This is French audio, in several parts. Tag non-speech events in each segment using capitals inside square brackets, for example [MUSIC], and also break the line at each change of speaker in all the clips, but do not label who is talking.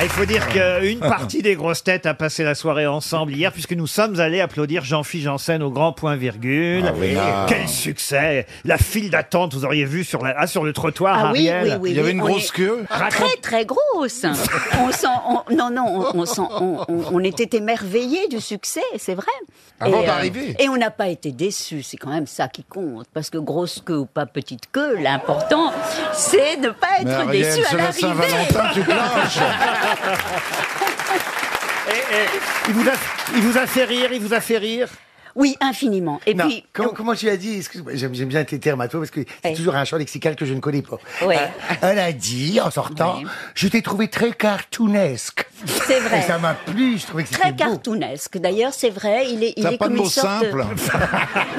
Ah, il faut dire
[LAUGHS]
qu'une partie des grosses têtes a passé la soirée ensemble hier, puisque nous sommes allés applaudir Jean-Philippe Janssen au grand point virgule.
Ah oui.
Quel succès La file d'attente, vous auriez vu sur, la, ah, sur le trottoir,
Ah oui,
Ariel.
oui, oui, oui, on est Très, très
[LAUGHS]
grosse. On s'en, on- non, non, on, on s'en- on- on- on était émerveillés du succès, c'est vrai.
Avant
Et, euh,
d'arriver.
Et on n'a pas été déçus, c'est quand même ça qui compte. Parce que grosse queue ou pas petite queue, l'important, c'est de ne pas
Mais
être
Ariel,
déçu à
c'est la Saint-Valentin, tu
l'arrivée.
[LAUGHS] Il, vous a, il vous a fait rire, il vous a fait rire
Oui, infiniment. Et
Non,
puis,
com- Ah, comment tu as dit Excuse-moi, j'aime j'aime bien tes termes à toi parce que c'est
Ouais.
toujours un champ lexical que je ne connais pas.
Ouais.
Euh, elle a dit, en sortant,
Ouais.
je t'ai trouvé très cartoonesque.
c'est vrai.
Et ça m'a plu, je trouvais que c'était
Très
beau.
cartoonesque. D'ailleurs, c'est vrai, il est, il
T'as
est
pas de
comme
mots
une sorte de-
simples.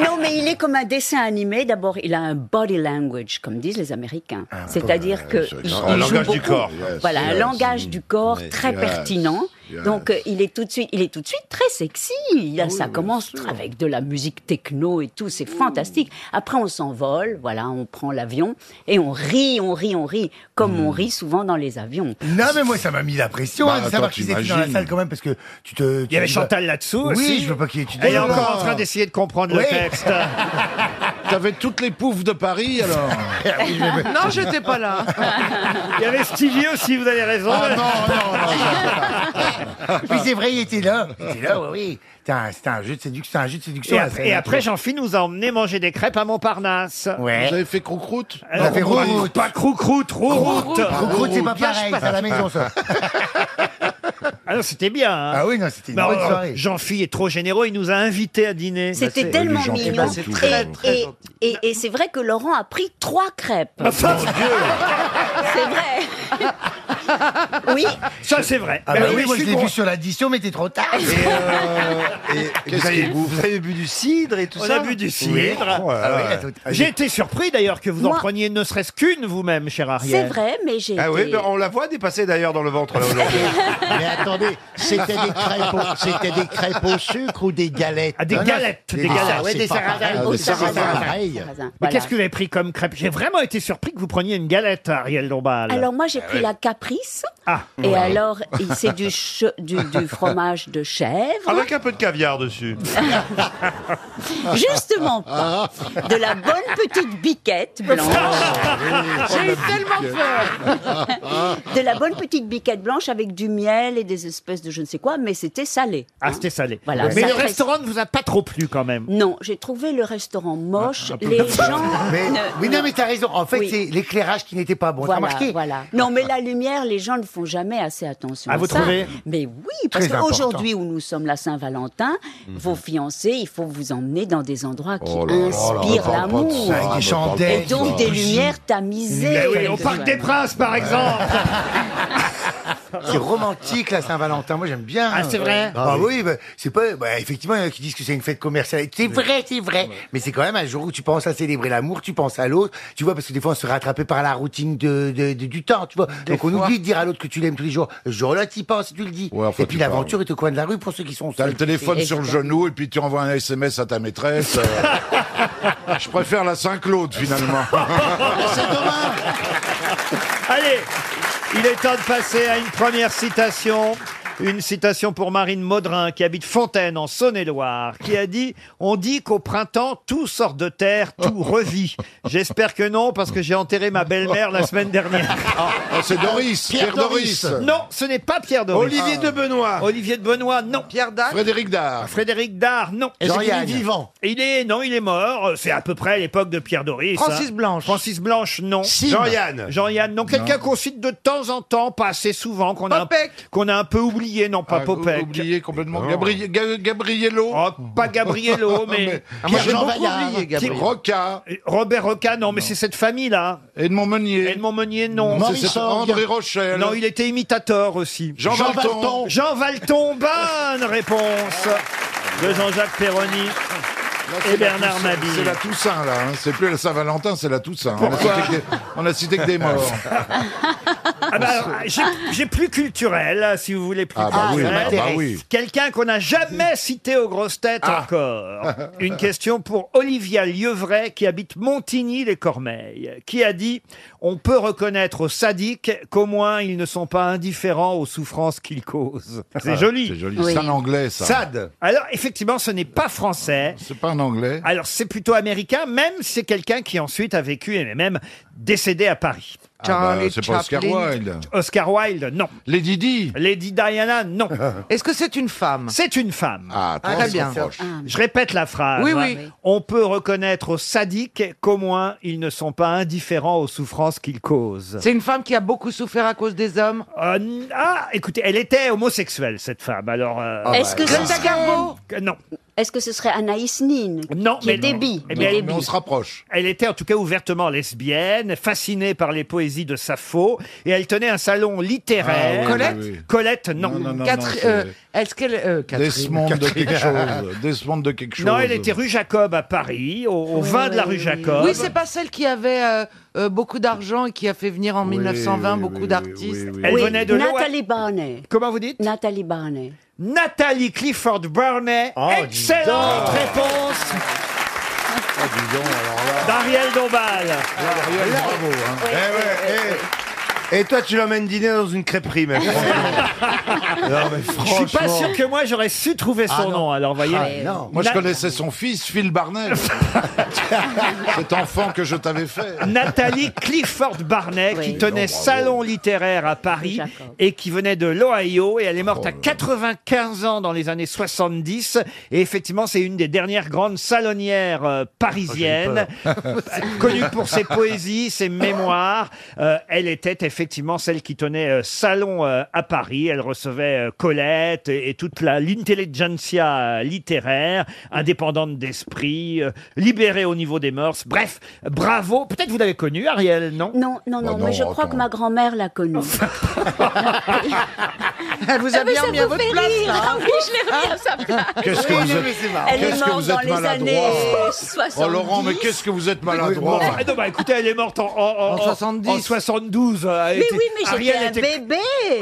Non, mais il est comme un dessin animé. D'abord, il a un body language, comme disent les Américains. C'est-à-dire que
c'est
il-
genre
il
un
joue
langage du
beaucoup.
corps.
Voilà,
Yes,
un
yes.
langage du corps
Yes,
très
yes,
pertinent.
yes.
Donc, euh, il est tout de suite, il est tout de suite très sexy. Il a- ça commence avec de la musique techno et tout, c'est fantastique. Après, on s'envole, voilà, on prend l'avion et on rit, on rit, on rit, comme
Mm.
on rit souvent dans les avions.
[LAUGHS] Non, mais moi, ça m'a mis la pression
Bah,
hein, de
attends,
savoir qu'ils étaient dans la
t'imagines.
salle quand même parce que tu te.
Il y avait Chantal là-dessous
Oui,
aussi.
je veux pas qu'il y ait- tu-
Elle est
Oh là
encore
là.
en train d'essayer de comprendre le
Oui.
[LAUGHS]
[LAUGHS] texte.
T'avais toutes les poufs de Paris, alors
[LAUGHS] Non, j'étais pas là.
Il y avait Stevie aussi, vous avez raison. [LAUGHS]
Ah non, non, non,
Oui, c'est vrai, il était là. Il était là, oui, oui. C'était un, c'était un jeu de séduction. c'était un jeu de séduction
Et,
la
ap-
scène.
et après, Jean-Philippe nous a emmené manger des crêpes à Montparnasse.
Ouais.
J'avais fait croûte
Euh,
Ça fait route.
Pas croucroute, rouroute.
Croûte, c'est pas
Cache
pareil,
pas
c'est à
la-
la maison, ça.
Ah non, c'était bien. hein.
Ah oui, non, c'était une
Mais
bonne
alors,
soirée.
Jean-Philippe est trop généreux, il nous a invités à dîner.
C'était
Bah,
tellement
gentil.
mignon.
Bah, c'est
Et-
très,
très
et-
gentil.
et- et c'est vrai que Laurent a pris trois crêpes.
c'est- Ça,
[LAUGHS] C'est vrai.
[LAUGHS]
Oui,
ça, c'est vrai.
Ah
Ben
Bah
bah
oui,
oui,
je
moi je
suis
l'ai
con.
vu euh, sur l'addition, mais t'es trop tard.
[LAUGHS]
Qu'est-ce qu'il bouffe
avez bu du cidre et tout
On a bu du
Oh,
cidre.
ah
Ah
J'ai été surpris d'ailleurs que vous en
Moi-
preniez ne serait-ce qu'une vous-même, cher
c'est
Ariel.
vrai, mais j'ai.
Ah oui,
été-
ben, on la voit dépasser d'ailleurs dans le ventre là
[LAUGHS]
aujourd'hui.
Mais attendez, c'était des, crêpes au- c'était des crêpes au sucre ou des galettes
Ah, des galettes, des
Ah,
galettes.
c'est
ouais, des
pas
sarrasins.
pareil.
Au
des
sarrasin.
sarrasins.
Pareil.
Sarrasin,
Mais
voilà.
qu'est-ce que vous avez pris comme crêpe J'ai vraiment été surpris que vous preniez une galette, Ariel Dombal.
Alors moi j'ai pris la caprice
Ah.
et alors il- c'est du, che- du, du fromage de chèvre,
Avec un peu de caviar dessus.
Ah.
justement pas, de la bonne petite biquette
Ah,
blanche, [LAUGHS]
J'ai eu tellement peur.
de la bonne petite biquette blanche avec du miel et des espèces de je ne sais quoi, mais c'était salé.
Ah,
hein.
c'était salé.
Voilà,
Mais
ça
le
presse.
restaurant ne vous a pas trop plu
[LAUGHS]
quand même.
Non, j'ai trouvé le restaurant moche,
Ah,
les gens.
[LAUGHS] Mais,
ne-
oui, non, mais t'as raison. En fait,
Oui.
c'est l'éclairage qui n'était pas bon. t'as
Voilà,
remarqué
voilà. Non, mais la lumière, les gens ne font jamais assez attention.
Ah,
à
vous
ça.
trouvez
Mais oui, parce
Très important.
qu'aujourd'hui où nous sommes la Saint-Valentin, vos fiancés, il faut vous emmener dans des endroits qui
Oh là là,
inspirent
on parle pas de
l'amour.
Avec des
ça, on parle pas de
chandelles.
Et donc des lumières tamisées.
Eh oui, au Parc des Princes, par exemple.
C'est romantique, la Saint-Valentin. Moi, j'aime bien.
Ah, c'est vrai
Ah oui, bah, c'est pas. bah, effectivement, il y en a qui disent que c'est une fête commerciale. C'est vrai, c'est vrai. Mais c'est quand même un jour où tu penses à célébrer l'amour, tu penses à l'autre. Tu vois, parce que des fois, on se fait rattraper par la routine de, de- de- du temps, tu vois. Donc, on oublie de dire à l'autre que tu l'aimes tous les jours. Ce jour-là, tu y penses, tu le dis.
Ouais, enfin,
Et puis,
tu parles.
l'aventure est au coin de la rue pour ceux qui sont
T'as
seuls.
le téléphone sur le genou et puis tu envoies un SMS à ta maîtresse. euh. Je préfère la Saint-Claude finalement.
Allez, il est temps de passer à une première citation. Une citation pour Marine Maudrin, qui habite Fontaine, en Saône-et-Loire, qui a dit « On dit qu'au printemps, tout sort de terre, tout revit. J'espère que non, parce que j'ai enterré ma belle-mère la semaine dernière.
Oh, c'est Doris, Pierre, Doris.
Doris. »
Non, ce n'est pas Pierre Doris.
Olivier de Benoît.
Olivier de Benoît, non. Ah,
Pierre Dac.
Frédéric Dard.
Frédéric Dard, non.
Est-ce qu'il est
Jean-Yann.
vivant
Il est, non, il est mort. C'est à peu près à l'époque de Pierre Doris.
Francis
hein.
Blanche.
Francis Blanche, non.
Si.
Jean-Yann.
Jean-Yann, non, quelqu'un qu'on cite de temps en temps, pas assez souvent, qu'on a, un-
Popek.
qu'on a un peu oublié, non pas
Ah,
Popek.
Oublié complètement. Gabriel, Ga- Gabriello. Ah,
Oh, pas
[LAUGHS]
Gabriello, mais.
Pierre-Jean Vaillard.
Roca.
Robert Roca, non, mais c'est cette famille-là.
Edmond Meunier.
Edmond Meunier, non.
Maurice
C'est- c'est
Sorg.
André Rochelle.
Non, il était imitateur aussi.
Jean,
Jean
Valton.
Valton.
Jean Valton, bonne réponse de Jean-Jacques Perroni. et Bernard Mabille.
Ah. C'est la Toussaint, là. hein. C'est plus la Saint-Valentin, c'est la Toussaint. On a, cité que des, on a cité que
[LAUGHS]
des morts.
Ah bah alors, j'ai- j'ai plus culturel, hein, si vous voulez plus
Ah bah oui,
culturel.
ah bah oui. Ah.
Quelqu'un qu'on n'a jamais cité aux grosses têtes encore. Une question pour Olivia Lieuvray qui habite Montigny-les-Cormeilles, qui a dit On peut reconnaître aux sadiques qu'au moins ils ne sont pas indifférents aux souffrances qu'ils causent. C'est
Ah, C'est
joli.
joli.
Oui.
C'est un anglais, ça.
Sad.
Alors, effectivement, ce n'est pas français.
C'est pas un anglais.
Alors, c'est plutôt américain, même si c'est quelqu'un qui ensuite a vécu et même décédé à Paris.
Ah bah,
Charlie
c'est pas Oscar
Chaplin.
Wilde.
Oscar Wilde, non.
Lady Di.
Lady Diana,
[LAUGHS]
non.
Est-ce que c'est une femme
C'est une femme.
Ah,
Ah,
très
très bien.
proche.
Je répète la phrase. hein.
Oui, oui.
On peut reconnaître aux sadiques qu'au moins ils ne sont pas indifférents aux souffrances qu'ils causent.
C'est une femme qui a beaucoup souffert à cause des hommes
Euh, n- ah, écoutez, elle était homosexuelle, cette femme. Alors, euh,
Ah
Est-ce
bah,
que, ce
Greta
serait,
Garbo
que- non.
est-ce que ce serait Anaïs Nin
Non,
Qui
mais
est débit.
Mais
Qui est
elle-
Mais on se rapproche.
Elle était en tout cas ouvertement lesbienne, fascinée par les poésies de Sappho, et elle tenait un salon littéraire.
Ah, oui,
Colette
oui, oui.
Colette, non.
Non, non, non,
Quatre-
non,
euh,
c'est-
Est-ce qu'elle... euh, Catherine.
Desmond de quelque
[LAUGHS]
chose. Desmond de quelque chose.
Non, elle était rue Jacob à Paris, au, au vin de la rue Jacob.
Oui, c'est pas
[LAUGHS]
celle qui avait euh, euh, beaucoup d'argent et qui a fait venir en
Oui,
1920
oui,
beaucoup
oui,
d'artistes.
oui, oui,
Elle
oui.
venait de l'Ouest.
Nathalie Barney.
Comment vous dites
Nathalie Barney.
Nathalie Clifford Burney.
Oh, dis
Excellente
donc.
réponse Ah, d'Ariel Dombal.
Ariel, bravo. hein.
Eh ouais, eh. Et toi, tu l'emmènes dîner dans une
[LAUGHS]
crêperie, mec. non, mais
Je
franchement.
suis pas sûr que moi j'aurais su trouver son
non.
nom. Alors voyez.
Ah, non.
Moi, je
Na-
connaissais son fils, Phil
[LAUGHS]
Barnett. Cet enfant que je t'avais fait. [LAUGHS]
Nathalie Clifford Barney, qui
Oui.
tenait
Non, bravo.
salon littéraire à Paris
Jacob.
et qui venait de l'Ohio. Et elle est
Oh
morte à 95 ans dans les années 70. Et effectivement, c'est une des dernières grandes salonnières
Ah,
euh, parisiennes, [LAUGHS] connue pour
[LAUGHS]
ses poésies, ses mémoires. Euh, elle était effectivement celle qui tenait euh, salon euh, à Paris. Elle recevait euh, Colette et, et toute la l'intelligentsia euh, littéraire, indépendante d'esprit, euh, libérée au niveau des mœurs. Bref, bravo. Peut-être vous l'avez connue, Ariel, Oh non
Non, non, non,
Bah non,
mais je crois
attends.
que ma grand-mère l'a connue. Ah,
Elle vous a
Mais
bien
ça
mis à
vous
votre
fait
place,
rire.
là.
Ah oui, je l'ai remis à sa place.
Qu'est-ce que vous êtes.
Elle est
Qu'est-ce que
morte
vous
dans
êtes
les
maladroit.
années
Oh,
70.
Oh Laurent, mais qu'est-ce que vous êtes maladroit
Ah non, bah écoutez, elle est morte en, en,
En 70.
en 72. euh, elle
Mais
était-
oui, mais j'étais
Ariel
un
était-
bébé.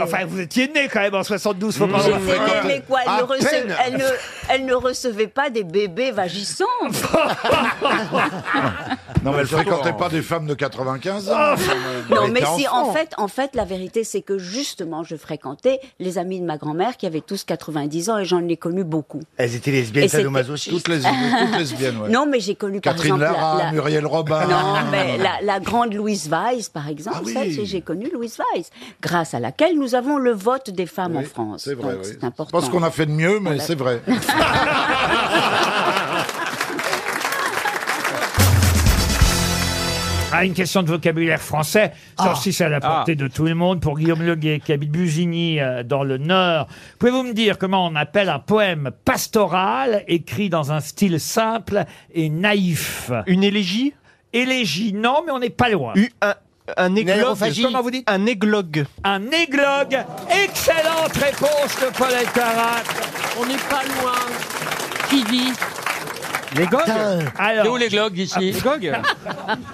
Enfin, vous étiez né quand même en 72, faut pas
J'ai fait
le-
des-
fréquenté
mais quoi, elle
à
ne, rece-
peine.
elle, ne, elle ne recevait pas des bébés
[LAUGHS]
vagissants.
Non, mais elle fréquentait pas des femmes de hein, 95
Oh.
ans. Elle
non, mais
était
si,
enfant.
en fait, en fait, la vérité, c'est que justement, je fréquentais les amis de ma grand-mère qui avaient tous 90 ans et j'en ai connu beaucoup.
Elles étaient lesbiennes,
Et c'était-
sadomasochistes.
Toutes les toutes lesbiennes, ouais.
Non, mais j'ai connu
Catherine
par exemple
Lara,
la, la-
Muriel Robin.
Non, mais la, la grande Louise Weiss, par exemple,
Ah oui.
celle que j'ai connue, Louise Weiss, grâce à laquelle nous avons le vote des femmes en France.
C'est vrai,
Donc,
oui.
c'est
Je
important.
pense qu'on a fait de mieux, mais
[LAUGHS]
c'est vrai.
Ah, une question de vocabulaire français. Ça aussi, c'est à la portée de tout le monde. Pour Guillaume Leguet, qui habite Bugigny, euh, dans le Nord. Pouvez-vous me dire comment on appelle un poème pastoral écrit dans un style simple et naïf
Une élégie
Élégie, non, mais on n'est pas loin.
U- un, un églogue
aérophagie.
Comment vous dites Un églogue.
Un églogue. Excellente réponse de Paul Elkarat.
On n'est pas loin. Qui dit
L'églogue
C'est
Alors, Ah,
où les glogues ici
L'églogue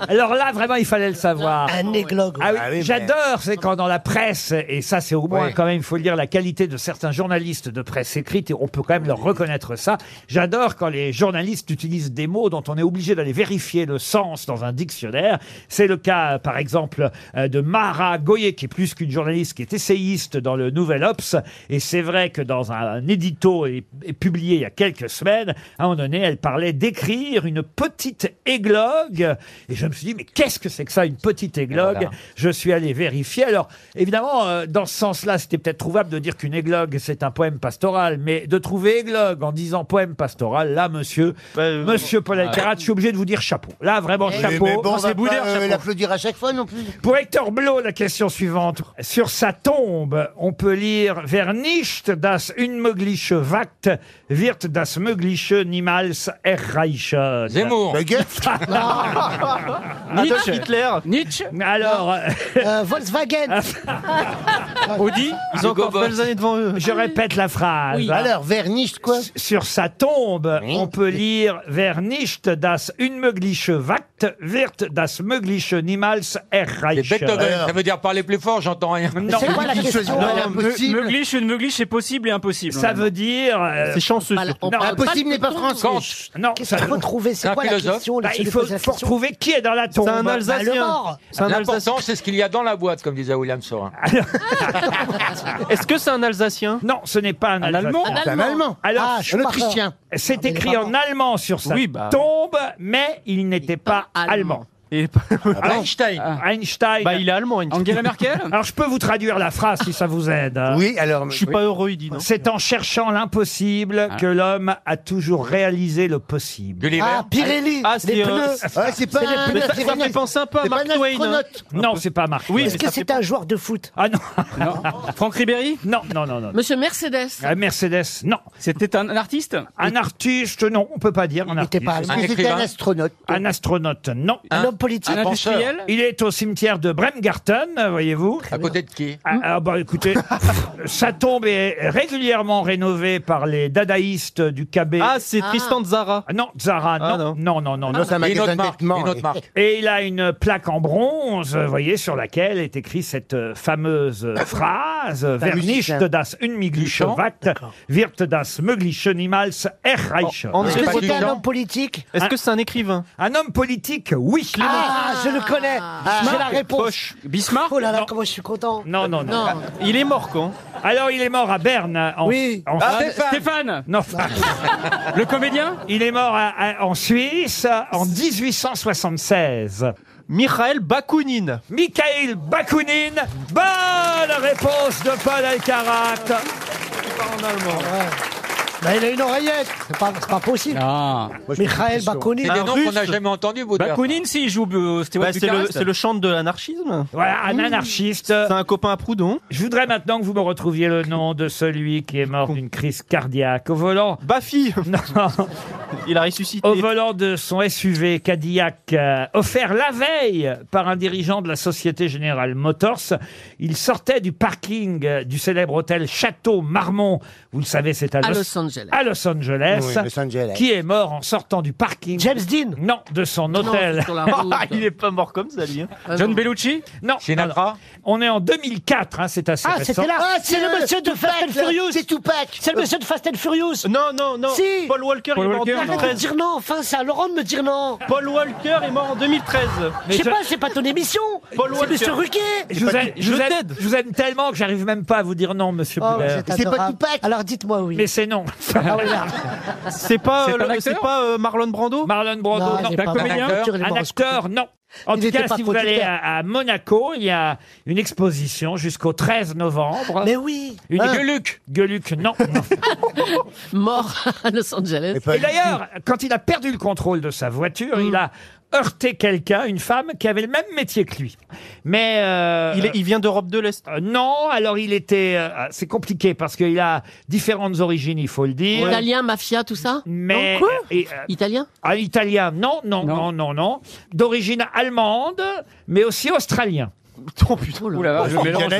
alors là, vraiment, il fallait le savoir.
Un églogue.
Ah oui,
Ah oui, mais-
j'adore, c'est quand dans la presse, et ça c'est au moins quand même, il faut le dire, la qualité de certains journalistes de presse écrite, et on peut quand même leur reconnaître ça. J'adore quand les journalistes utilisent des mots dont on est obligé d'aller vérifier le sens dans un dictionnaire. C'est le cas, euh, par exemple, euh, de Mara Goyer, qui est plus qu'une journaliste, qui est essayiste dans le Nouvel Obs, et c'est vrai que dans un, un édito et, et publié il y a quelques semaines, à un moment donné, elle parlait d'écrire une petite églogue, et je me suis dit, mais qu'est-ce que c'est que ça, une petite églogue
Voilà.
je suis allé vérifier. Alors, évidemment, euh, dans ce sens-là, c'était peut-être trouvable de dire qu'une églogue, c'est un poème pastoral, mais de trouver églogue en disant poème pastoral, là, monsieur,
Ben,
euh,
monsieur Paul Alcarat, je suis obligé de vous dire chapeau. Là, vraiment, chapeau.
Eh, Mais bon, on
Non, c'est
va
Boudère,
pas, euh,
ça prend.
l'applaudir à chaque fois non plus.
Pour Hector Blo, la question suivante. Sur sa tombe, on peut lire Vernicht das unmögliche Wacht, wird das mögliche niemals Verreichen.
Zemmour. Le
[LAUGHS]
Goethe.
Nietzsche. Hitler.
Nietzsche.
Alors. [LAUGHS] Ah,
Volkswagen. Ah,
Audi,
Ah,
ils ont Hugo encore de Boss. belles années
devant eux. Je répète la phrase.
Oui. Alors,
vernicht quoi Sur sa tombe, on peut lire Vernicht das unmögliche Wagt wird das mögliche niemals erreichen.
Beethoven, ça veut dire parler plus fort, j'entends rien.
Non. C'est quoi la question Non, Elle est impossible.
Meuglish, une meuglish, c'est possible et impossible.
Ça veut dire. euh,
C'est chanceux,
Non,
surtout.
non,
Impossible n'est pas français.
Kant. Non,
Qu'est-ce qu'il faut trouver C'est quoi la question Bah,
Bah, Il faut, faut retrouver qui est dans la tombe.
L'important, c'est ce qu'il y a dans la boîte, comme disait William Sorin.
Ah, Oh
[LAUGHS]
Est-ce que c'est un Alsacien Non, ce n'est pas un,
Allemand.
Alsacien.
C'est un Allemand.
Alors,
Ah, je suis Un pas Autrichien. fort.
C'est
Ah, mais
écrit
pas
en
fort.
allemand sur sa
Oui, bah.
tombe, mais il n'était pas,
Ah,
allemand. Einstein. Einstein.
Bah, il est allemand, Einstein. Angela Merkel
Alors, je peux vous traduire la phrase si ça vous aide. hein.
[LAUGHS] Oui, alors, Je suis oui. pas heureux, il dit non.
C'est en cherchant l'impossible que l'homme a toujours réalisé le possible.
Ah, Pirelli.
Ah, c'est,
les
euh,
pneus.
c'est-
c'est pas
c'est les
un
pneus, ça- ça
Pirelli.
fait penser un peu à
C'est pas
Mark
un
Twain, hein.
astronaute.
Non, c'est pas Marc.
Oui,
Twain.
Est-ce que c'est un joueur de foot
Ah non. [LAUGHS] Franck Ribéry Non, non, non, non.
Monsieur Mercedes.
Ah, Mercedes, non. C'était un artiste Un artiste, non, on peut pas dire. Un artiste.
pas allemand. Un C'était écrivain un astronaute.
Un astronaute, non.
Un homme politique. Un industriel
penseur. Il est au cimetière de Bremgarten, euh, voyez-vous. À côté de qui ah, ah,
[LAUGHS]
bah écoutez, [LAUGHS] sa tombe est régulièrement rénovée par les dadaïstes du KB.
Ah, c'est Ah. Tristan
Zara. Non, Zara,
Ah,
non. Non, non, non.
Non, c'est un Et une magasin autre de marque, vêtements. une autre marque.
Et il a une plaque en bronze, vous voyez, sur laquelle est écrite cette euh, fameuse euh, phrase
Un
Vernicht
musicien.
das unmögliche Wagt, wird das mögliche niemals erreichen.
Oh, Est-ce que c'est un homme
politique
Est-ce que
c'est un écrivain Un homme politique, oui.
Ah, je le connais. J'ai la réponse.
Bismarck
Oh là là, comment je suis content.
Non, non,
Non.
non. Il est mort quand Alors, il est mort à Berne. En,
Oui.
en
Ah,
France.
Stéphane.
Non. Le comédien Il est mort à- à- en Suisse en 1876. Mikhail Bakounine. Mikhail Bakounine. Bonne réponse de Paul Alcarat.
Bah, il a une oreillette. C'est pas, c'est pas possible. Michael Bakounine.
C'est des noms qu'on n'a jamais entendus, Baudelaire.
Bakounine,
si, il joue
Bah, c'est le, c'est le chant de l'anarchisme.
Voilà,
Mmh.
un anarchiste. C'est
un copain à Proudhon.
Je voudrais maintenant que vous me retrouviez le nom de celui qui est mort d'une crise cardiaque
[LAUGHS]
au volant. Bafi
Il a ressuscité.
Au volant de son SUV Cadillac, euh, offert la veille par un dirigeant de la Société Générale Motors, il sortait du parking euh, du célèbre hôtel Château Marmont. Vous le savez, c'est à,
À Los Angeles.
à Los Angeles.
Oui, Los Angeles.
Qui est mort en sortant du parking. James Dean Non, de son
Non,
hôtel.
sur la
[LAUGHS]
route. Il
est pas mort comme ça, lui.
John
Bellucci Non. non, non. On est en 2004, hein, c'est assez
Ah,
récent.
c'était là.
Ah,
c'est le monsieur de Fast and Furious. C'est Tupac. C'est le monsieur de Fast and Furious.
Non, non, non.
Si.
Paul Walker est mort en
Arrête de
2013.
dire non, enfin, c'est à Laurent de me dire non.
Paul Walker est mort en 2013.
Je sais pas, c'est pas ton émission.
Paul
C'est
Walker.
monsieur Ruquier.
Je vous, aime, je vous aime- je vous aime tellement que j'arrive même pas à vous dire non, monsieur
Oh,
Boulard.
c'est pas Tupac. Alors dites-moi oui.
Mais c'est non.
[LAUGHS] Ah oui, là.
C'est
pas, euh, le- c'est pas,
Marlon Brando Marlon Brando,
Non,
non.
il est pas Un mort. comédien
acteur,
Il est
Un
mort.
acteur, non. En
Il
tout
était
cas,
pas
si vous
producteur.
allez à, à Monaco, il y a une exposition jusqu'au 13 novembre.
Mais oui.
Une
Hein.
Gueuluc. Gueuluc,
[LAUGHS]
non. non.
Mort à Los Angeles.
Et d'ailleurs, quand il a perdu le contrôle de sa voiture, il a heurté quelqu'un, une femme qui avait le même métier que lui. Mais
Il est- il
vient d'Europe de l'Est. non, alors il était, euh, c'est compliqué parce qu'il a différentes origines, il faut le dire.
Italien, mafia, tout ça
Mais
Non, quoi
et, euh,
Italien
ah, italien, non, non, non, non, non. D'origine allemande, mais aussi
[LAUGHS]
australien. Ah,
Oh putain,
Oula, je mélange.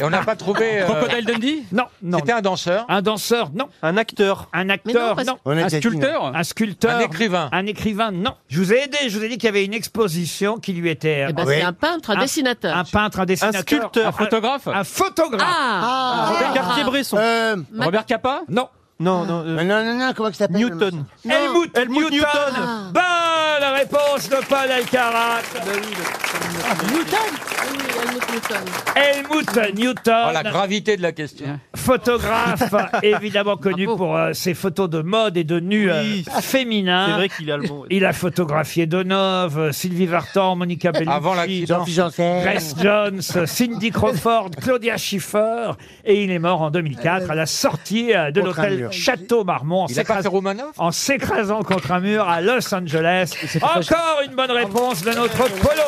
Et on n'a pas trouvé. euh,
Crocodile Dundee
Non, non.
C'était un danseur.
Un danseur, non. Un acteur. Un acteur,
Mais non,
non.
parce- On a Un déjà dit sculpteur non.
Un sculpteur.
Un écrivain.
Un écrivain, non. Je vous ai aidé, je vous ai dit qu'il y avait une exposition qui lui était.
Eh ben, c'est un peintre, un dessinateur.
Un peintre, un dessinateur.
sculpteur. Un
photographe. Un photographe.
Ah,
Robert Cartier-Bresson.
Euh,
Robert Capa
Non.
Non, non. euh,
Non, non, non, comment que ça s'appelle
Newton.
Helmut,
Helmut
Newton.
Ah.
Bah,
Newton.
Bonne réponse de Paul Alcarat. Helmut Newton.
Oh, la gravité de la question. [LAUGHS]
Photographe, évidemment connu pour euh, ses photos de mode et de nu euh, féminin.
C'est vrai qu'il est allemand.
Il a photographié Deneuve, euh, Sylvie Vartan, Monica Bellucci,
Avant l'accident. Jean-Philippe
Janssen.
Grace Jones, euh, Cindy Crawford, Claudia Schiffer, et il est mort en 2004 à la sortie euh, de
Contre un
l'hôtel
mur.
Château Marmont en
Il a pas fait
s'écrasant-
Romanov
en s'écrasant contre un mur à Los Angeles. Encore une bonne réponse de notre polo.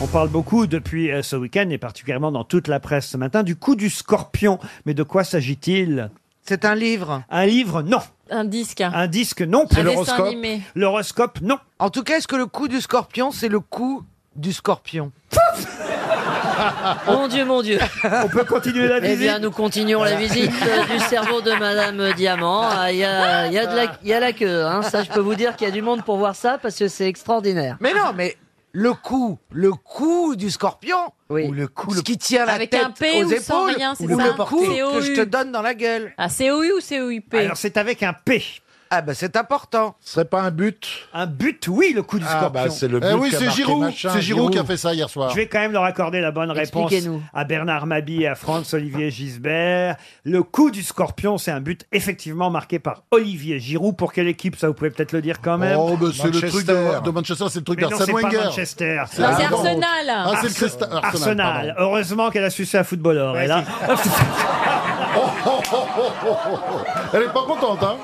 On
On parle beaucoup depuis euh, ce week-end et particulièrement dans toute la presse ce matin du coup du scorpion. Mais de quoi s'agit-il C'est un livre. Un livre, non.
Un disque.
Un disque, non.
C'est Un dessin l'horoscope. animé.
L'horoscope, non.
En tout cas, est-ce que le coup du scorpion, c'est le coup du scorpion
[LAUGHS] Mon Dieu, mon Dieu.
On peut continuer la
Eh
visite
bien, nous continuons la
[LAUGHS]
visite euh, du cerveau de Madame Diamant. Ah, Il y, a, il y a de la- il y a la queue. hein. Ça, je peux vous dire qu'il y a du monde pour voir ça parce que c'est extraordinaire.
Mais non, mais le coup, le coup du scorpion,
ou
le coup, ce qui tient la
Avec
tête
un P
aux
ou
épaules,
sans rien, c'est
ou le
ça
coup que
C-O-U.
je te donne dans la gueule.
Ah, COU ou COUP
Alors c'est avec un P.
Ah ben c'est important.
Ce serait pas un but
Un but, oui, le coup du
Ah,
scorpion.
bah, c'est le Eh but oui, qu'a c'est marqué Giroud. machin, C'est Giroud Giroud. qui a fait ça hier soir.
Je vais quand même leur accorder la bonne réponse
Expliquez-nous.
à Bernard Mabi et à Franz-Olivier Gisbert. Le coup du scorpion, c'est un but effectivement marqué par Olivier Giroud. Pour quelle équipe ça Vous pouvez peut-être le dire quand même.
Oh, bah, c'est le truc de, de Manchester, c'est le truc
Mais non,
d'Arsène
c'est pas
Wenger.
Manchester.
Ah, c'est
pardon.
Arsenal.
Ah, c'est le
Arse-
Crystal-
Arsenal.
pardon.
Heureusement qu'elle a sucé un footballeur. elle, hein.
Elle est pas contente, hein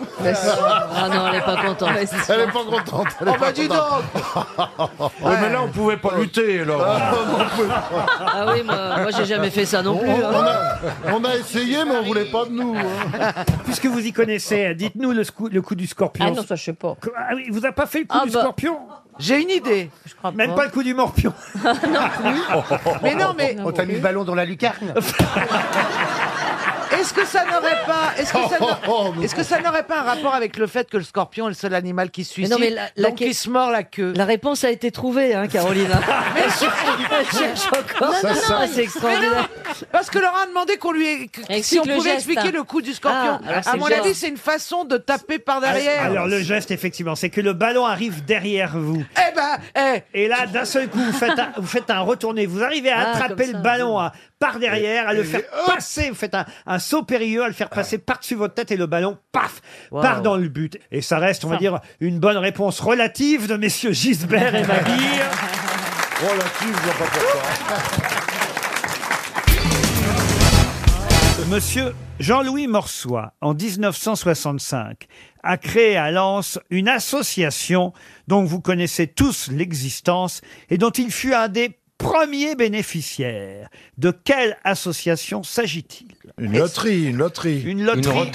Ah non, elle est pas contente.
Elle est pas contente. Elle est
Oh, bah,
pas
dis
contente.
[LAUGHS] Ouais, bah, mais là, on pouvait pas lutter, alors.
Ah oui, moi,
Euh,
moi j'ai jamais fait ça non
Oh,
plus.
On,
hein.
on a, on a essayé, mais on voulait pas de nous.
Ah,
hein.
oh, [LAUGHS] Puisque vous y connaissez, dites-nous le, scou- le coup du scorpion.
Ah non, ça, je sais pas.
Ah oui, il vous a pas fait le coup
Ah
du
bah.
scorpion
J'ai une idée.
Même pas. le coup du
[LAUGHS]
morpion.
Mais non, mais-
On t'a mis le ballon dans la lucarne.
Est-ce que ça n'aurait pas, est-ce [LAUGHS] que ça n'a- est-ce que ça n'aurait pas un rapport avec le fait que le scorpion est le seul animal qui se
Mais
suicide,
non, mais la- la
donc
que-
qui se mord la queue
La réponse a été trouvée, hein,
[LAUGHS]
Caroline. Elle cherche encore.
Ça, ça-
Ah, c'est extraordinaire.
Parce que Laurent a demandé qu'on lui que-
Explique
si on
le
pouvait
geste.
expliquer le coup du scorpion.
Ah, alors c'est
à mon
le
avis,
geste.
c'est une façon de taper par
Ah,
derrière.
ah, Alors le geste, effectivement, c'est que le ballon arrive derrière vous.
Eh ben, eh.
Et là, d'un seul coup, vous faites un, vous faites un retourné. Vous arrivez à
Ah,
attraper
comme ça,
le ballon hein, par derrière, à le faire passer. Vous faites un, un saut périlleux, à le faire passer par-dessus votre tête et le ballon, paf, part dans le but. Et ça reste, on va dire, une bonne réponse relative de
[LAUGHS]
messieurs Gisbert
[LAUGHS]
et Mabille.
Relative, Oh, je vois pas pourquoi.
Monsieur Jean-Louis Morsois, en 1965, a créé à Lens une association dont vous connaissez tous l'existence et dont il fut un des premiers bénéficiaires. De quelle association s'agit-il
Une loterie, une loterie.
Une loterie.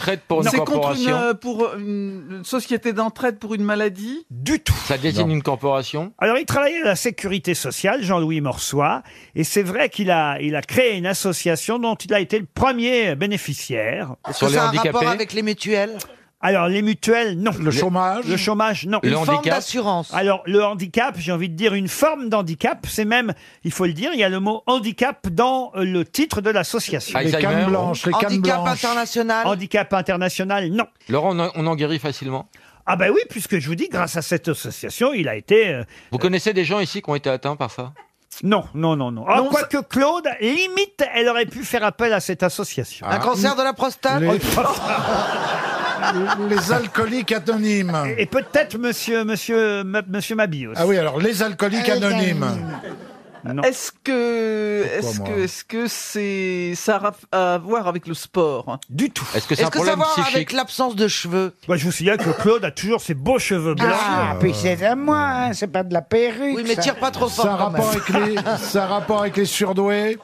C'est contre une, euh, pour une société d'entraide pour une maladie
Du tout.
Ça désigne une corporation
Alors, il travaillait à la sécurité sociale, Jean-Louis Morsois, et c'est vrai qu'il a, il a créé une association dont il a été le premier bénéficiaire.
Est-ce que ça a un rapport avec les mutuelles
Alors, les mutuelles, non. Le
chômage
Le chômage, non.
Une Le forme handicap d'assurance
Alors, le handicap, j'ai envie de dire une forme d'handicap. C'est même, il faut le dire, il y a le mot handicap dans euh, le titre de l'association.
Les Alzheimer. cannes blanches, les cannes
Handicap blanches. international
Handicap international, non.
Laurent, on, en- on en guérit facilement.
Ah ben oui, puisque je vous dis, grâce à cette association, il a été... euh,
Vous connaissez des gens ici qui ont été atteints par ça
Non, non, non, non. Ah, Quoique Claude, limite, elle aurait pu faire appel à cette association.
Un cancer de la prostate
Les- [LAUGHS]
Les alcooliques anonymes.
Et peut-être monsieur, monsieur, ma- monsieur Mabille aussi.
Ah oui, alors, les
Eh,
alcooliques anonymes.
Non.
Est-ce que
Pourquoi
Euh, est-ce
moi
que est-ce que c'est ça a raf- à voir avec le sport
Du tout.
Est-ce que c'est
Est-ce
un
que ça a à
problème
voir avec
psychique
l'absence de cheveux
Moi, je vous signale que Claude a toujours ses beaux cheveux blancs.
Ah, puis c'est à moi, hein, c'est pas de la perruque.
Oui, mais
ça.
tire pas trop fort
Ça a
quand même.
rapport avec
[LAUGHS]
les, ça a rapport avec les surdoués.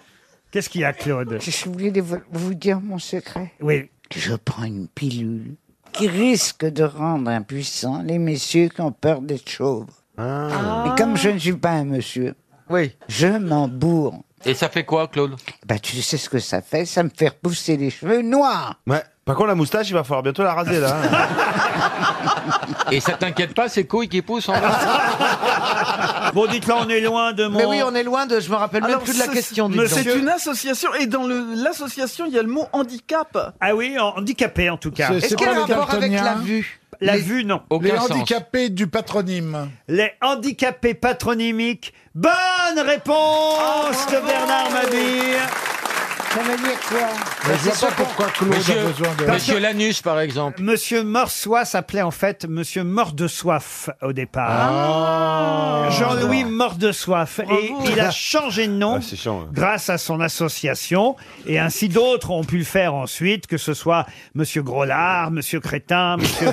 Qu'est-ce qu'il y a, Claude
Je voulais [LAUGHS] vous, vous dire mon secret.
Oui.
Je prends une pilule qui risque de rendre impuissants les messieurs qui ont peur d'être chauves. Et comme je ne suis pas un monsieur,
Ah. oui.
je m'embourre.
Et ça fait quoi, Claude
Bah, tu sais ce que ça fait Ça me fait repousser les cheveux noirs.
Ouais. Par contre, la moustache, il va falloir bientôt la raser, là. hein.
[LAUGHS] Et ça t'inquiète pas, ces couilles qui poussent en
[LAUGHS]
Bon, dites-là, on est loin de mon...
Mais oui, on est loin de. Je me rappelle même
Alors,
plus de la
ce-
question. dites
mais
donc.
C'est une association et dans le- l'association il y a le mot handicap.
Ah oui, en- handicapé en tout cas.
C'est-
Est-ce
c'est
qu'il y a
pas
un
les
rapport avec la
daltoniens
vue
La
Les-
vue, non.
Aucun
les
sens.
handicapés du patronyme.
Les handicapés patronymiques. Bonne réponse de Bernard Mabille.
Ah, Ça veut dire quoi
Mais je vois pas pourquoi Claude a
Monsieur-
besoin de-
Monsieur Lanus, par exemple.
Monsieur Morsois s'appelait en fait Monsieur Mort de Soif au départ. Ah. Jean-Louis Mort de Soif. Et il a changé de
Ah,
nom
hein.
grâce à son association. Et ainsi d'autres ont pu le faire ensuite, que ce soit Monsieur Groslard, Monsieur Crétin, Monsieur,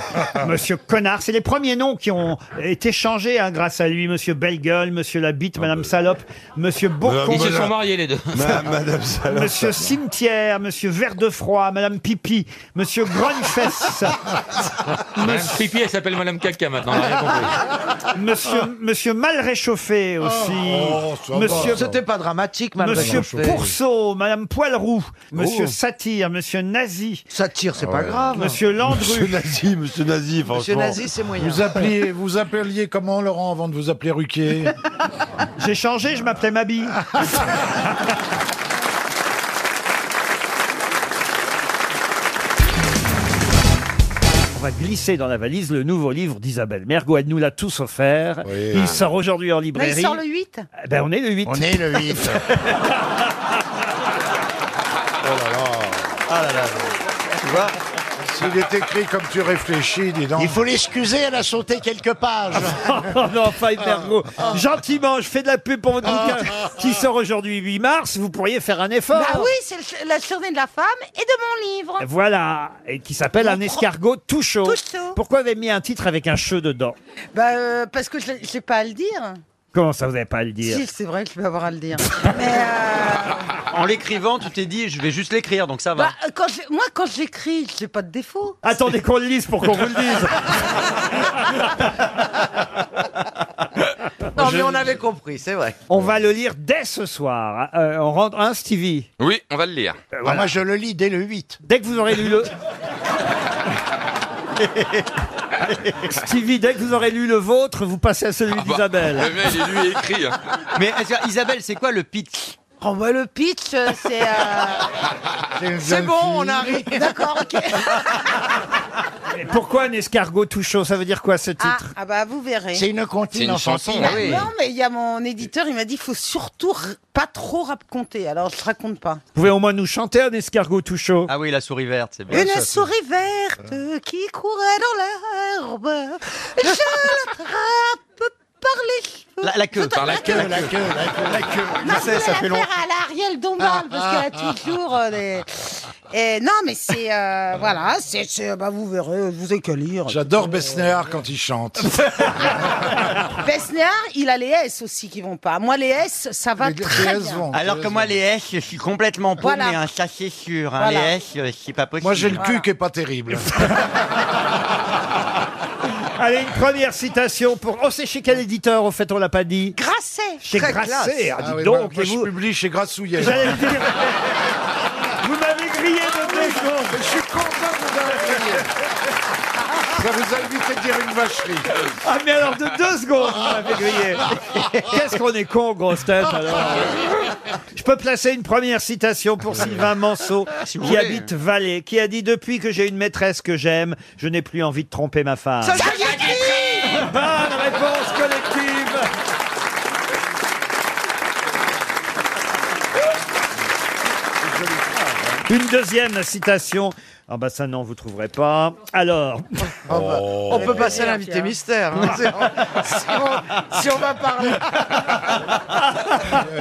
Monsieur Connard. C'est les premiers noms qui ont été changés hein, grâce à lui. Monsieur Belgueule, Monsieur Labitte, Madame Salope, Monsieur
Euh,
Bourcon.
Ils se sont mariés les deux.
Monsieur Cimetière, Monsieur Verdefroid, Madame Pipi, Monsieur Grogneface,
Madame Pipi, elle s'appelle Madame Caca maintenant. on a rien compris.
Ah, Monsieur, monsieur Mal Réchauffé aussi,
Oh, ça va,
Monsieur
ça
C'était pas dramatique, Mal
Monsieur
Réchauffé.
Pourceau, Madame Poilroux, Monsieur
Oh.
Satire, Monsieur Nazi.
Satire, c'est pas grave.
Monsieur Landru.
Monsieur Nazi, monsieur Nazi, franchement.
Nazi, c'est moyen.
Vous, appeliez, vous appeliez comment, Laurent, avant de vous appeler Ruquier
[LAUGHS] J'ai changé, je m'appelais
[LAUGHS]
Mabi. On va glisser dans la valise le nouveau livre d'Isabelle Mergo. Elle nous l'a tous offert.
hein.
Il sort aujourd'hui en
Mais
librairie.
il sort le 8
Eh Ben, on est le 8. On est le [LAUGHS] 8.
Ah là là. Tu vois S'il est écrit comme tu réfléchis, dis donc.
Il faut l'excuser, elle a sauté quelques pages.
[LAUGHS] Oh non, enfin, Mergo. Gentiment, je fais de la pub pour votre
Ah.
bouquin qui sort aujourd'hui 8 mars. Vous pourriez faire un effort.
Bah oui, c'est le- la journée de la femme et de mon livre.
Voilà, et qui s'appelle Un escargot tout chaud. Pourquoi vous avez mis un titre avec un cheu dedans
Bah, euh, parce que je n'ai pas à le dire.
Comment ça, vous n'avez pas à le dire
Si, c'est vrai que je vais avoir à le dire.
En l'écrivant, tu t'es dit, je vais juste l'écrire, donc ça va.
Bah, euh, quand j'ai- moi, quand j'écris, j'ai pas de défaut.
Attendez qu'on le lise pour qu'on vous le dise.
Non, mais on avait compris, c'est vrai.
On va le lire dès ce soir. Euh, on rentre un Stevie.
Oui, on va le lire.
Ah,
moi, je le lis dès le 8. Dès que vous aurez
[LAUGHS]
lu le. Stevie, dès que vous aurez lu le vôtre, vous passez à celui d'Isabelle.
Le mien, il est lui écrit. hein.
Mais est-ce que- Isabelle, c'est quoi le pitch
Oh, bah, le pitch, euh,
[LAUGHS]
c'est. euh,
[LAUGHS] C'est bon, on arrive.
D'accord, ok.
Et Pourquoi un escargot tout chaud Ça veut dire quoi ce
Ah,
titre
ah bah, vous verrez.
C'est une comptine C'est une enfantine. chanson,
Bah,
oui.
Non, mais il y a mon éditeur, il m'a dit faut surtout r- pas trop raconter. Alors, je raconte pas.
Vous pouvez au moins nous chanter un escargot tout chaud
Ah oui, la souris verte, c'est bien.
Une souris verte qui courait dans l'herbe. Je l'attrape par les cheveux.
La, la queue.
Par la queue, la queue,
la queue, la queue.
Je sais, ça fait longtemps. à l'Ariel Dombal, parce qu'elle a toujours euh, des... Et non, mais c'est... euh,
Ah,
voilà, c'est... c'est- bah, vous verrez, vous avez qu'à
hein.
lire.
J'adore Besnéard quand
[LAUGHS]
il chante.
Besnéard, il a les S aussi qui vont pas. Moi, les S, ça va très bien.
Alors que moi, les S, je suis complètement paumé,
Voilà.
hein, ça c'est sûr. hein,
Voilà.
Les S, euh, c'est pas possible.
Moi, j'ai le
hein.
cul qui est pas terrible.
Allez, une première citation pour. Oh, c'est chez quel éditeur, au fait, on l'a pas dit
Grasset
Chez
Très
Grasset,
classe.
ah, dites
Ah oui,
donc.
moi- moi,
et
je
vous-
publie chez Grassouillet.
J'allais le dire. Vous m'avez grillé de deux choses.
Je suis content de vous avoir grillé. Ça vous a évité de dire une vacherie.
Ah, mais alors de deux secondes, vous m'avez grillé. Qu'est-ce qu'on est con, grosse tête, alors. Je peux placer une première citation pour Sylvain Manceau,
Si vous
qui
voulez.
habite Valais, qui a dit Depuis que j'ai une maîtresse que j'aime, je n'ai plus envie de tromper ma femme. Bonne réponse collective Une deuxième citation. Ah bah ça non, vous trouverez pas. Alors,
[LAUGHS]
Oh.
On peut passer à l'invité mystère. hein. Si on- si, on, si on va parler.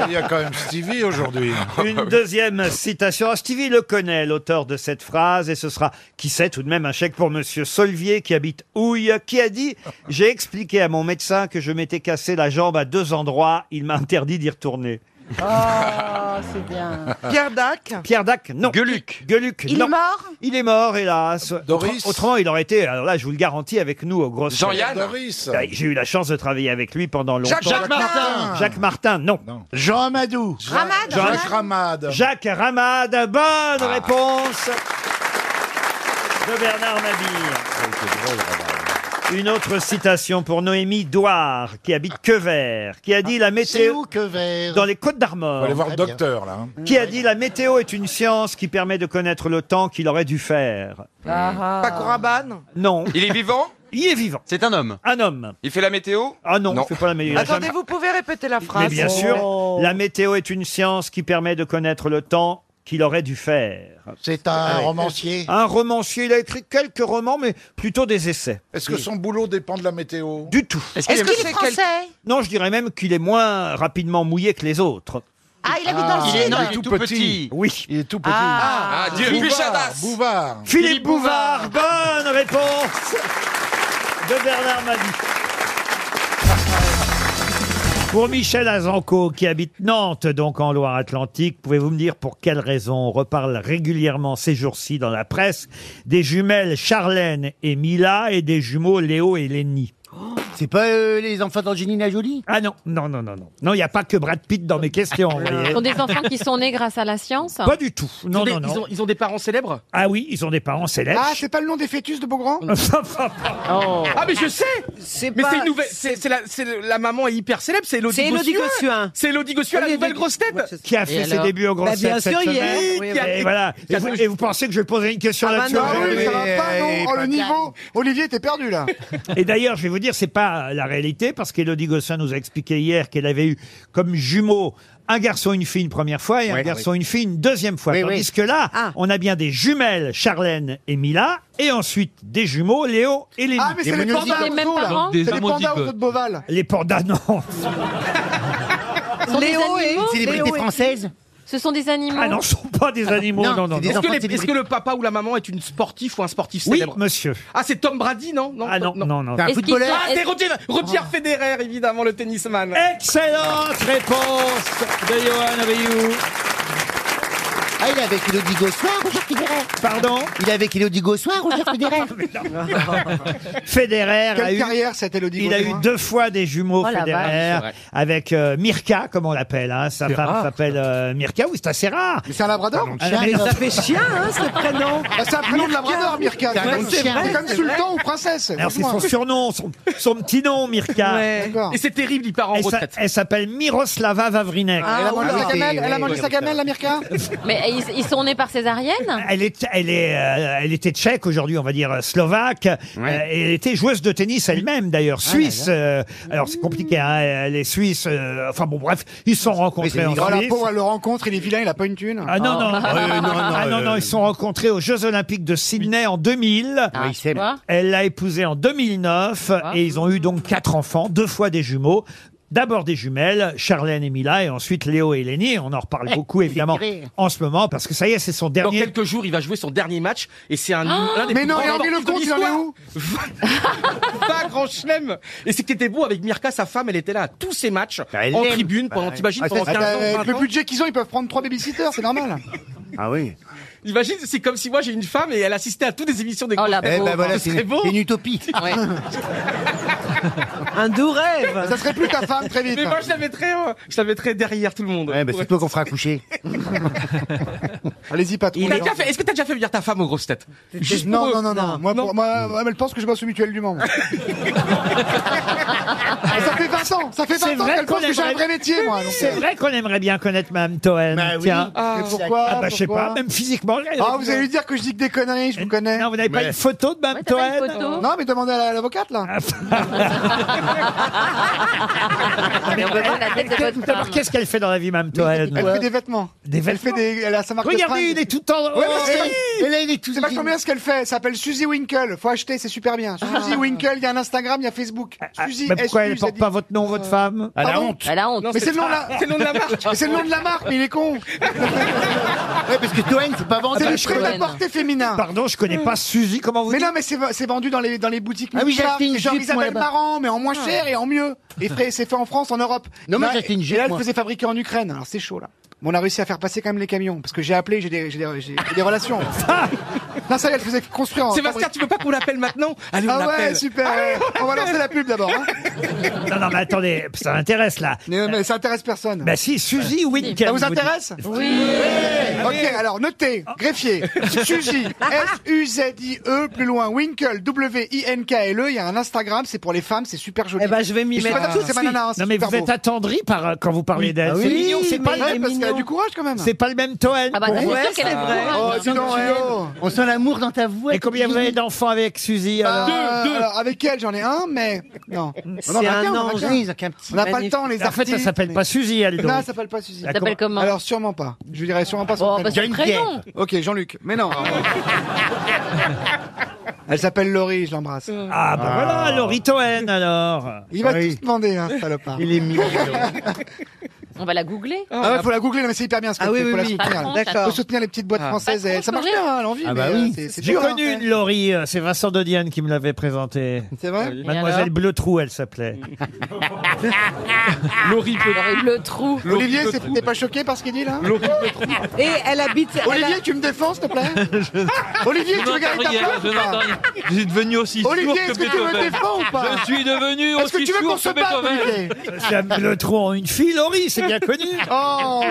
Il y a quand même Stevie aujourd'hui.
Une deuxième citation. Ah, Stevie le connaît, l'auteur de cette phrase, et ce sera, qui sait, tout de même un chèque pour Monsieur Solvier qui habite Houille, qui a dit J'ai expliqué à mon médecin que je m'étais cassé la jambe à deux endroits. Il m'a interdit d'y retourner.
Oh, c'est bien.
Pierre Dac.
Pierre Dac, non. Gueluc. Gueluc,
Il
non.
est mort
Il est mort, hélas.
Doris.
Autre- autrement, il aurait été, alors là, je vous le garantis, avec nous au gros.
Jean-Yann. Doris.
Ah, J'ai eu la chance de travailler avec lui pendant longtemps.
Jacques- Jacques Martin.
Jacques Martin, non.
Jean Amadou.
Ramad,
Jacques
Ramad.
Ramad.
Jacques Ramad, bonne
Ah.
réponse de Bernard Mabille. Une autre citation pour Noémie Douard, qui habite Quevert, qui a dit la
Ah, C'est
météo
où que vers
dans les Côtes
On
d'Armor.
va aller voir le
Très bien.
docteur, là. hein.
Qui a dit la météo est une science qui permet de connaître le temps qu'il aurait dû faire.
Ah, Paco Rabanne.
Non.
Il est vivant
Il est vivant.
C'est un homme.
Un homme.
Il fait la [LAUGHS] météo
Ah non, c'est pas la meilleure.
Attendez, vous pouvez répéter la phrase. Oh.
Oh.
Mais bien sûr, la météo est une science qui permet de connaître le temps qu'il aurait dû faire.
C'est un
Ouais.
romancier
Un romancier. Il a écrit quelques romans, mais plutôt des essais.
Est-ce que
Oui.
son boulot dépend de la météo
Du tout.
Est-ce qu'il est français
Non, je dirais même qu'il est moins rapidement mouillé que les autres.
Ah, il habite dans le sud
Oui. Il est tout
petit. Ah.
Ah, Dieu, Puchadas. Bouvard.
Philippe Bouvard, bonne réponse de Bernard Mabie. Pour Michel Azanco, qui habite Nantes, donc en Loire-Atlantique, pouvez-vous me dire pour quelle raison on reparle régulièrement ces jours-ci dans la presse des jumelles Charlène et Mila et des jumeaux Léo et Lenny
C'est pas euh, les enfants d'Angelina Jolie
Ah non, non, non, non, non. Non, il n'y a pas que Brad Pitt dans mes questions. vous
Ce
voyez.
sont des enfants qui sont nés grâce à la science
Pas du tout. Non, non, non.
des parents célèbres
Ah oui, ils ont des parents célèbres.
Ah, c'est pas le nom des fœtus de Beaugrand Ah, mais je sais Mais
pas-
c'est une nouvelle. C'est c'est la, c'est le- la maman est hyper célèbre, c'est Elodie
C'est Élodie
Gossuin. C'est Elodie Gossuin, la nouvelle grosse tête
[LAUGHS] qui a fait ses débuts en
Bah,
grosse tête cette semaine. Et voilà. Et vous, et vous pensez que je vais poser une question
Ah bah
là-dessus
non,
aujourd'hui
oui, ça va
Eh,
pas, non. Oh, le niveau,
Olivier était perdu là. [LAUGHS] et d'ailleurs, je vais vous dire, c'est pas la réalité parce qu'Élodie Gossin nous a expliqué hier qu'elle avait eu comme jumeaux un garçon, une fille une première fois et un
Ouais.
garçon,
Oui.
une fille une deuxième fois.
Oui,
Tandis
oui.
que là,
Ah.
on a bien des jumelles, Charlène et Mila, et ensuite des jumeaux, Léo et Lénie.
Ah, mais c'est les pandas aux zoo, là. C'est les pandas aux zoo de Beauval.
Les pandas, non.
sont des
Léo et-
animaux
Célébrité
Léo et-
française
Ce sont des animaux
Ah non, ce sont pas des animaux. Non, non, non.
Est-ce que, les- est-ce que le papa ou la maman est une sportive ou un sportif
Oui,
célèbre
monsieur.
Ah, c'est Tom Brady, non, non Ah non,
non, non. T'as un Est-ce footballeur qu'il-
Ah, c'est
est-ce-
Roger, Roger Federer, évidemment, le tennisman.
Excellente réponse de Johan Rioux.
Ah, il est avec Elodie Gossuin, Roger Federer
Pardon Ah,
Il est avec Elodie Gossuin, Roger Federer
[LAUGHS] Federer
Quelle
a eu,
carrière, cette Élodie
Il a eu
Gosselin
deux fois des jumeaux
Oh la
Federer
vache. C'est
avec euh, Mirka, comme on l'appelle. hein. Sa
C'est
femme
rare,
s'appelle euh, Mirka. Oui, c'est assez rare.
C'est un labrador
mais non. hein,
Ah, C'est un prénom de labrador, Mirka.
C'est un nom de
C'est
chien.
comme- c'est comme
C'est
sultan ou princesse.
Alors c'est son
Dis-moi.
surnom, son, son petit nom, Mirka.
Ouais. D'accord.
Et c'est terrible, il part en
Elle s'a-
retraite.
Elle s'appelle Miroslava Vavrinek.
Ah, elle a mangé sa gamelle, elle a mangé sa gamelle, la
[LAUGHS]
Mirka
Mais euh, ils, ils sont nés par césarienne
Elle, est, elle, est, euh, elle était tchèque aujourd'hui, on va dire euh, slovaque. Euh, elle était joueuse de tennis elle-même d'ailleurs, suisse. euh, alors c'est compliqué, hein, elle est suisse. euh, enfin bon, bref, ils se sont rencontrés en
Oh, la
Suisse.
pauvre, elle le rencontre, il est vilain, il a pas une thune.
Ah
Oh.
non,
[LAUGHS]
non. Ah non, non,
euh,
ils se sont rencontrés aux Jeux Olympiques de Sydney en 2000.
Ah, ils s'aiment.
Quoi
Elle l'a épousé en 2009 et ils ont eu donc quatre enfants, deux fois des jumeaux. D'abord des jumelles, Charlène et Mila, et ensuite Léo et Lénie. On en reparle
Eh,
beaucoup, évidemment,
viré.
en ce moment, parce que ça y est, c'est son
Dans
dernier.
quelques jours, il va jouer son dernier match et c'est un,
Ah
un des
Mais
plus
non,
grands
et Henri
sportifs de
Lecomte, il en est
l'histoire.
où
[LAUGHS] Pas grand chelem Et c'est qui était beau avec Mirka, sa femme, elle était là à tous ses matchs,
elle
en
l'aime.
tribune,
Bah,
pendant,
ouais.
t'imagines,
Ah,
pendant
c'est-
15 ans,
avec
20
le
ans.
budget qu'ils ont, ils peuvent prendre trois babysitters, c'est normal.
[LAUGHS]
Ah oui.
Imagine, c'est comme si moi j'ai une femme et elle assistait à toutes les émissions des
Eh
grands
ben
sportifs.
voilà,
Ce
c'est
serait
une,
beau.
c'est
[LAUGHS]
une utopie.
Un doux rêve
Ça serait plus ta femme très vite.
Mais moi, je la mettrais, euh, je la mettrais derrière tout le monde.
Ouais, bah, c'est toi qu'on
[LAUGHS]
fera coucher.
Allez-y, patron.
T'as déjà fait- Est-ce que t'as déjà fait venir ta femme aux grosses têtes Juste pour
non,
eux.
non, non, non, Moi, pour- moi, moi, elle pense que je bosse au mutuel du
[LAUGHS]
membre. ça fait 20 ans, ça fait
C'est
20 ans
vrai
qu'elle pense
qu'on
que j'ai un
aimerait-
vrai métier, moi. donc,
C'est
euh,
vrai qu'on aimerait bien connaître Mme Toen.
Bah
Tiens.
Ah, Et pourquoi
Ah bah je sais pas, même physiquement. elle-
Ah, vous allez lui dire que je dis que des conneries, je vous connais.
Non, vous n'avez pas une photo de Mme Toen
Non, mais demandez à la- à l'avocate,
[LAUGHS]
là.
Mais on peut voir la tête de votre
D'abord,
femme.
qu'est-ce qu'elle fait dans la vie, Mme Toen
Elle fait des vêtements.
Des
Elle fait des, elle a sa marque
Regardez,
de
il est tout en.
Ouais, parce que-
Oh,
et là, il est tout. C'est pas combien ce qu'elle fait. Elle s'appelle Suzy Winkle. Faut acheter, c'est super bien. Suzy Winkle, il y a un Instagram, il y a Facebook. Suzy.
Ah. Mais pourquoi elle
S-U-Z-Y.
porte pas votre nom, votre femme
Elle a Pardon honte.
Elle a honte.
Non, Mais c'est le nom de la,
c'est le nom de la marque.
Mais c'est le nom de la marque, mais il est con.
Ouais, parce que Toen, c'est pas vendu.
C'est le prêt à porter féminin.
Pardon, je connais pas Suzy. Comment vous
Mais non, mais c'est c'est vendu dans les, dans les boutiques.
Ah oui, j'ai
Michelin,
acheté une
c'est genre
jupe, moi,
Isabelle
là-bas.
Marant, mais en moins cher et en mieux. Et frais, c'est fait en France, en Europe.
Non, mais
Là,
j'ai acheté une
et
jupe,
là, elle
moi.
faisait fabriquer en Ukraine. Alors, c'est chaud, là. Mais on a réussi à faire passer quand même les camions. Parce que j'ai appelé, j'ai des, j'ai des, j'ai- j'ai des
[LAUGHS]
relations. non, ça, y est, elle faisait construire en.
Sébastien, tu veux pas qu'on l'appelle maintenant Allez, on
Ah ouais,
l'appelle.
super. ouais. on va lancer la pub d'abord. hein.
non, non, mais attendez, ça m'intéresse là.
Mais, mais ça intéresse personne.
Bah si, Suzy Winkel.
Ça vous
dites.
intéresse Oui. Ok, alors notez, greffier,
[LAUGHS]
Suzy, S-U-Z-I-E, plus loin, Winkle, W-I-N-K-L-E, il y a un Instagram, c'est pour les femmes, c'est super joli. Eh ben, je vais m'y C'est ma nana, hein, c'est
Non mais
super
vous êtes
beau.
attendri par euh, quand vous parlez d'elle.
Ah
c'est
oui,
mignon, c'est
mais
pas
ouais, parce qu'elle a du courage quand même.
C'est pas le même Toen.
Ah bah,
pour
c'est
vous.
sûr qu'elle a du courage. Oh, dis donc, eh oh.
On sent l'amour dans ta voix. Et combien vous avez d'enfants avec Suzy alors
Euh, alors, avec elle, j'en ai un, mais non.
C'est
On en a
un
qu'un, on en a
ange,
qu'un.
ils ont qu'un petit
On n'a pas le
magnifique-
temps, les
En fait,
artistes.
elle s'appelle pas Suzy, elle,
Non,
donc.
elle s'appelle pas Suzy.
Elle s'appelle comment
Alors, sûrement pas. Je dirais sûrement pas
Oh,
son
bah, son prénom.
Ok, Jean-Luc. Mais non. elle s'appelle Laurie, je l'embrasse.
Ah, bah voilà, Laurie Toen alors.
Il va
Oui.
tout se demander, hein, ce salopard.
Il est mignon.
On va la googler.
Ah ouais, faut la googler, non, mais c'est hyper bien ce
Ah
qu'elle
oui,
fait,
oui,
faut la
oui. Par
soutenir.
contre, d'accord.
Faut soutenir les petites boîtes
Ah.
françaises,
Par
et
contre,
ça marche
Laurie-
bien, elle en vit.
Ah bah
mais, euh,
oui.
c'est- c'est
J'ai
dur, hein.
connu une Laurie, euh, c'est Vincent Dodiane qui me l'avait présentée.
C'est vrai Et
Mademoiselle
alors
Bleutrou, elle s'appelait.
Laurie
Le trou.
Olivier, c'est- t'es pas choqué par ce qu'il dit là
Et elle habite.
Olivier, tu me défends, s'il te plaît Olivier,
[LAUGHS] Je
tu veux garder ta
n'entends rien,
place
je
ou pas
n'entends rien. Je suis devenu aussi
Olivier,
sourd
est-ce
que
que tu me
Beethoven.
défends ou pas
Je suis devenu
Est-ce que
aussi
tu veux qu'on
sourd
se
que
batte,
Beethoven.
Olivier
[LAUGHS] Madame Bleutrou en une fille, Laurie, c'est bien connu.
[LAUGHS] Oh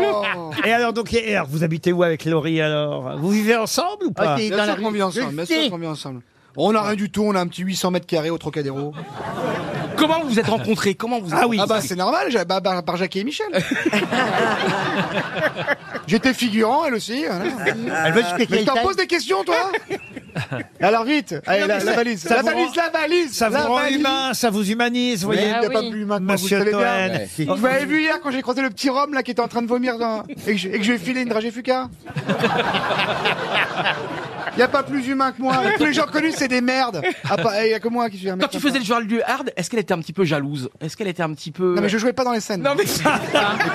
Et alors, donc, et alors, vous habitez où avec Laurie alors Vous vivez ensemble
Ah,
ou pas
Ah, Bien sûr qu'on vit ensemble, bien sûr qu'on vit ensemble. On n'a rien du tout, on a un petit 800 mètres carrés au Trocadéro.
[LAUGHS] Comment vous vous êtes rencontrés Comment vous êtes
Ah bah c'est normal, j'ai- bah, bah, par Jackie et
[LAUGHS]
Michel. J'étais figurant, elle aussi.
Elle veut jusqu'à
Mais
quelle
je t'en
taille
pose des questions, toi Alors vite, allez, la, la valise, la valise, la valise,
Ça
la
vous rend
valise.
humain, ça vous humanise, vous
Oui,
voyez.
il n'y a pas plus maintenant,
Monsieur Bah,
vous le savez
Toen.
bien.
Ouais.
Vous m'avez vu hier quand j'ai croisé le petit Rome là qui était en train de vomir dans... et, que je, et que je lui ai filé une dragée
[LAUGHS]
fuca Il n'y a pas plus humain que moi. Tous les gens connus, c'est des merdes. Ah, pas- Il n'y a que moi qui suis un mec
Quand tu
sympa.
faisais le journal du hard, est-ce qu'elle était un petit peu jalouse Est-ce qu'elle était un petit peu.
Non mais je jouais pas dans les scènes.
Non mais
Je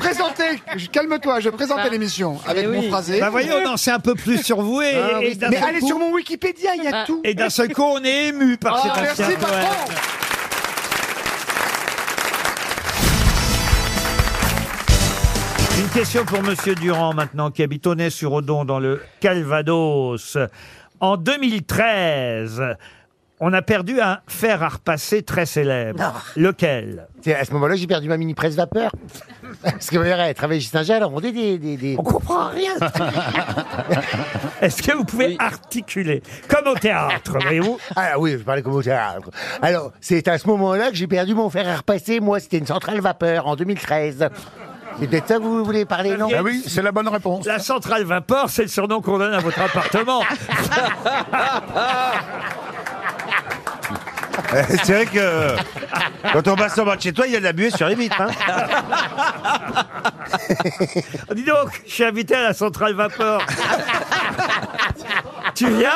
présentais, je- calme-toi, je présentais l'émission avec
Eh oui.
mon phrasé.
Bah voyez, on en sait un peu plus sur vous et,
Ah oui,
et d'un
mais
seul
allez
coup-
sur mon Wikipédia, il y
Ah.
a tout.
Et d'un seul coup, on est ému
Oh,
par
Ah,
Sébastien
merci,
Toen.
patron.
Une question pour Monsieur Durand maintenant, qui habite sur odon dans le Calvados. En 2013, on a perdu un fer à repasser très célèbre.
Ah.
Lequel
C'est à ce moment-là, j'ai perdu ma mini presse
[LAUGHS]
vapeur. Parce que ma mère, elle travaillait chez Saint-Jean, elle rendait des, des, des. On comprend [LAUGHS] rien.
Est-ce que vous pouvez articuler Comme au théâtre, voyez-vous
Ah oui, je parlais comme au théâtre. Alors, c'est à ce moment-là que j'ai perdu mon fer à repasser. Moi, c'était une centrale vapeur en 2013. C'est peut-être ça que vous voulez parler, non
Ah oui,
c'est la bonne réponse.
La centrale vapeur, c'est le surnom qu'on donne à
[LAUGHS]
votre appartement. [LAUGHS]
Eh, C'est vrai que euh, quand on passe en bas de chez toi, il y a de la buée sur les vitres. hein.
[LAUGHS] Dis donc, je suis invité à la
[LAUGHS]
centrale vapeur. tu [LAUGHS] viens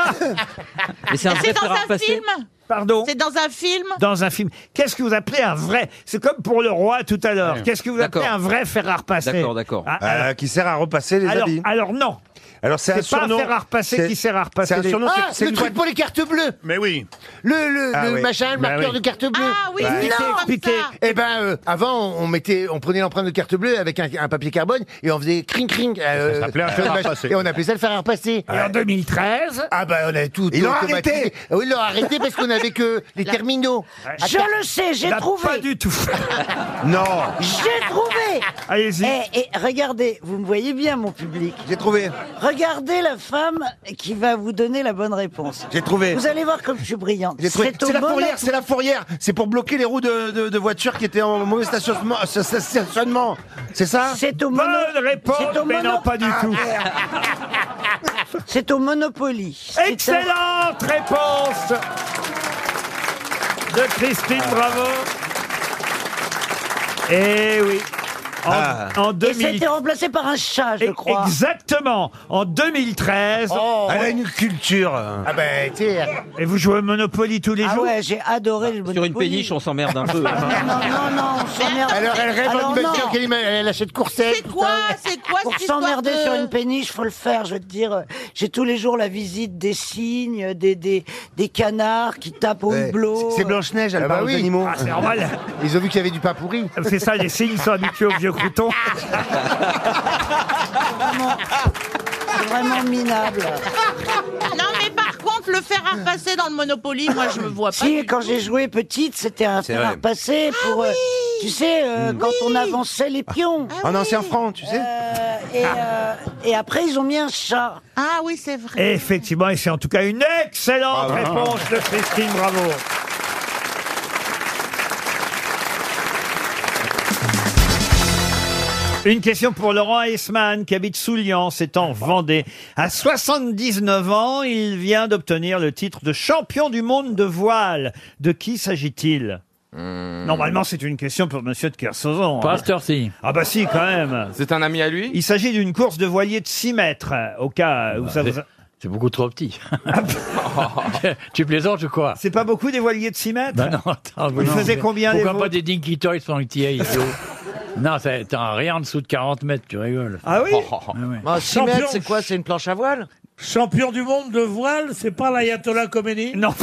Mais c'est un vrai fer à repasser.
Pardon
C'est dans un film
Dans un film. Qu'est-ce que vous appelez un vrai C'est comme pour le roi tout à l'heure.
Ouais.
Qu'est-ce que vous appelez un vrai fer à repasser
D'accord, d'accord.
Ah,
Euh,
alors-
qui sert à repasser les
alors,
habits.
alors non.
Alors c'est un
C'est pas un
surnom.
fer à repasser
C'est-
qui sert à repasser.
C'est un
les-
surnom.
Ah,
c'est- c'est
le
une
truc
boîte-
pour les cartes bleues
Mais oui.
Le, le,
Ah
le
oui.
machin, le
Bah
marqueur
oui.
de carte bleue.
Ah oui,
Bah
c'est
non.
comme Expliquez. ça.
Eh ben, euh, avant, on mettait, on prenait l'empreinte de carte bleue avec un, un papier carbone et on faisait cring cring. euh,
Ça s'appelait un fer à repasser.
Et on appelait ça le fer à repasser.
Et en 2013
Ah ben, on a tout.
Ils
tout
l'ont
automatisé.
arrêté.
Ah Oui, ils l'ont arrêté parce qu'on avait
[LAUGHS]
que les
La-
terminaux.
Je le sais, j'ai
La-
trouvé.
Pas
[LAUGHS]
du tout.
Non.
J'ai trouvé
Allez-y.
Et, regardez, vous me voyez bien, mon public.
J'ai trouvé.
Regardez la femme qui va vous donner la bonne réponse.
J'ai trouvé.
Vous allez voir comme je suis brillante.
J'ai trouvé.
au
C'est la
moment-
fourrière, c'est la fourrière. C'est pour bloquer les roues de, de, de voitures qui étaient en mauvais stationnement. euh, sta- sta- stationnement. C'est ça
C'est au
Bonne réponse,
C'est au
mais
mono- Ah,
non, pas du tout.
C'est au Monopoly.
Excellente réponse de Christine Bravo. Eh oui. En,
Ah.
en
Ah. Et
2000.
c'était remplacé par un chat, je crois.
Exactement. En 2013.
Oh.
Elle a une culture. euh.
Ah ben, tu sais.
Et vous jouez au Monopoly tous les
Ah
jours
ouais, j'ai adoré le Monopoly.
Sur une péniche, on s'emmerde un peu. hein.
[LAUGHS] Non, Oh non, non, on s'emmerde.
Alors, elle rêve
Alors,
d'une belle
non.
cœur qu'elle ima- elle achète Courcelles.
C'est quoi
C'est quoi
Pour s'emmerder sur une péniche, faut le faire. Je veux te dire, j'ai tous les jours la visite des cygnes, des des, des canards qui tapent au hublot.
C'est Blanche-Neige, elle
Ah bah
parle aux
oui.
animaux.
Ah, c'est normal.
[LAUGHS] Ils ont vu qu'il y avait du pain pourri.
C'est ça, les signes sont habitués aux vieux croutons.
C'est vraiment minable.
Non, mais par contre, le fer à repasser dans le Monopoly, moi, je me vois pas.
Si, quand j'ai joué petite, c'était un fer à
vrai.
repasser
Ah
pour, euh, tu sais, euh, quand on avançait les pions.
En Ah. ancien franc, tu sais.
Euh, et, euh, et après, ils ont mis un chat.
Ah oui, c'est vrai.
Et Effectivement, et c'est en tout cas une excellente réponse de Christine Bravo. Une question pour Laurent Heisman, qui habite Soulian, c'est en Vendée. À 79 ans, il vient d'obtenir le titre de champion du monde de voile. De qui s'agit-il
Hmm.
Hmm.
Normalement, c'est une question pour Monsieur de Kersauzon.
Pas
hein.
à cette
[LAUGHS]
heure-ci.
Ah bah si, quand même.
C'est un ami à lui
Il s'agit d'une course de voilier de 6 mètres, euh, au cas où ça vous... Ah bah.
C'est beaucoup trop petit. [LAUGHS] tu plaisantes ou quoi
C'est pas beaucoup des voiliers de 6 mètres
Bah non, attends.
Vous faisiez combien, les
Pourquoi
vôtres
pas des Dinky Toys pendant que t'y es,
[LAUGHS]
idiot Non, ça- t'as rien en dessous de 40 mètres, tu rigoles. Oh,
Ah oui
Bah, 6 mètres, c'est quoi C'est une planche à voile
Champion du monde de voile, c'est pas l'Ayatollah Khomeini
Non.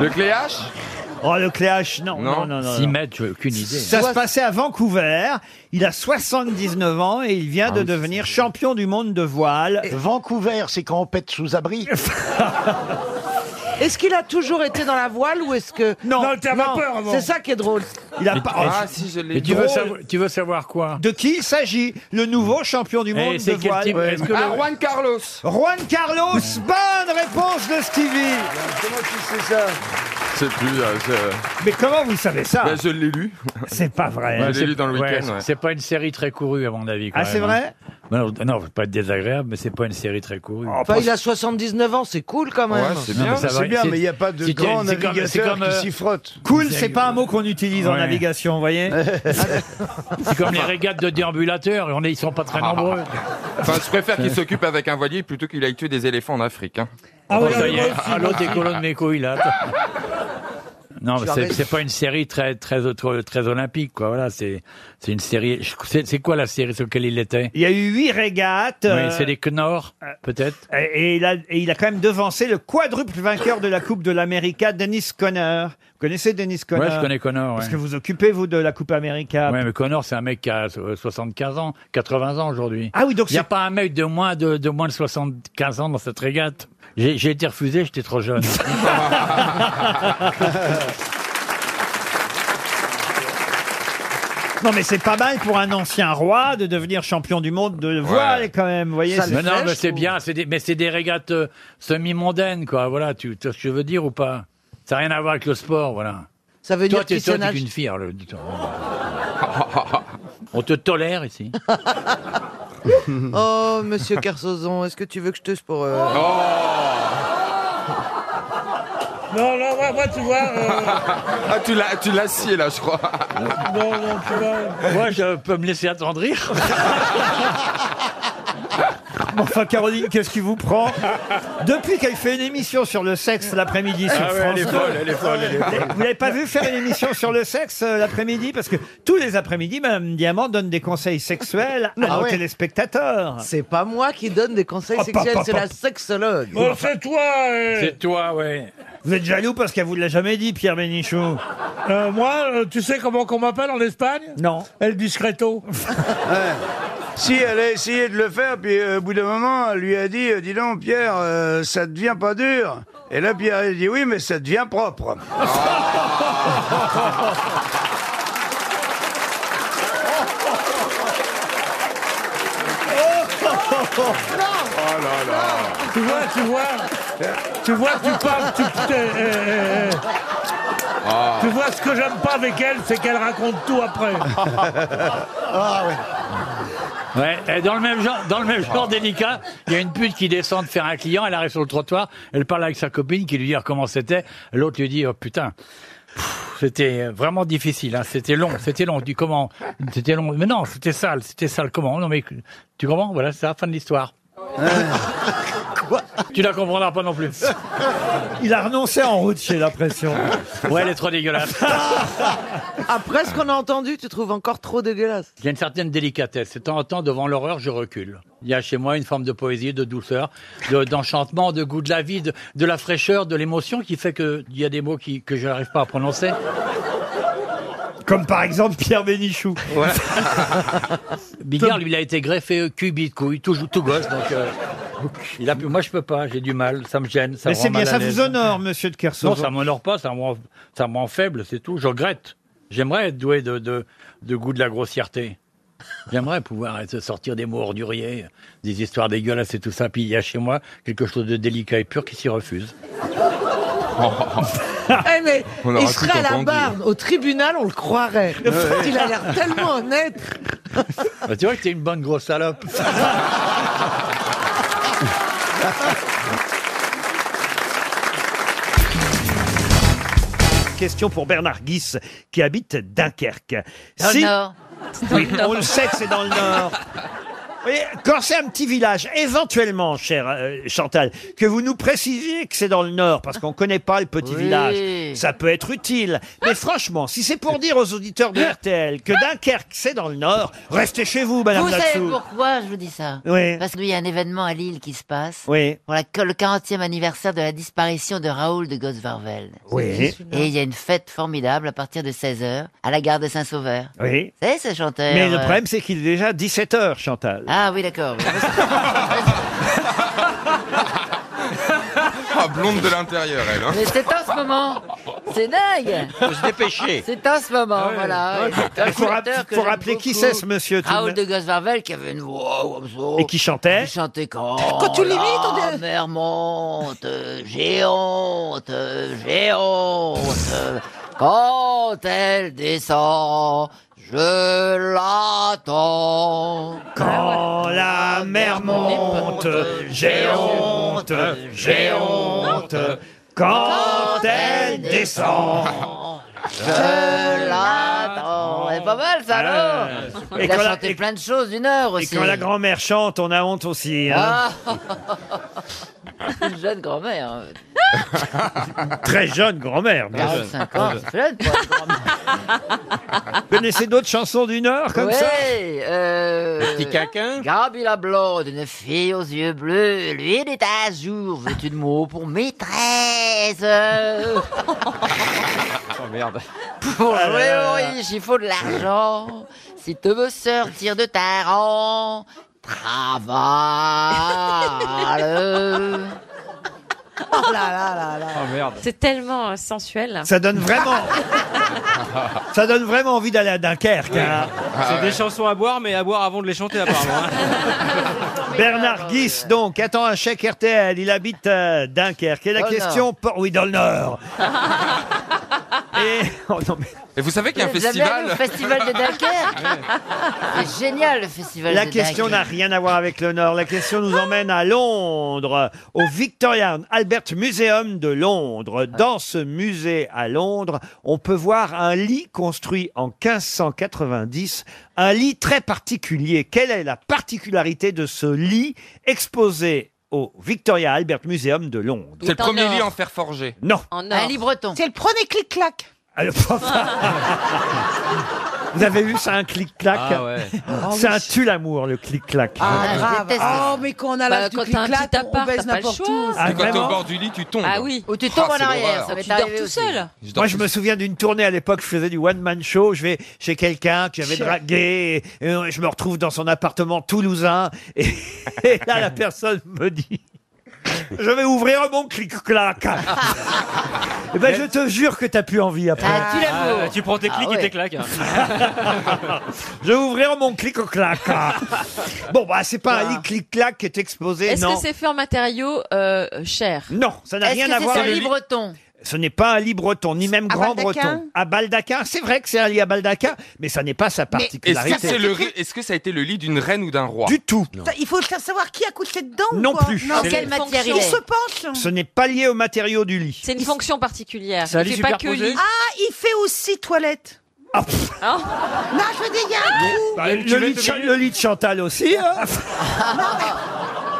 Le Cléache
Ah. Oh, le Cléache, non. Non,
Non,
non, non.
6
non.
mètres, tu as aucune idée.
Ça se passait à Vancouver. Il a 79 ans et il
Ah
vient de devenir champion du monde de voile.
Vancouver, c'est quand on pète sous abri.
Est-ce qu'il a toujours été dans la voile ou est-ce que.
Non,
t'as pas peur avant.
C'est ça qui est drôle.
Il a
Mais-
pas-
mais-
Ah,
si, je l'ai
mais tu veux,
Drôle.
savoir, tu veux savoir quoi
De qui il s'agit Le nouveau champion du
Eh,
monde
c'est
de
quel
voile.
type Est-ce que le-
Ah, Juan Carlos
Juan Carlos, bonne réponse de Stevie.
Comment tu sais ça [LAUGHS] C'est plus. euh, c'est-
Mais comment vous savez ça
Ben, je l'ai
[LAUGHS]
lu.
C'est pas vrai.
Ouais, je l'ai
c'est-
lu dans le
ouais,
week-end. ouais.
C'est pas une série très courue, à mon avis. quand
Ah, c'est
même, hein.
vrai
Bah Non, non, faut pas être désagréable, mais c'est pas une série très courue.
Oh,
Enfin, il a 79 ans, c'est cool quand même.
Ah, Ouais, c'est bien. Non, mais ça va- c'est- si tu- c'est comme- c'est comme, euh,
frotte. Cool, c'est pas un mot qu'on utilise en
Ouais.
navigation,
[LAUGHS]
vous voyez
C'est comme les régates de déambulateurs, on est, ils sont pas très nombreux.
Ah. Enfin, je préfère qu'il s'occupe avec un voilier plutôt qu'il aille tuer des éléphants en Afrique. hein.
Ah,
ouais,
ça
ouais,
y
moi
est,
aussi,
ah, l'autre
moi
est colonne de mes couilles, là. [LAUGHS] Non, mais c'est-
arrêtes.
c'est pas une série très, très, autre- très olympique, quoi. Voilà, c'est c'est une série. je- C'est c'est quoi la série sur laquelle il était
Il y a eu huit régates. euh,
Oui, c'est les Knorr, peut-être.
Et, et il a, et il a quand même devancé le quadruple vainqueur de la Coupe de l'América, Dennis Conner. Vous connaissez Dennis Conner
Ouais, je connais Connor.
Parce
ouais.
que vous occupez, vous, de la Coupe América.
Ouais, mais Connor, c'est un mec qui a euh, 75 ans, 80 ans aujourd'hui.
Ah oui, donc
Il n'y a
c'est-
pas un mec de moins de, de moins de 75 ans dans cette régate. J'ai j'ai été refusé, j'étais trop jeune.
[LAUGHS] Non, mais c'est pas mal pour un ancien roi de devenir champion du monde de voile, quand même. Vous voyez, c'est-
mais non, mais c'est bien, c'est des, mais c'est des régates euh, semi-mondaines, quoi. Voilà, tu, tu vois ce que je veux dire ou pas Ça n'a rien à voir avec le sport, voilà.
Ça veut
toi,
dire
t'es
qu'il se
toi, t'es
nage.
qu'une fille, alors, le-
[LAUGHS]
dis-toi. On te tolère ici.
Oh, monsieur Kersozon, est-ce que tu veux que je te. pour. euh,
Non, non, moi, moi, tu vois. euh,
Ah, tu l'as, tu l'as scié là, je
[LAUGHS]
crois.
non, non, tu vois.
Moi, je peux me laisser attendrir.
Enfin, Caroline, qu'est-ce qui vous prend Depuis qu'elle fait une émission sur le sexe l'après-midi sur
Ah ouais,
France
elle est
2,
folle, elle est folle, elle est folle.
Vous n'avez pas vu faire une émission sur le sexe euh, l'après-midi Parce que tous les après-midi, Madame Diamant donne des conseils sexuels à
Ah
nos
ouais.
téléspectateurs.
C'est pas moi qui donne des conseils
Ah, pa,
sexuels,
pa,
c'est
pa.
la sexologue.
Bon, c'est toi. euh,
C'est toi, ouais.
Vous êtes jaloux parce qu'elle vous l'a jamais dit, Pierre Bénichou.
euh, moi, euh, tu sais comment qu'on m'appelle en Espagne
Non.
El Discreto.
[LAUGHS] Si elle a essayé de le faire, puis euh, au bout d'un moment, elle lui a dit euh, Dis donc, Pierre, euh, ça devient pas dur. Et là, Pierre, il dit Oui, mais ça devient propre.
Ah.
Oh là là.
Tu vois, tu vois, tu vois, tu parles, tu, euh, euh, euh,
Ah.
tu vois ce que j'aime pas avec elle, c'est qu'elle raconte tout après.
Ah
Ouais, et dans le même genre, dans le même genre délicat, il y a une pute qui descend de faire un client, elle arrive sur le trottoir, elle parle avec sa copine qui lui dit comment c'était, l'autre lui dit oh putain. pff, C'était vraiment difficile, hein. c'était long, c'était long. Du comment C'était long. Mais non, c'était sale, c'était sale. Comment Non mais tu comprends Voilà, c'est la fin de l'histoire.
Ah.
Quoi Tu la comprendras pas non plus.
Il a renoncé en route, j'ai l'impression.
Ouais, elle est trop dégueulasse.
Après ce qu'on a entendu, tu trouves encore trop dégueulasse.
Il y a une certaine délicatesse. De temps en temps, devant l'horreur, je recule. Il y a chez moi une forme de poésie, de douceur, de- d'enchantement, de goût de la vie, de, de la fraîcheur, de l'émotion qui fait que il y a des mots qui, que je n'arrive pas à prononcer.
Comme par exemple Pierre Bénichou. [LAUGHS]
Bigard, lui, il a été greffé euh, cul, bite, couille, tout, jou- tout gosse. Donc, euh, il a pu- moi, je peux pas, j'ai du mal, ça me gêne. Ça
Mais
me
c'est
rend
bien,
mal à
ça
l'aise.
vous honore, monsieur de Kersauzon.
Non, ça m'honore pas, ça me rend, ça me rend faible, c'est tout. Je regrette. J'aimerais être doué de, de, de goût de la grossièreté. J'aimerais pouvoir être- sortir des mots orduriers,
[LAUGHS]
des histoires dégueulasses et tout ça. Puis il y a chez moi quelque chose de délicat et pur qui s'y refuse.
Eh,
[LAUGHS]
mais
On l'aura
il
tout
serait à la
entendu.
barre, au tribunal, on le croirait.
Ouais, ouais.
Il a l'air tellement honnête.
Bah, tu vois que t'es une bonne grosse salope.
Question pour Bernard Guis, qui habite Dunkerque.
Dans le Nord. Dans
Oui,
le Nord.
on le sait que c'est dans le Nord. Vous voyez, quand c'est un petit village, éventuellement, cher euh, Chantal, que vous nous précisiez que c'est dans le Nord, parce qu'on ne connaît pas le petit
Oui.
village, ça peut être utile. Mais franchement, si c'est pour dire aux auditeurs de RTL que Dunkerque, c'est dans le Nord, restez chez vous, Madame
Vous savez
Latsou.
pourquoi je vous dis ça
Oui.
Parce qu'il y a un événement à Lille qui se passe
Oui.
pour la- le 40e anniversaire de la disparition de Raoul de Gosvarvel.
Oui.
Et il y a une fête formidable à partir de 16h à la gare de Saint-Sauveur.
Oui.
Vous savez, ce chanteur
Mais le
euh,
problème, c'est qu'il est déjà 17h, Chantal.
Ah oui, d'accord.
Ah, blonde de l'intérieur, elle. hein.
Mais c'est en ce moment. C'est dingue.
Faut se dépêcher.
C'est en ce moment, voilà.
Ouais.
C'est un
Il faut rapp-
chanteur que
faut
j'aime
rappeler qui
beaucoup. Ah,
c'est, ce monsieur, tout de
Raoul
même.
de Gosvarvel qui avait une voix oh, comme ça.
Et qui chantait
Ah, Qui chantait quand Quand tu l'imites, on dit. euh, mer Oh monte, j'ai honte, j'ai honte. Quand elle descend, je l'attends.
Quand la mer monte, j'ai honte, j'ai honte. Quand elle descend.
Je l'attends. C'est pas mal ça,
Ah,
non
ouais. Et
Il a
quand la-
chanté
et-
plein de choses d'une heure
Et
aussi.
quand la grand-mère chante, on a honte aussi. hein.
Ah. [LAUGHS] Une jeune grand-mère.
Très jeune grand-mère. bien sûr.
45 ans, c'est Ah, jeune pour une grand-mère.
Vous connaissez d'autres chansons du Nord comme
ouais,
ça
euh,
Le petit
caquin Gabi la blonde, une fille aux yeux bleus, lui il est à jour, veux-tu de mots pour maîtresse
Oh merde.
Pour
Ah là
jouer
là
au
là.
riche, il faut de l'argent, si tu veux sortir de ta rang, travaille
Ah,
Oh là là là là.
Oh, merde.
C'est tellement euh, sensuel.
Ça donne vraiment, ça donne vraiment envie d'aller à Dunkerque. hein.
Ah,
Ah,
C'est des chansons à boire, mais à boire avant de les chanter apparemment. hein.
[LAUGHS]
Bernard Guis, donc, attend un chèque RTL. Il habite euh, Dunkerque. Et la
Dans le
question,
Nord.
pour- oui, dans le Nord.
Et vous savez qu'il y a un
Vous avez allé
festival.
au festival de Dunkerque C'est génial le festival
La
de
question n'a
Dunkerque.
rien à voir avec le Nord. La question nous emmène à Londres, au Victoria and Albert Museum de Londres. Dans ce musée à Londres, on peut voir un lit construit en 1590, un lit très particulier. Quelle est la particularité de ce lit exposé au Victoria Albert Museum de Londres
C'est le premier lit en fer forgé.
Non.
Un lit breton. C'est le premier clic-clac.
Alors, Vous avez vu ça, un clic-clac
Ah ouais.
C'est un tue-l'amour, le clic-clac.
Oh, mais quand on a l'âge du clic-clac, on baisse n'importe où.
Ah,
Et quand t'es au
vraiment
bord du lit, tu tombes.
Ah oui.
Ou tu tombes
Ah,
en
c'est
arrière,
l'horreur.
ça m'est
Tu dors
arrivé
tout
aussi.
seul.
Moi, je me souviens d'une tournée à l'époque, je faisais du one-man show. Je vais chez quelqu'un que j'avais
Chez-
dragué. Et, euh, je me retrouve dans son appartement toulousain. Et, [LAUGHS] et là, la personne me dit Je vais ouvrir mon clic-clac. et ben, je te jure que t'as plus envie après.
Ah, tu prends tes clics et tes claques. hein.
[LAUGHS] Je vais ouvrir mon clic-clac. bon, bah, c'est pas un lit clic-clac qui est exposé,
Est-ce
non.
que c'est fait en matériaux euh, chers
Non, ça n'a
Est-ce
rien
que
à
c'est
voir
un
avec
lit breton
Ce n'est pas un lit breton, ni même grand
Baldaquin
breton. À Baldaquin, c'est vrai que c'est un lit à Baldaquin, mais ça n'est pas sa
Est-ce
particularité.
que, c'est le ri- est-ce que ça a été le lit d'une reine ou d'un roi
Du tout.
Il faut savoir qui a couché dedans
ou Non quoi plus. Non,
En
C'est
quelle
une
matière
fonction.
il est
On se Ce n'est pas lié au matériau du lit.
C'est une fonction particulière.
C'est un
Il
lit
fait pas que
superposé Ah,
lit. Ah, il fait aussi toilette. Hein non, je veux dire, il y a un trou.
Bah, le, lit de Cha- le lit de Chantal aussi. hein. [LAUGHS]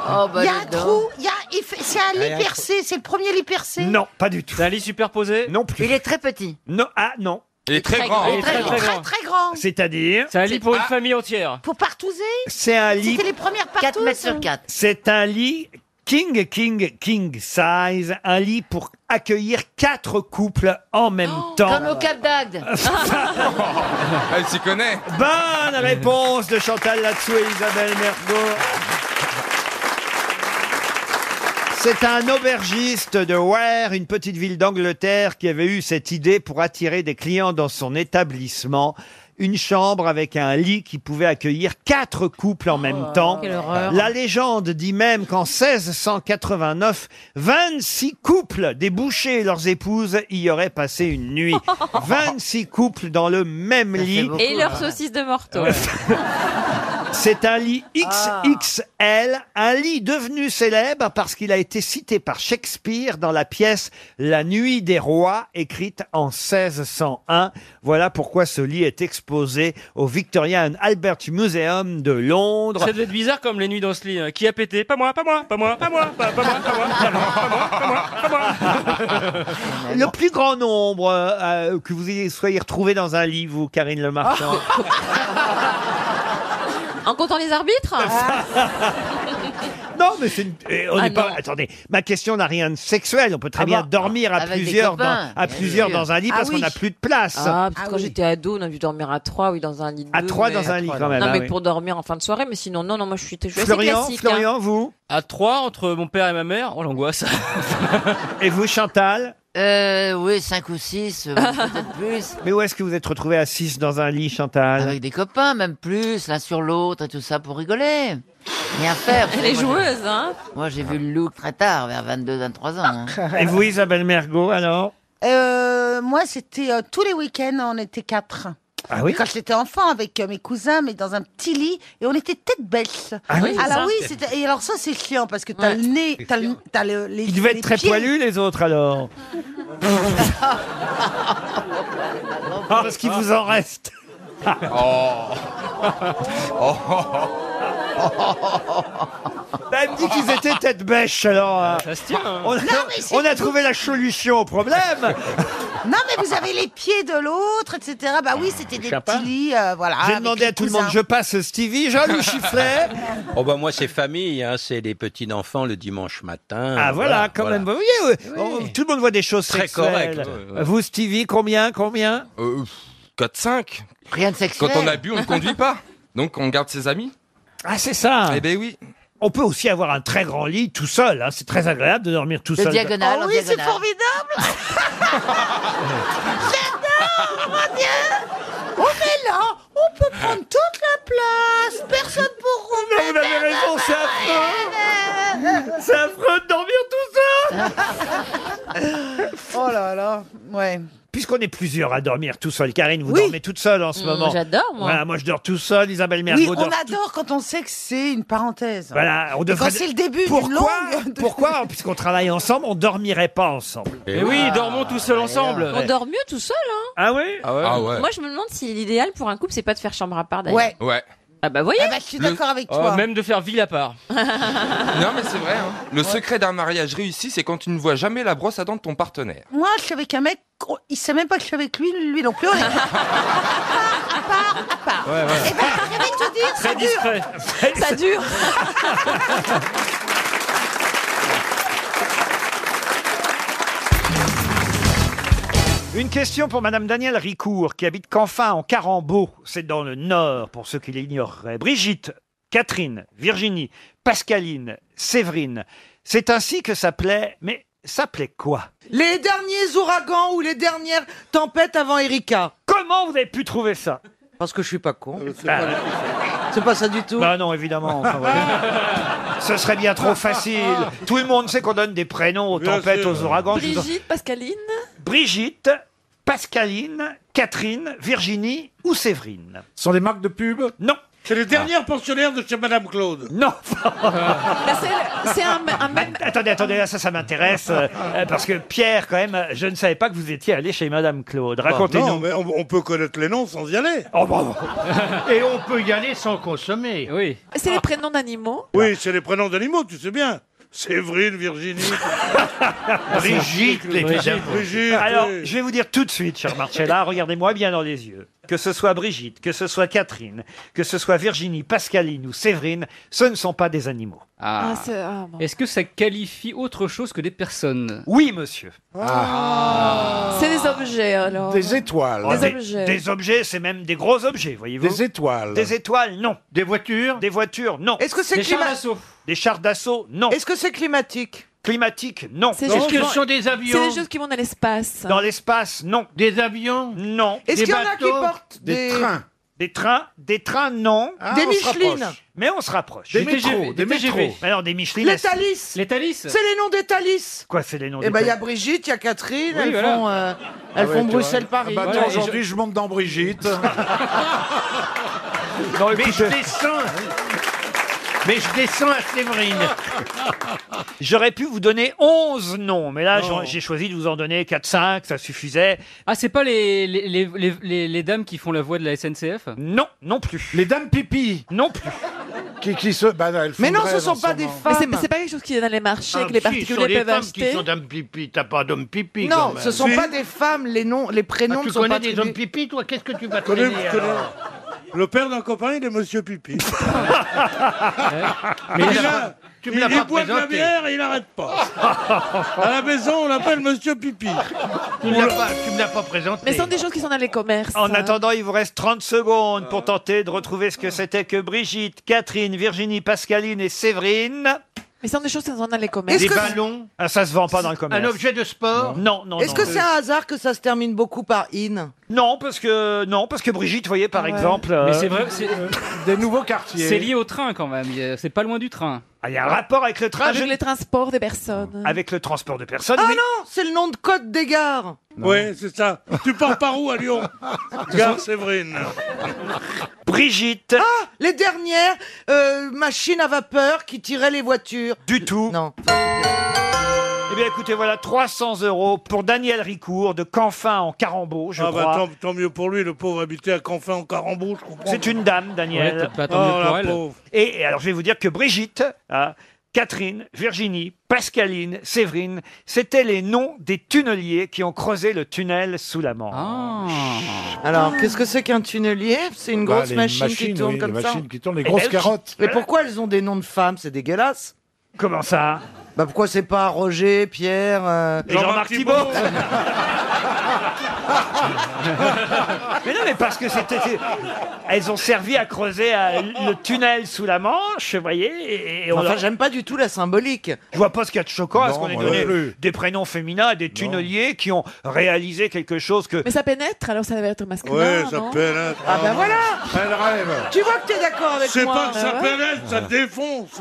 Ah, Il y a
dis
un
donc.
trou, il y a- il fait- c'est un
Ah, il y a
lit
un
percé, c'est le premier lit percé.
non, pas du tout.
C'est un lit superposé
Non plus.
Il est très petit.
Non, ah non.
Il est très,
Très
grand.
grand, très, très, très, grand.
C'est-à-dire
C'est un lit pour une famille entière.
Pour partouzer
C'est un lit.
C'était les premières partouses 4 mètres sur 4.
C'est un lit king, king, king size, un lit pour accueillir quatre couples en même temps.
Comme au Cap d'Agde.
Ah, Elle s'y connaît.
Bonne réponse de Chantal Latsou et Isabelle Mergo. C'est un aubergiste de Ware, une petite ville d'Angleterre, qui avait eu cette idée pour attirer des clients dans son établissement. une chambre avec un lit qui pouvait accueillir quatre couples en même temps.
quelle horreur.
La légende dit même qu'en 1689, 26 couples débouchés et leurs épouses y auraient passé une [LAUGHS] nuit. 26 couples dans le même lit.
Et leur saucisse de morteau.
Ouais. C'est un lit
Ah.
XXL, un lit devenu célèbre parce qu'il a été cité par Shakespeare dans la pièce La Nuit des Rois, écrite en 1601. Voilà pourquoi ce lit est exposé au Victoria and Albert Museum de Londres.
[LAUGHS] Ça devait être bizarre comme les nuits dans ce lit. hein. Qui a pété Pas moi, pas moi, pas moi, pas moi, pas, pas moi, pas moi, pas moi, pas moi, pas moi, pas moi.
Le plus grand nombre euh, euh, que vous y soyez retrouvé dans un lit, vous, Karine Le Marchand.
[LAUGHS] Ah. En comptant les arbitres
[LAUGHS] Ah.
[LAUGHS]
Non, mais c'est une- eh, on
Ah
n'est pas.
non.
Attendez, ma question n'a rien de sexuel. On peut très
Ah
bien
bon
dormir à
Avec des
plusieurs,
copains,
dans, à
bien
plusieurs
sûr.
dans un lit
Ah
parce
oui.
qu'on n'a plus de place.
Ah, parce que quand j'étais ado, on a dû dormir à trois, oui, dans un lit. de
À
deux,
trois
mais-
dans un lit, quand même,
Non,
ah
mais
oui.
pour dormir en fin de soirée, mais sinon, non, non, moi je suis, je suis assez
Florian,
classique.
Florian,
hein.
vous
À trois, entre mon père et ma mère. Oh, l'angoisse.
Et vous, Chantal
Euh, oui, 5
[LAUGHS]
ou 6, peut-être plus.
Mais où est-ce que vous êtes retrouvé à 6 dans un lit, Chantal
Avec des copains, même plus, l'un sur l'autre et tout ça pour rigoler. Rien faire.
Elle est
Moi, j'ai-
joueuse, hein
Moi, j'ai vu le look très tard, vers 22, 23 ans. hein.
Et vous, Isabelle Mergot, alors
Euh, moi, c'était euh, tous les week-ends, on était quatre.
Ah oui
Quand j'étais enfant avec euh, mes cousins, mais dans un petit lit, et on était tête bêche.
Ah oui, c'est ça.
alors oui, c'était- et alors ça c'est chiant parce que t'as le nez, t'as le- t'as le- les.
Ils devaient
les
être très
pieds. [LAUGHS]
poilus, les autres, alors. Ah, parce qu'il vous en reste. Bah, elle me dit qu'ils étaient tête bêche, alors. euh,
Ça se tient. hein.
On a, on a trouvé la solution au problème.
Non mais vous avez les pieds de l'autre, etc. Bah oui, c'était des
Chapin.
petits lits, euh, voilà.
J'ai
avec
demandé
les
à tout le
cousins.
monde, je passe Stevie, Jean-Louis Chifflet.
Oh bah moi c'est famille, hein, c'est les petits enfants le dimanche matin.
Ah voilà, quand même. Vous voyez, euh, on- tout le monde voit des choses
Très
sexuelles.
correct, ouais, ouais.
Vous, Stevie, combien, combien
Euh, 4-5.
Rien de sexuel.
Quand on a bu, on ne conduit pas. Donc on garde ses amis.
Ah, c'est ça.
Eh ben oui.
On peut aussi avoir un très grand lit tout seul. hein. C'est très agréable de dormir tout
De
seul.
diagonale, en
Oh oui, c'est
diagonale.
formidable. J'adore, mon Dieu. On est Oh, là, on peut prendre toute la place, personne pour rouler.
Vous avez raison, c'est affreux. C'est affreux de dormir tout seul.
Oh là là, ouais.
Puisqu'on est plusieurs à dormir tout seul, Karine, vous dormez toute seule en ce
Mm,
moment.
j'adore, moi.
Voilà, moi, je dors tout seul. Isabelle Mergo
Oui, on
dort Bah,
adore quand on sait que c'est une parenthèse.
Voilà, on
Hein. Et
devrait.
Quand c'est le début d'une
Pourquoi
longue.
Pourquoi,
[LAUGHS]
puisqu'on travaille ensemble, on dormirait pas ensemble
Eh oui, dormons tous seuls ensemble.
On dort mieux tout seul, hein
Ah oui
Ah ouais.
Moi, je me demande si l'idéal pour un couple, c'est pas de faire chambre à part, d'ailleurs. [LAUGHS]
Ouais.
bah, Ah bah voyez
Je suis d'accord
Oh,
avec
toi.
même de faire ville à part.
Non mais c'est vrai. hein. Le secret d'un mariage réussi, c'est quand tu ne vois jamais la brosse à dents de ton partenaire.
Moi, je suis avec un mec, oh, il sait même pas que je suis avec lui, lui non plus. On est... à part, à part, à part.
[LAUGHS] Ouais, ouais.
Eh ben, je vais te dire, ça
Très
dure.
discret.
Ça
[LAUGHS]
dure.
Une question pour Madame Danielle Ricourt, qui habite Canfin, en Carambeau. C'est dans le Nord, pour ceux qui l'ignoreraient. Brigitte, Catherine, Virginie, Pascaline, Séverine. C'est ainsi que ça plaît, mais ça plaît quoi
Les derniers ouragans ou les dernières tempêtes avant Erika.
Comment vous avez pu trouver ça
Parce que je suis pas con.
Euh, C'est pas ça du tout Bah non, évidemment. enfin,
Ah.
voilà. Ce serait bien trop facile. Tout le monde sait qu'on donne des prénoms aux tempêtes, aux ouragans. Je vous en-
Brigitte, Pascaline.
Brigitte, Pascaline, Catherine, Virginie ou Séverine Ce sont des marques de pub Non.
C'est les dernières pensionnaires de chez Madame Claude.
Non.
[LAUGHS]
Bah,
C'est un, un même.
Attendez, attendez, là, ça, ça m'intéresse. euh, euh, parce que Pierre, quand même, euh, je ne savais pas que vous étiez allé chez Madame Claude. Racontez-nous.
non,
[LAUGHS]
mais [LAUGHS] on, on peut connaître les noms sans y aller.
Oh, bravo.
Et on peut y aller sans consommer.
Oui.
C'est
Ah.
les prénoms d'animaux.
Oui, c'est les prénoms d'animaux, tu sais bien. Séverine,
[LAUGHS]
Virginie.
Brigitte, Ah évidemment.
Brigitte.
Alors,
oui.
je vais vous dire tout de suite, cher Marcella, regardez-moi bien dans les yeux. Que ce soit Brigitte, que ce soit Catherine, que ce soit Virginie, Pascaline ou Séverine, ce ne sont pas des animaux.
Ah.
Ah, c'est- ah, bon.
Est-ce que ça qualifie autre chose que des personnes
Oui, monsieur.
C'est des objets, alors.
étoiles.
Ah. Des objets.
Oh, Ah, Des objets, c'est même des gros objets, voyez-vous.
Des étoiles.
Des étoiles, non. Des voitures Des voitures, non.
Est-ce que c'est Des chars climat- d'assaut
Des chars d'assaut, non.
Est-ce que c'est climatique
Climatique, non.
C'est juste- C'est des choses qui vont dans l'espace.
Dans l'espace, non. Des avions Non.
Est-ce
Des
qu'il y en a
bateaux
qui portent
Des
des-
trains. Des trains Des trains, non.
Ah, Des on se Micheline. rapproche.
Mais on se rapproche.
Des Des métros, TGV, des des TGV. métros.
Mais non, des Micheline.
Les
elles-
Thalys C'est les noms des Thalys
Quoi, c'est les noms
Eh
des
ben, il y a
Thalys
Brigitte, il y a Catherine,
Oui,
elles
voilà.
font, euh, elles
Ah ouais,
font
tu
Bruxelles-Paris.
vois. Ah bah, attends, aujourd'hui,
je...
monte dans
[LAUGHS]
Brigitte.
Non,
mais
écoute,
je
[LAUGHS]
descends. Mais je descends à Séverine.
J'aurais pu vous donner 11 noms, mais là, j'en- j'ai choisi de vous en donner 4-5, ça suffisait.
Ah, c'est pas les, les, les, les, les- les dames qui font la voix de la SNCF
Non, non plus.
Les dames pipi
Non plus.
Qui, qui se. Bah, non, elles font grève en ce moment.
Mais c'est- c'est pas quelque chose qui est dans les marchés
Ah,
que les
si, ce sont
particuliers
les
peuvent
femmes
acheter.
qui sont d'hommes pipi. T'as pas d'hommes pipi. quand
Non,
même.
ce sont
Si.
pas des femmes, les noms, les prénoms
Ah,
ne
tu
sont pas
connais des hommes
attribués.
pipi, toi Qu'est-ce que tu vas
Connais-
traîner
connais-
alors
Le père d'un copain, il est
[LAUGHS]
monsieur Pipi.
Mais
il
il a-
a-
tu me
il
l'as
il
pas
boit de la
présenté.
bière et il n'arrête pas. À la maison, on l'appelle monsieur Pipi.
Tu ne l'as pas- tu me l'as pas présenté.
Mais ce sont des choses qui sont dans les commerces.
En attendant, il vous reste 30 secondes pour tenter de retrouver ce que c'était que Brigitte, Catherine, Virginie, Pascaline et Séverine.
Mais ce sont des choses qui sont dans les commerces.
Des ballons. Ah, ça se vend pas dans le commerce.
Un objet de sport
Non, non.
Est-ce
non.
que c'est un hasard que ça se termine beaucoup par in
Non, parce que non, parce que Brigitte, vous voyez par
Ah ouais.
exemple.
Mais
euh,
c'est vrai, c'est-
Des nouveaux quartiers.
C'est lié au train quand même, Il y a- c'est pas loin du train.
Ah, il y a un rapport avec le train
Avec
je-
les
Transport des personnes.
avec le transport de personnes.
Ah
oui.
non, c'est le nom de code des gares.
Oui, c'est ça. Tu pars par où à
[LAUGHS]
Lyon Gare Séverine.
Brigitte.
Ah, les dernières euh, machines à vapeur qui tiraient les voitures.
Du tout.
Non.
Eh bien, écoutez, voilà 300 euros pour Daniel Ricourt de Canfin en Carambeau, Oh, je
ah bah
crois.
tant, tant mieux pour lui, le pauvre habité à Canfin en Carambeau, je comprends.
C'est une dame, Daniel.
Ouais, peut-être pas, tant mieux Oh, pour la elle. pauvre.
Et, et alors, je vais vous dire que Brigitte, hein, Catherine, Virginie, Pascaline, Séverine, c'était les noms des tunneliers qui ont creusé le tunnel sous la Manche.
Ah.
Alors, qu'est-ce que c'est qu'un tunnelier C'est une
Bah,
grosse
les
machine qui
machines,
tourne
oui,
comme
les
ça.
machines qui tournent, les grosses
Et-
carottes.
Mais pourquoi elles ont des noms de femmes C'est dégueulasse.
Comment ça
Bah pourquoi c'est pas Roger, Pierre euh,
Et Jean-Marc Thibault [LAUGHS] Mais non, mais parce que c'était. Elles ont servi à creuser euh, le tunnel sous la Manche, vous voyez. Et, et on
Enfin,
leur-
j'aime pas du tout la symbolique.
Je vois pas ce qu'il y a de choquant à ce
Non,
qu'on ait
moi
donné
non plus.
des prénoms féminins à des tunneliers qui ont réalisé quelque chose que.
Mais ça pénètre, alors ça devait être masculin. non
Ah ben voilà
Elle rêve
Tu vois que t'es d'accord avec
C'est
moi
pas que ça
Ah
Bah ouais.
pénètre, ça défonce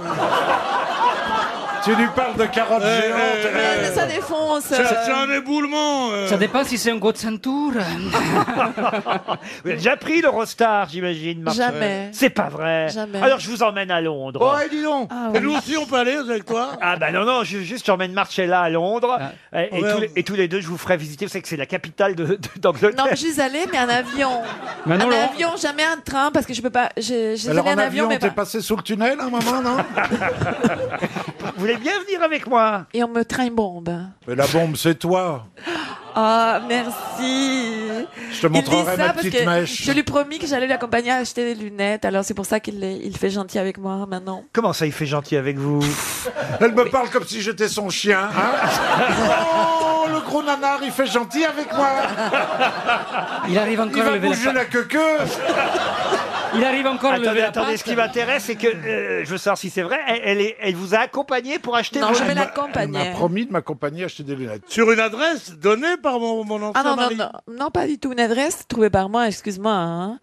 Tu lui parles de carottes
Eh,
géantes.
eh, eh.
Ça défonce.
C'est
euh,
c'est un éboulement euh.
Ça dépend si c'est un gros de ceinture.
[LAUGHS] Vous avez déjà pris l'Eurostar, j'imagine, Marc.
Jamais.
C'est pas vrai.
Jamais.
Alors je vous emmène à Londres.
Ouais,
dis donc
Ah
Et nous aussi, on peut aller avec toi
Ah bah non, non, ju- juste j'emmène Marcella à Londres.
Ah.
Et, et
Ouais,
tous les, et tous les deux, je vous ferai visiter. Vous savez que c'est la capitale de- de- d'Angleterre.
Non, mais je suis allée, mais un avion.
Mais non,
un
Laurent.
avion, jamais un train, parce que je peux pas. Je, je suis
Alors
allée
en
en avion,
avion,
mais
t'es
pas.
passé sous le tunnel un moment,
[LAUGHS]
non
Vous voulez bien venir avec moi
Et on me traîne bombe.
Mais la bombe, c'est toi.
Ah, merci.
Je te
Il dit
montrerai
ça
ma
parce
petite
que
mèche.
Je lui promis que j'allais l'accompagner à acheter des lunettes, alors c'est pour ça qu'il est- il fait gentil avec moi maintenant.
Comment ça, il fait gentil avec vous
Elle me parle comme si j'étais son chien.
hein
[LAUGHS]
oh, le gros nanar, il fait gentil avec moi.
Il arrive
Il
encore à
va
lever la
bouger
patte.
la queue.
Il arrive encore à
Attendez,
lever la
attendez,
patte.
ce qui m'intéresse, c'est que, euh, je veux savoir si c'est vrai, elle, elle est- elle vous a accompagné pour acheter vos lunettes.
Elle m'a promis de m'accompagner à acheter des lunettes.
Sur une adresse donnée par mon, mon ancien
Ah non, non,
mari.
non, non, pas du tout. Une adresse trouvée par moi, excuse-moi. hein.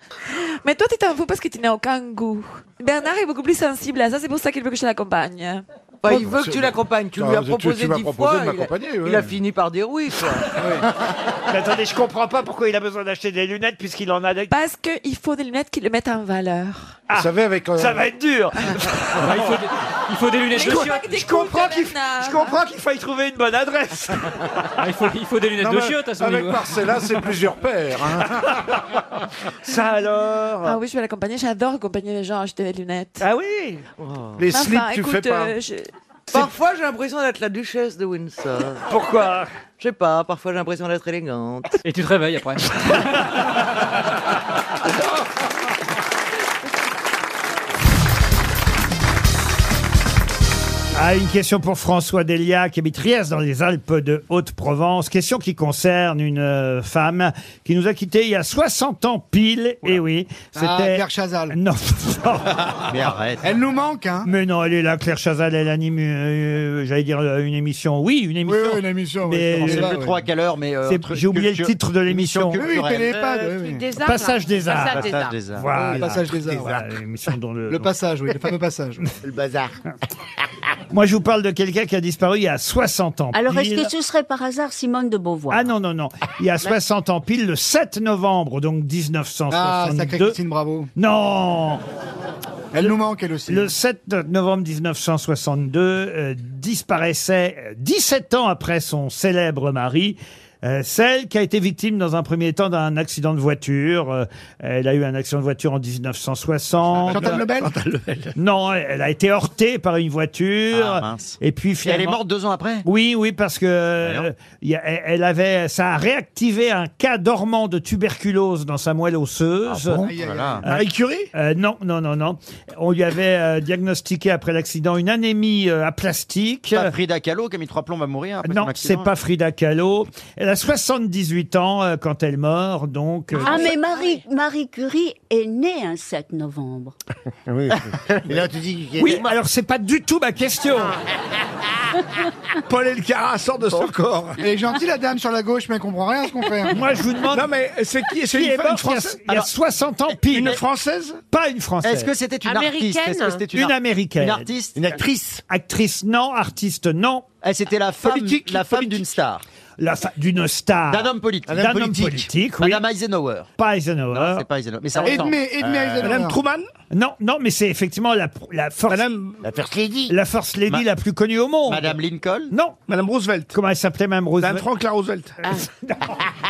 Mais toi, tu t'en fous parce que tu n'as aucun goût. Bernard est beaucoup plus sensible à ça, c'est pour ça qu'il veut que je l'accompagne.
Bah, il veut que tu l'accompagnes. Tu
Ah,
lui as
tu-
proposé
tu m'as
dix
proposé
fois.
de
il a-
m'accompagner,
il,
oui.
a fini par dire oui. Quoi.
Ah
Mais attendez, je comprends pas pourquoi il a besoin d'acheter des lunettes puisqu'il en a des...
Parce qu'il faut des lunettes qui le mettent en valeur.
Vous savez, avec. euh,
Ça va être dur
[LAUGHS]
Bah, il, faut des, il faut des lunettes
Je,
de
co-
chiottes.
Ah. je comprends qu'il je comprends qu'il faille trouver une bonne adresse.
Ah, il, faut, il faut des lunettes
non,
de
mais
chiottes à son
Avec
niveau.
Marcella, c'est plusieurs paires. hein.
Ça alors
Ah oui, je vais l'accompagner. J'adore accompagner les gens à acheter des lunettes.
Ah oui
Les
Enfin,
slips, tu
écoute,
fais pas.
euh, je-
Oh. Parfois, j'ai l'impression d'être la duchesse de Windsor.
Pourquoi
Je sais pas, parfois j'ai l'impression d'être élégante.
Et tu te réveilles après.
Ah, Ah, une question pour François Delia, qui habite Riez, dans les Alpes de Haute-Provence. Question qui concerne une euh, femme qui nous a quittés il y a 60 ans pile. Et oui, c'était...
Ah, Claire Chazal.
[LAUGHS] Non.
[LAUGHS] Mais arrête. Elle nous manque, hein.
Mais non, elle est là, Claire Chazal, elle anime, euh, euh, j'allais dire, euh, une émission. Oui, une émission.
oui, une émission, oui,
Mais,
on sait
euh,
plus trop à quelle heure, mais, euh,
c'est-
entre-
J'ai oublié le
culture-
titre de l'émission.
émission culturelle. Oui, oui, Télépad, Euh, oui, oui. des arts,
Passage
là.
des arts.
Passage des arts. Passage des arts.
Voilà.
Oui, Passage des arts,
Voilà,
ouais.
l'émission dont le...
Le
dont-
passage, oui, le fameux passage. le bazar.
Moi, je vous parle de quelqu'un qui a disparu il y a 60 ans.
Alors, est-ce
pile.
que ce serait par hasard Simone de Beauvoir
Ah non, non, non. Il y a 60 ans pile, le 7 novembre, donc 1962.
Ah, sacrée Christine Bravo.
Non
Elle nous manque, elle aussi.
Le 7 novembre 1962, euh, disparaissait euh, 17 ans après son célèbre mari. euh, celle qui a été victime dans un premier temps d'un accident de voiture. Euh, elle a eu un accident de voiture en 1960.
Chantal Nobel
Non, elle a été heurtée par une voiture.
Ah, mince.
Et puis
Et elle est
finalement.
morte
deux ans après Oui, oui, parce que
Ben
euh, il y a- elle elle avait, ça a réactivé un cas dormant de tuberculose dans sa moelle osseuse. Euh,
Ah bon Aïe, aïe, aïe. Voilà.
Marie Curie Non, non, non, non. On lui avait euh, diagnostiqué après l'accident une anémie euh, aplastique.
Pas Frida Kahlo qui a mis trois plombes à mourir après
Non,
son
c'est
accident.
pas Frida Kahlo. Elle a 78 ans euh, quand elle meurt, donc. euh,
Ah, mais Marie, Marie Curie est née un 7 novembre. [LAUGHS]
oui.
là, Ah, tu dis
alors c'est pas du tout ma question.
Ah. Paul Elkara sort de son corps. Elle est gentille, la dame sur la gauche, mais elle comprend rien à ce qu'on fait. hein.
Moi, je vous demande.
Non, mais
c'est
qui- c'est
qui
une
est mort
femme
il y a- il
française
y a,
Alors,
60 ans pile.
une Française
Pas une Française.
Est-ce que c'était une Américaine artiste Est-ce que c'était une
une,
ar-
américaine
une artiste
Une actrice Actrice, non. Artiste, non.
C'était la femme, la femme d'une star.
La fa- d'une star.
D'un homme politique.
D'un homme politique, oui.
Madame Eisenhower.
Pas Eisenhower.
Non, c'est pas Eisenhower. Mais ça ressemble. Euh,
Non, non, mais c'est effectivement la, la force. la First Lady. La First Lady la plus connue au monde. Madame Lincoln. Non. Madame Roosevelt. Comment elle s'appelait, Madame Roosevelt Madame Franklin Roosevelt.
Ah,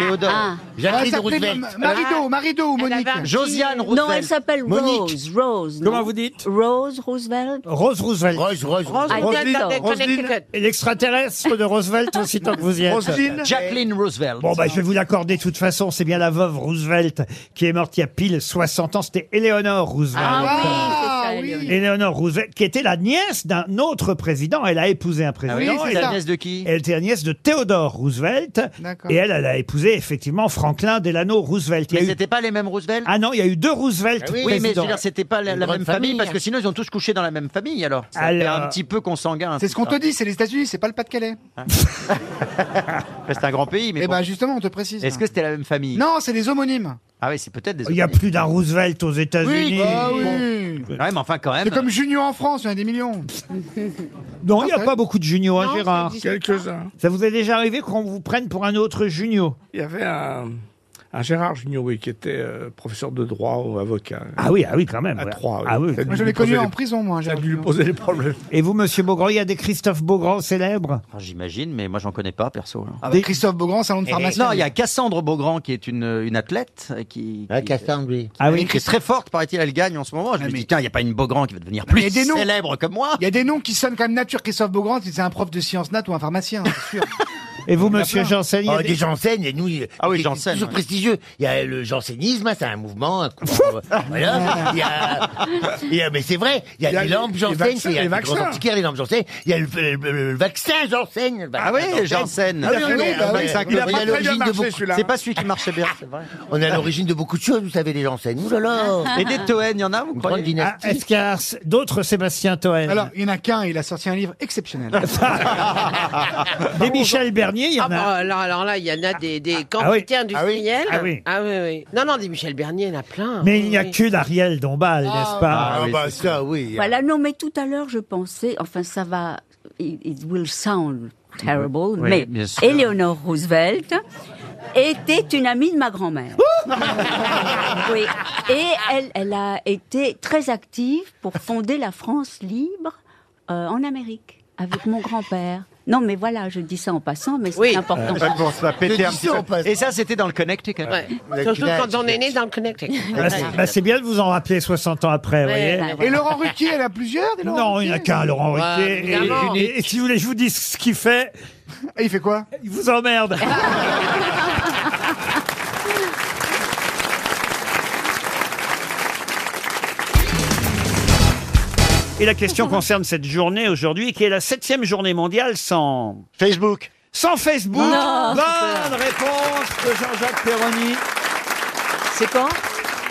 Théodore. Jacqueline Roosevelt.
Marido, Marido ou Monique
Josiane Roosevelt.
Non, elle s'appelle
Monique.
Rose. Rose. non
Comment vous dites
Rose Roosevelt.
Rose Roosevelt. Rose, Rose,
Rose- Roselyne, Roselyne.
L'extraterrestre de Roosevelt, aussi tant que vous y êtes.
Roselyne. Jacqueline Roosevelt.
Bon, bah, je vais vous l'accorder de toute façon. C'est bien la veuve Roosevelt qui est morte il y a pile 60 ans. C'était Eleanor Roosevelt.
Ah oui, c'est ça, oui.
Eleanor Roosevelt, qui était la nièce d'un autre président. Elle a épousé un président.
Ah oui, c'est
Elle
ça.
a-
La nièce de qui
Elle était la nièce de Theodore Roosevelt.
D'accord.
Et elle, elle a épousé effectivement Franklin Delano Roosevelt. Il y
Mais
a eu-
c'était pas les mêmes Roosevelt
Ah non, il y a eu deux Roosevelt.
Ah Oui, mais je
présidents.
veux dire, c'était pas la, la même famille, parce que sinon ils ont tous couché dans la même famille alors. Ça fait
Alors-
un petit peu consanguin. tout tout ça. Ah, c'est les États-Unis, c'est pas le Pas-de-Calais. C'est un grand pays, mais. Eh bon. ben, justement, on te précise. Est-ce que c'était la même famille Non, c'est des homonymes. Ah oui, c'est peut-être des
Il y a plus d'un Roosevelt aux États-Unis.
bah
oui.
Ouais, mais bah. enfin quand même. C'est comme Junior en France, il y en a des [LAUGHS] millions.
Non, il n'y a pas beaucoup de juniors, hein,
Non, ça
Gérard.
existe
Quelques-uns.
Ça vous est déjà arrivé qu'on vous prenne pour un autre junior
Il y avait un, un Gérard Junior, oui, qui était euh, professeur de droit ou avocat.
Ah oui, ah oui, quand même.
À
ouais.
Troyes, oui.
Ah oui.
Ça a dû lui poser les-
prison, moi.
Ça a dû lui poser les problèmes.
Et vous, monsieur Beaugrand, il y a des Christophe Beaugrand célèbres
Ah, J'imagine, mais moi j'en connais pas perso. hein. là.
Des-
Ah bah, Christophe Beaugrand, salon
de pharmacien.
Eh, Non, il y a Cassandre Beaugrand qui est une, une athlète euh, qui. Cassandre, oui.
Ah oui. Ah,
Qui est très forte, paraît-il, elle gagne en ce moment. Je me dis, tiens, il n'y a pas une Beaugrand qui va devenir plus célèbre comme moi. Il y a des noms qui sonnent quand même nature. Christophe Beaugrand, c'est un prof de sciences nat ou un pharmacien, c'est sûr.
[LAUGHS] Et vous, monsieur Janssen il y a
Oh, des Janssen, et nous, ah oui, Janssen, toujours prestigieux. Il y a le jansénisme, hein, c'est un mouvement. un courant, euh, voilà. Il y a, il y a- mais c'est vrai, il y a,
Il y a
les
les-
lampes
les
Janssen,
vaccins,
c'est il y a les
les
grands
vaccins.
antiquaires, les lampes Janssen. Il y a le, le- le- le vaccin Janssen.
Ah oui, Janssen.
Ah oui, on est-
bah
on est- on est à l'origine de beaucoup-
C'est pas celui qui marchait bien, c'est vrai.
[LAUGHS] On est à l'origine de beaucoup de choses, vous savez, les Janssen. Ouh là là.
Et des Toen, il y en a, vous
grande
croyez
dynastie.
Ah, Est-ce qu'il y a s- d'autres Sébastien Toen
Alors, il y en a qu'un, il a sorti un livre
[LAUGHS]
exceptionnel.
Des Michel Bernier, il y en
Ah, bah,
a.
alors, alors là, il y en a des, des
Ah oui.
quantités industrielles.
Ah oui.
Ah oui, oui. Non, non, des Michel Bernier, il y en a plein.
Mais il n'y a que d'Ariel Dombal, n'est-ce pas
Ah, bah ça, oui.
Voilà, non, mais tout à l'heure, je pensais, enfin, ça va, it, it will sound terrible,
Oui,
mais
bien sûr.
Eleanor Roosevelt était une amie de ma
[LAUGHS]
grand-mère. oui. Et elle, elle a été très active pour fonder la France libre euh, en Amérique, avec mon grand-père. Non, mais voilà, je dis ça en passant, mais c'est
Euh,
important.
Et ça, c'était dans le Connecticut.
Ouais. Surtout quand on est né dans le Connecticut.
Bah, c'est- bah, c'est bien de vous en rappeler 60 ans après,
Ouais, bah,
vous voyez.
ouais, ouais. Et Laurent
Ruquier, elle a plusieurs des
Non, il n'y en a qu'un, Laurent
Ouais,
Ruquier. Et-
évidemment.
et, et si vous voulez, je vous dis ce qu'il fait.
il fait quoi
Il vous emmerde. Et la question concerne cette journée aujourd'hui, qui est la septième journée mondiale sans... Facebook. Sans Facebook
Non,
Bonne réponse de Jean-Jacques Perroni. C'est quand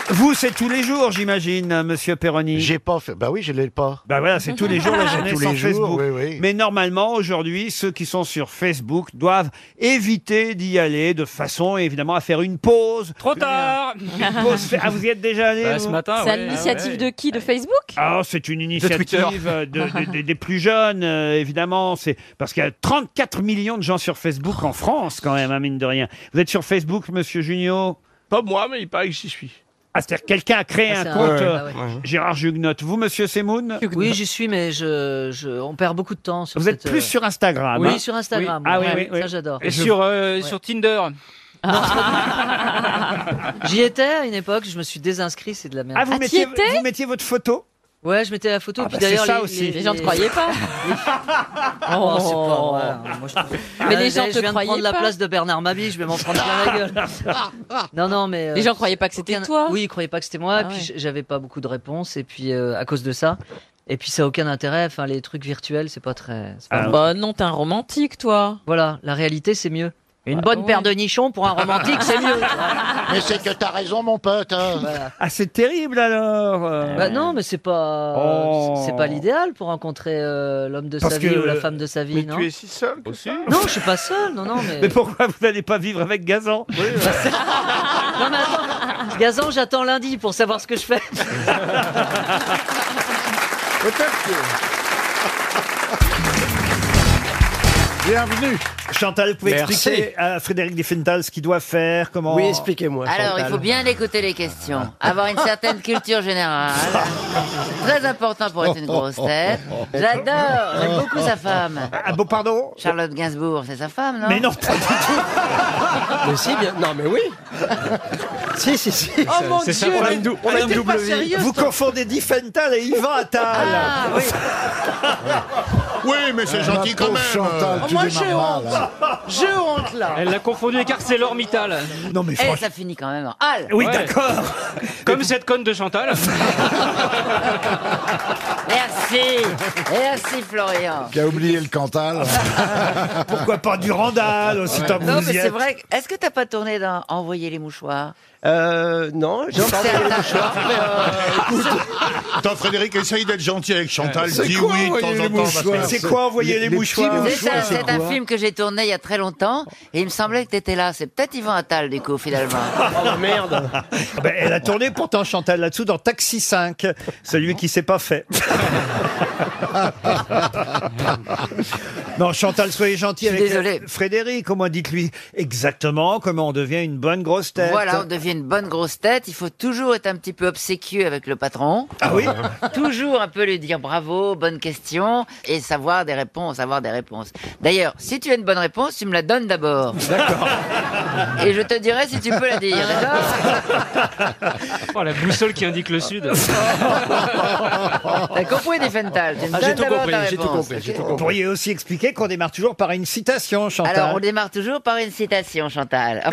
vous, c'est tous les jours, j'imagine, monsieur Perroni. J'ai pas fait. Bah oui, je l'ai pas. Bah voilà, c'est [LAUGHS] tous les jours la
C'est
journée
tous
sans
les jours,
Facebook.
oui, oui.
Mais normalement, aujourd'hui, ceux qui sont sur Facebook doivent éviter d'y aller de façon, évidemment, à faire une pause. Trop
tard.
Une pause fa- Ah, vous y êtes déjà allé
Bah,
vous
ce matin,
C'est à l'initiative de qui De Facebook
ah, c'est une
Twitter.
initiative euh, de- de-
[LAUGHS]
de- des plus jeunes, euh, évidemment. C'est parce qu'il y a 34 millions de gens sur Facebook en France, quand même, hein, mine de rien. Vous êtes sur Facebook, Monsieur Junio Pas moi, mais il paraît que j'y suis. Ah, c'est-à-dire que quelqu'un a créé
Ah,
un
c'est un-
compte.
ouais,
euh,
ah ouais.
Gérard Jugnotte, vous, Monsieur Semoun
Oui, j'y suis, mais je, je- on perd beaucoup de temps. Sur
Vous êtes
cette,
plus
euh,
sur Instagram.
Oui,
hein
sur Instagram.
Ah oui,
ouais,
oui, oui.
Ça, j'adore.
Et sur,
euh,
Sur Tinder.
J'y étais à une époque, je me suis désinscrit, c'est de la merde.
Ah, vous Ah, t'y mettiez- étais vous mettiez votre photo
Ouais, je mettais la photo,
Ah,
puis
bah, c'est
d'ailleurs.
ça aussi. Les gens te
[LAUGHS]
croyaient pas.
Les- oh, c'est pas vrai. Moi, je trouve- Mais Ah, les gens je te viens de croyaient prendre la pas. place de Bernard Mabie, je vais m'en prendre plein la [LAUGHS] gueule. Non, non, mais. Les gens croyaient pas que c'était toi. Oui, ils croyaient pas que c'était moi, Ah et puis ouais. j'avais pas beaucoup de réponses, et puis euh, à cause de ça. Et puis ça a aucun intérêt, enfin les trucs virtuels, c'est pas très. c'est pas Ah. bon. Bah non, t'es un romantique toi. Bah Voilà, la réalité c'est mieux. Une bonne ouais. paire de nichons pour un romantique, c'est mieux.
Mais c'est que t'as raison, mon pote. hein.
Ah, c'est terrible alors. euh.
Bah non, mais c'est pas
Oh.
c'est pas l'idéal pour rencontrer euh, l'homme de
Parce
sa vie
que-
ou la femme de sa vie, non
seul aussi
Non, je suis pas seul, non non mais.
Mais pourquoi vous n'allez pas vivre avec Gazan
Non mais attends, Gazan, j'attends lundi pour savoir ce que je fais.
Bienvenue. Chantal, vous pouvez
Merci.
expliquer à Frédéric Diffenthal ce qu'il doit faire, comment
Oui, expliquez-moi,
Alors, il faut bien écouter les questions, avoir une certaine culture générale. C'est Très important pour être une grosse tête. J'adore, j'aime beaucoup sa femme.
Ah bon, pardon
Charlotte Gainsbourg, c'est sa femme, non
Mais
non, Ah,
Mais si,
Oh,
bien. Non,
[LAUGHS]
mais oui.
[LAUGHS] Si, si, si.
Oh, C'est- mon c'est ça, Dieu, on a une dou- on a une double vie.
Vous confondez Diffenthal et Yvan Attal.
Ah,
Oui,
mais c'est gentil quand même.
Oh, moi, j'ai honte. J'ai honte, là.
Eh,
Elle l'a confondu avec ArcelorMittal.
Non mais
Eh, ça finit quand même en hal.
Oui, d'accord.
Comme cette conne de
[LAUGHS]
Chantal.
Merci. Merci, Florian.
Qui a oublié le [LAUGHS] Cantal.
Pourquoi pas Durandal aussi tant que
Non,
Ah, vous
mais
y
c'est
êtes.
vrai. que- Est-ce que t'as pas tourné dans Envoyer les mouchoirs
Euh, non, j'ai encore
C'est
des
un-
mouchoirs, mais, euh,
Attends, Frédéric, essaye d'être gentil avec Chantal.
C'est
Dis
quoi,
oui de
envoyer
temps
les
en temps. parce que-
mouchoirs C'est quoi, envoyer les mouchoirs
C'est un,
c'est
c'est un
quoi
film que j'ai tourné il y a très longtemps et il me semblait que t'étais là. C'est peut-être Yvan Attal, du coup, finalement.
merde.
Ah,
Ben, elle a tourné pourtant Chantal là-dessous dans Taxi 5, celui qui s'est
[LAUGHS]
pas fait. non, Chantal, soyez gentil
Je suis
avec euh,
désolée.
Frédéric. Au moins, dites-lui exactement comment on devient une bonne grosse tête.
Voilà, on devient une bonne grosse tête. Il faut toujours être un petit peu obséquieux avec le patron.
Ah oui
[LAUGHS] Toujours un peu lui dire bravo, bonne question, et savoir des réponses, avoir des réponses. D'ailleurs, si tu as une bonne réponse, tu me la donnes d'abord. D'accord. [LAUGHS] Et je te dirai si tu peux la dire, d'accord
Oh, la boussole qui indique le sud.
T'as compris, Diffental Tu me
Ah, j'ai
donnes
tout
d'abord
compris,
ta
j'ai tout
réponse,
compris, j'ai
ok
Vous pourriez aussi expliquer qu'on démarre toujours par une citation, Chantal.
Alors, on démarre toujours par une citation, Chantal.
[LAUGHS]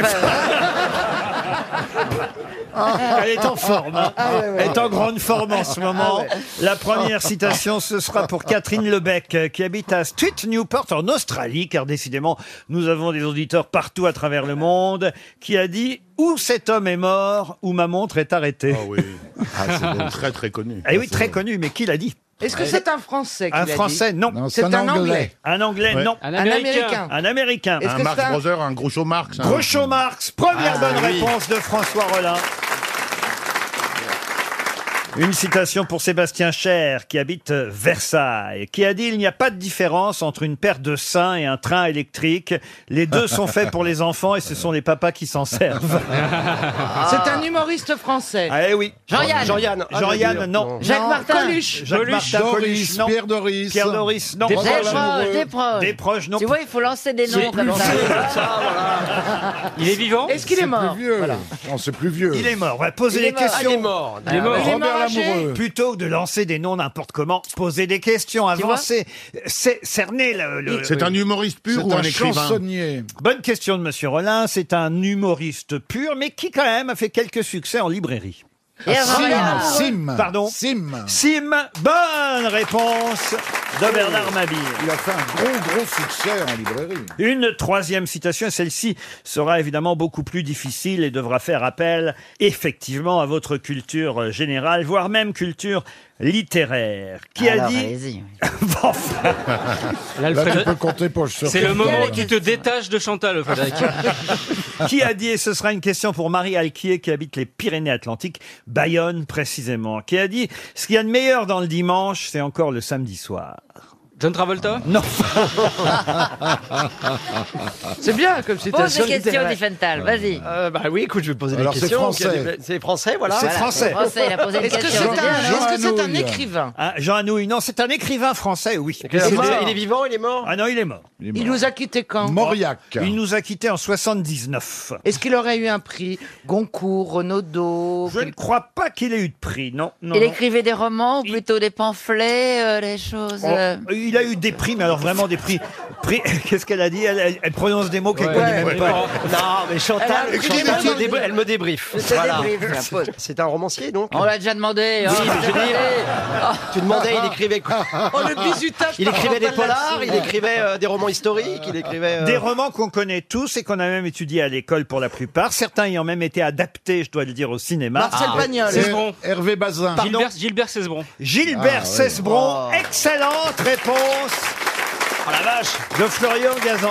Enfin,
Elle est en forme. hein.
Ah,
Elle est en grande forme en ce moment. La première citation, ce sera pour Catherine Lebec, euh, qui habite à Street Newport, en Australie, car décidément, nous avons des auditeurs partout à travers le monde, qui a dit « Ou cet homme est mort, ou ma montre est arrêtée Ah [LAUGHS] oui,
Ah, c'est très très connu.
Eh oui, très connu, mais qui l'a dit Eh,
Est-ce que c'est un Français qui
un
l'a dit
Français, non.
c'est un, Anglais.
Un Anglais,
Ouais.
non.
Un Américain. Américain.
Un Américain.
Un Marx Brothers, un Groucho Marx. un-
Groucho Marx, première
Ah,
bonne
oui.
réponse de François Rollin. Une citation pour Sébastien Cher, qui habite Versailles, qui a dit Il n'y a pas de différence entre une paire de seins et un train électrique. Les deux sont faits pour les enfants et ce sont les papas qui s'en servent.
C'est un humoriste français.
[LAUGHS] Ah eh oui.
Jean-Yann.
Jean-Yann,
Ah,
Jean-Yann,
j'allais dire,
non.
non. Jacques Martin.
Coluche. Jacques
Coluche.
Martin,
Doris,
Coluche, non.
Pierre Doris.
Pierre Doris, non.
des proches, des proches.
Des proches, non.
Tu vois, il faut lancer des noms comme ça.
Il est vivant
Est-ce qu'il est mort
Vieux. Non, c'est plus vieux.
Il est mort. Ouais, posez
Il est
des
mort.
questions.
Ah, il est mort. Il est mort. Il est mort âgé
Plutôt que de lancer des noms n'importe comment, posez des questions, avancez, c'est cerner le. le- euh,
C'est un humoriste pur ou
C'est
un, écrivain
chansonnier. Bonne question de Monsieur Rollin. C'est un humoriste pur, mais qui quand même a fait quelques succès en librairie. Sim,
Herrera.
Sim. Pardon. Sim. Sim. Bonne réponse de Bernard Mabille.
Il a fait un gros, gros succès en librairie.
Une troisième citation, et celle-ci sera évidemment beaucoup plus difficile et devra faire appel effectivement à votre culture euh, générale, voire même culture littéraire. Qui
Alors,
a dit [LAUGHS]
allez-y.
Bon, enfin.
Là, tu peux compter pour
C'est le moment où tu te détaches de
Ah.
Chantal,
[LAUGHS]
Frédéric.
qui a dit, et ce sera une question pour Marie Alquier qui habite les Pyrénées-Atlantiques, Bayonne précisément, qui a dit, ce qu'il y a de meilleur dans le dimanche, c'est encore le samedi soir.
John Travolta
[LAUGHS]
Non.
C'est bien comme citation.
Pose des questions,
littéraire.
Diffenthal, vas-y.
Euh, bah oui, écoute, je vais poser
Alors,
des
c'est
questions.
français.
Quel est- C'est français, voilà.
C'est français.
Français, il a posé une
Est-ce que
question.
c'est un-
Bien,
est-ce que c'est un
Anouilh.
écrivain
Ah, Jean Anouilh, non, c'est un écrivain français, oui.
Il est, mort. Il est vivant, il est mort
Ah non, il est mort.
Il nous a quittés quand
Mauriac.
Il nous a quittés en 79.
Est-ce qu'il aurait eu un prix Goncourt, Renaudot
Je ne crois pas qu'il ait eu de prix, non. non,
Il
non.
écrivait des romans, ou plutôt des pamphlets, euh, des choses.
Oh,
euh,
il a eu des prix, mais alors vraiment des prix. prix- [LAUGHS] Qu'est-ce qu'elle a dit elle, elle- elle prononce des mots qu'elle connaît même pas.
Non, mais Chantal,
Elle a-
Chantal,
Excusez-moi,
elle me
je-
débr- elle me débriefe.
Je te
Voilà.
débriefe, la faute.
C'est un romancier, donc
On l'a déjà demandé. hein,
Oui,
on l'a
je veux
demandé.
dire, Tu demandais, il écrivait
Ah,
quoi
Ah. Oh, le bizutage
Il
par
écrivait des
Chantal
polars,
là-dessus.
il écrivait euh, des romans historiques, il écrivait... euh,
Des romans qu'on connaît tous et qu'on a même étudiés à l'école pour la plupart, certains ayant même été adaptés, je dois le dire, au cinéma. Ah,
Marcel Pagnol.
C'est
bon.
Hervé Bazin.
Gilbert, Gilbert Cesbron.
Gilbert
Ah, ouais.
Cesbron, excellente réponse
Oh la vache
de Florian Gazan.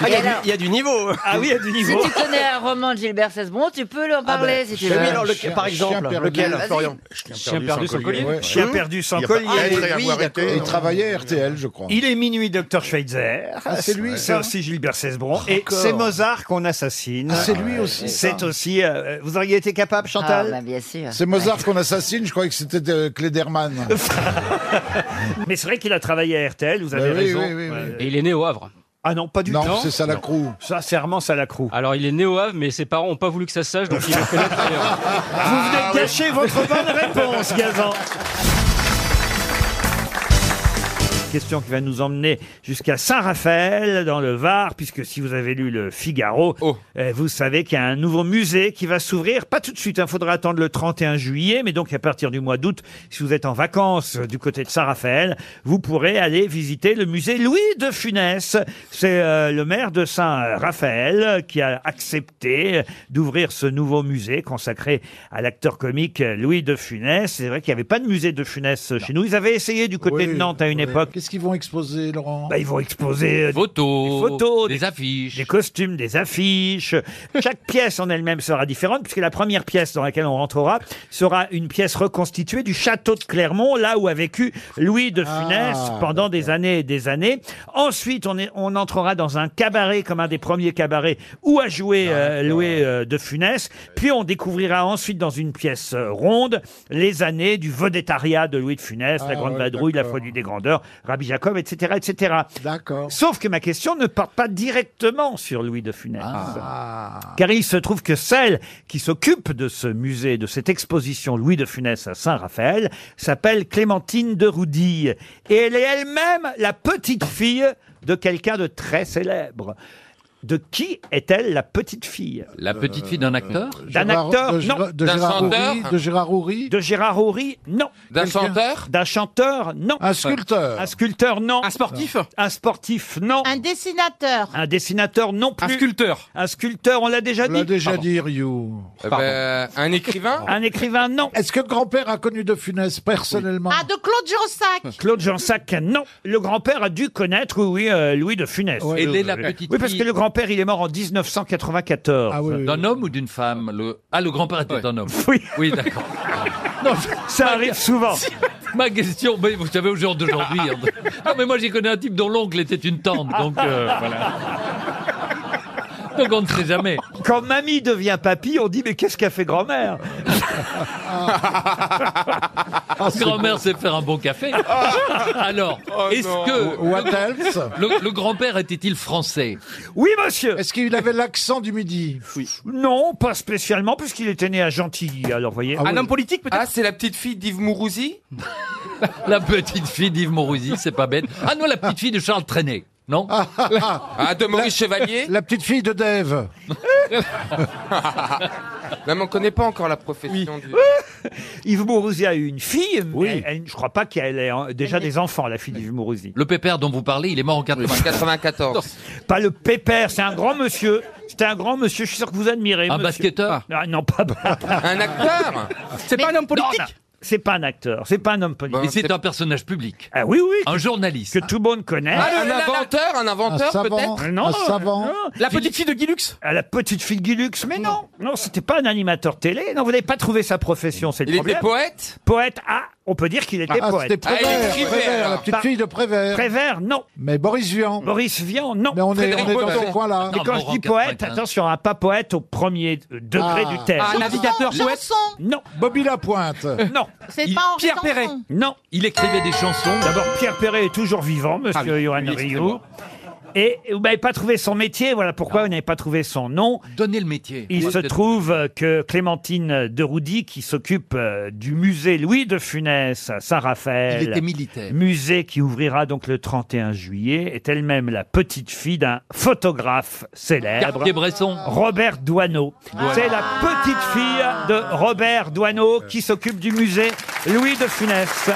Ah, il y a
Et
du-
alors
Il y a du niveau
Ah oui, il y a du
Si
niveau.
tu connais un roman de Gilbert Cesbron, tu peux lui en parler si tu
Oui,
veux.
mais alors, le-
Chien-
par exemple,
chien perdu.
lequel,
Vas-y.
Florian
Chien perdu sans collier. ouais.
Chien
Hum.
perdu sans
Il y a pas
collier.
à être et
Ah, oui,
avoir
d'accord.
été.
Il travaillait à RTL, je crois.
Il est minuit, Dr. Schweitzer.
Ah, c'est lui,
C'est
ça.
aussi Gilbert Cesbron. Et c'est Mozart qu'on
Ah,
assassine.
Ah, C'est lui aussi. ça.
C'est aussi. euh, vous auriez été capable,
Ah,
Chantal
bah, bien sûr.
C'est Mozart qu'on assassine, je croyais que c'était euh, Cléderman.
[LAUGHS] Mais c'est vrai qu'il a travaillé à RTL, vous avez
oui,
raison.
oui, oui, oui.
Ouais.
Et il est né au Havre.
Ah non, pas du tout.
non, c'est Salacrou.
Sincèrement, ça l'accroue.
Alors, il est né au Havre, mais ses parents n'ont pas voulu que ça se sache, donc il est fait naître ailleurs.
vous
Ah
venez de gâcher votre bonne réponse, Gazan. Question qui va nous emmener jusqu'à Saint-Raphaël, dans le Var, puisque si vous avez lu le Figaro,
Oh.
euh, vous savez qu'il y a un nouveau musée qui va s'ouvrir. Pas tout de suite, il faudra attendre le 31 juillet, mais donc à partir du mois d'août, si vous êtes en vacances euh, du côté de Saint-Raphaël, vous pourrez aller visiter le musée Louis de Funès. C'est euh, le maire de Saint-Raphaël qui a accepté euh, d'ouvrir ce nouveau musée consacré à l'acteur comique Louis de Funès. C'est vrai qu'il n'y avait pas de musée de Funès euh, chez nous. Ils avaient essayé du côté de
Oui,
Nantes à une époque.
Qu'est-ce qu'ils vont exposer, Laurent
Bah, ils vont exposer euh,
Photos,
Des photos,
des affiches.
des costumes, des affiches.
[LAUGHS]
Chaque pièce en elle-même sera différente, puisque la première pièce dans laquelle on rentrera sera une pièce reconstituée du château de Clermont, là où a vécu Louis de Funès
Ah,
pendant des années et des années. Ensuite, on, est, on entrera dans un cabaret, comme un des premiers cabarets, où a joué euh, Louis euh, de Funès. Puis on découvrira ensuite dans une pièce euh, ronde les années du vedettariat de Louis de Funès, la
Ah,
Grande
ouais,
Vadrouille, la
d'accord.
Folie des Grandeurs, Rabbi Jacob, etc., etc.
D'accord.
Sauf que ma question ne porte pas directement sur Louis de Funès.
Ah.
Car il se trouve que celle qui s'occupe de ce musée, de cette exposition Louis de Funès à Saint-Raphaël, s'appelle Clémentine de Roudille. Et elle est elle-même la petite fille de quelqu'un de très célèbre. De qui est-elle la petite fille
La petite fille d'un acteur
Euh, D'un
Gérard-
acteur
de,
Non.
Gérard- de
D'un
Gérard
chanteur
Houry, de Gérard Houry,
De Gérard Horry Non.
D'un
Quelqu'un.
chanteur
D'un chanteur Non.
un sculpteur.
Un sculpteur Non.
Un sportif
Un sportif Non.
Un dessinateur.
Un dessinateur Non
Un
plus.
sculpteur
Un sculpteur, on l'a déjà
On l'a
dit.
déjà
Pardon.
dit, Ryu.
Euh, ben, Un écrivain
[LAUGHS] Un écrivain Non.
Est-ce que grand-père a connu de Funès personnellement
Ah, de Claude Jansac.
[LAUGHS] Claude Jansac, non. Le grand-père a dû connaître, oui, oui, euh, Louis de Funès.
Ouais.
Oui,
Et
Elle est la petite
parce que
fille
le grand-père, il est mort en 1994.
Ah oui, oui, oui.
d'un homme ou d'une femme le... Ah, le grand-père était un homme.
Oui,
Oui,
[LAUGHS]
d'accord.
ça arrive souvent.
Ma question, mais vous savez, au jour d'aujourd'hui. hein. Non, mais moi, j'y connais un type dont l'oncle était une tante, donc euh, voilà. Donc on ne sait jamais.
Quand mamie devient papy, on dit, mais qu'est-ce qu'a fait grand-mère
Ah,
Grand-mère sait faire un bon café. Alors,
Oh
est-ce que
What else
le, le grand-père était-il français
Oui, monsieur
Est-ce qu'il avait l'accent du midi
Non, pas spécialement, puisqu'il était né à Gentilly, alors voyez.
Ah oui.
politique
Ah, c'est la petite fille d'Yves Mourouzi
La petite fille d'Yves Mourouzi, c'est pas bête. Ah non, la petite fille de Charles Trenet, non
Ah, ah, ah.
Ah, de Maurice Chevalier
[LAUGHS]
La petite fille de Dave.
non, mais on connaît pas encore la profession du.
[LAUGHS] Yves Mourouzi a eu une fille, mais elle- je crois pas qu'elle ait euh, déjà des enfants, la fille d'Yves Mourouzi.
Le pépère dont vous parlez, il est mort en 94.
94.
Pas le pépère, c'est un grand monsieur. C'était un grand monsieur, je suis sûr que vous admirez.
Un
monsieur.
basketteur
non, non, pas.
Un acteur
C'est pas un homme politique C'est pas un acteur, c'est pas un homme politique.
Mais c'est un personnage public.
Ah oui, oui.
Un journaliste.
Que tout le monde connaît.
Ah, le-
Un inventeur, un inventeur peut-être
Non, La petite fille de Guilux Ah, La petite fille de Guilux, mais non. Non, c'était pas un animateur télé. Non, vous n'avez pas trouvé sa profession, c'est le
Il était
problème.
poète
Poète, ah, on peut dire qu'il était
Ah,
poète.
c'était Ah, il Prévert, écrivait, Prévert, alors. la petite
Par-
fille de Prévert.
Prévert, non.
Mais Boris Vian.
Boris Vian, non.
Mais on est- Frédéric on est dans hein. Botton. ces coins-là. Non,
Mais quand
Laurent
je dis poète,
95.
[LAUGHS]
attention, un pas poète au premier euh, degré
Ah.
du terme.
Ah, navigateur Chanson, poète.
Non. Euh,
Bobby Lapointe.
[LAUGHS]
Non.
C'est pas Henri Pierre Danson. Perret.
Non.
Il écrivait des chansons. Ah
D'abord, Pierre Perret est toujours vivant, monsieur Johan
lui,
Rioux.
excusez-moi.
Et vous n'avez pas trouvé son métier, voilà pourquoi vous n'avez pas trouvé son nom.
Donnez le métier.
Il
Ouais,
se
peut-être.
trouve que Clémentine de Roudy, qui s'occupe euh, du musée Louis de Funès à Saint-Raphaël,
Il était militaire.
musée qui ouvrira donc le 31 juillet, est elle-même la petite fille d'un photographe célèbre,
Cartier-Bresson.
Robert Doisneau.
Doisneau.
C'est la petite
Ah.
fille de Robert Doisneau qui s'occupe du musée Louis de Funès.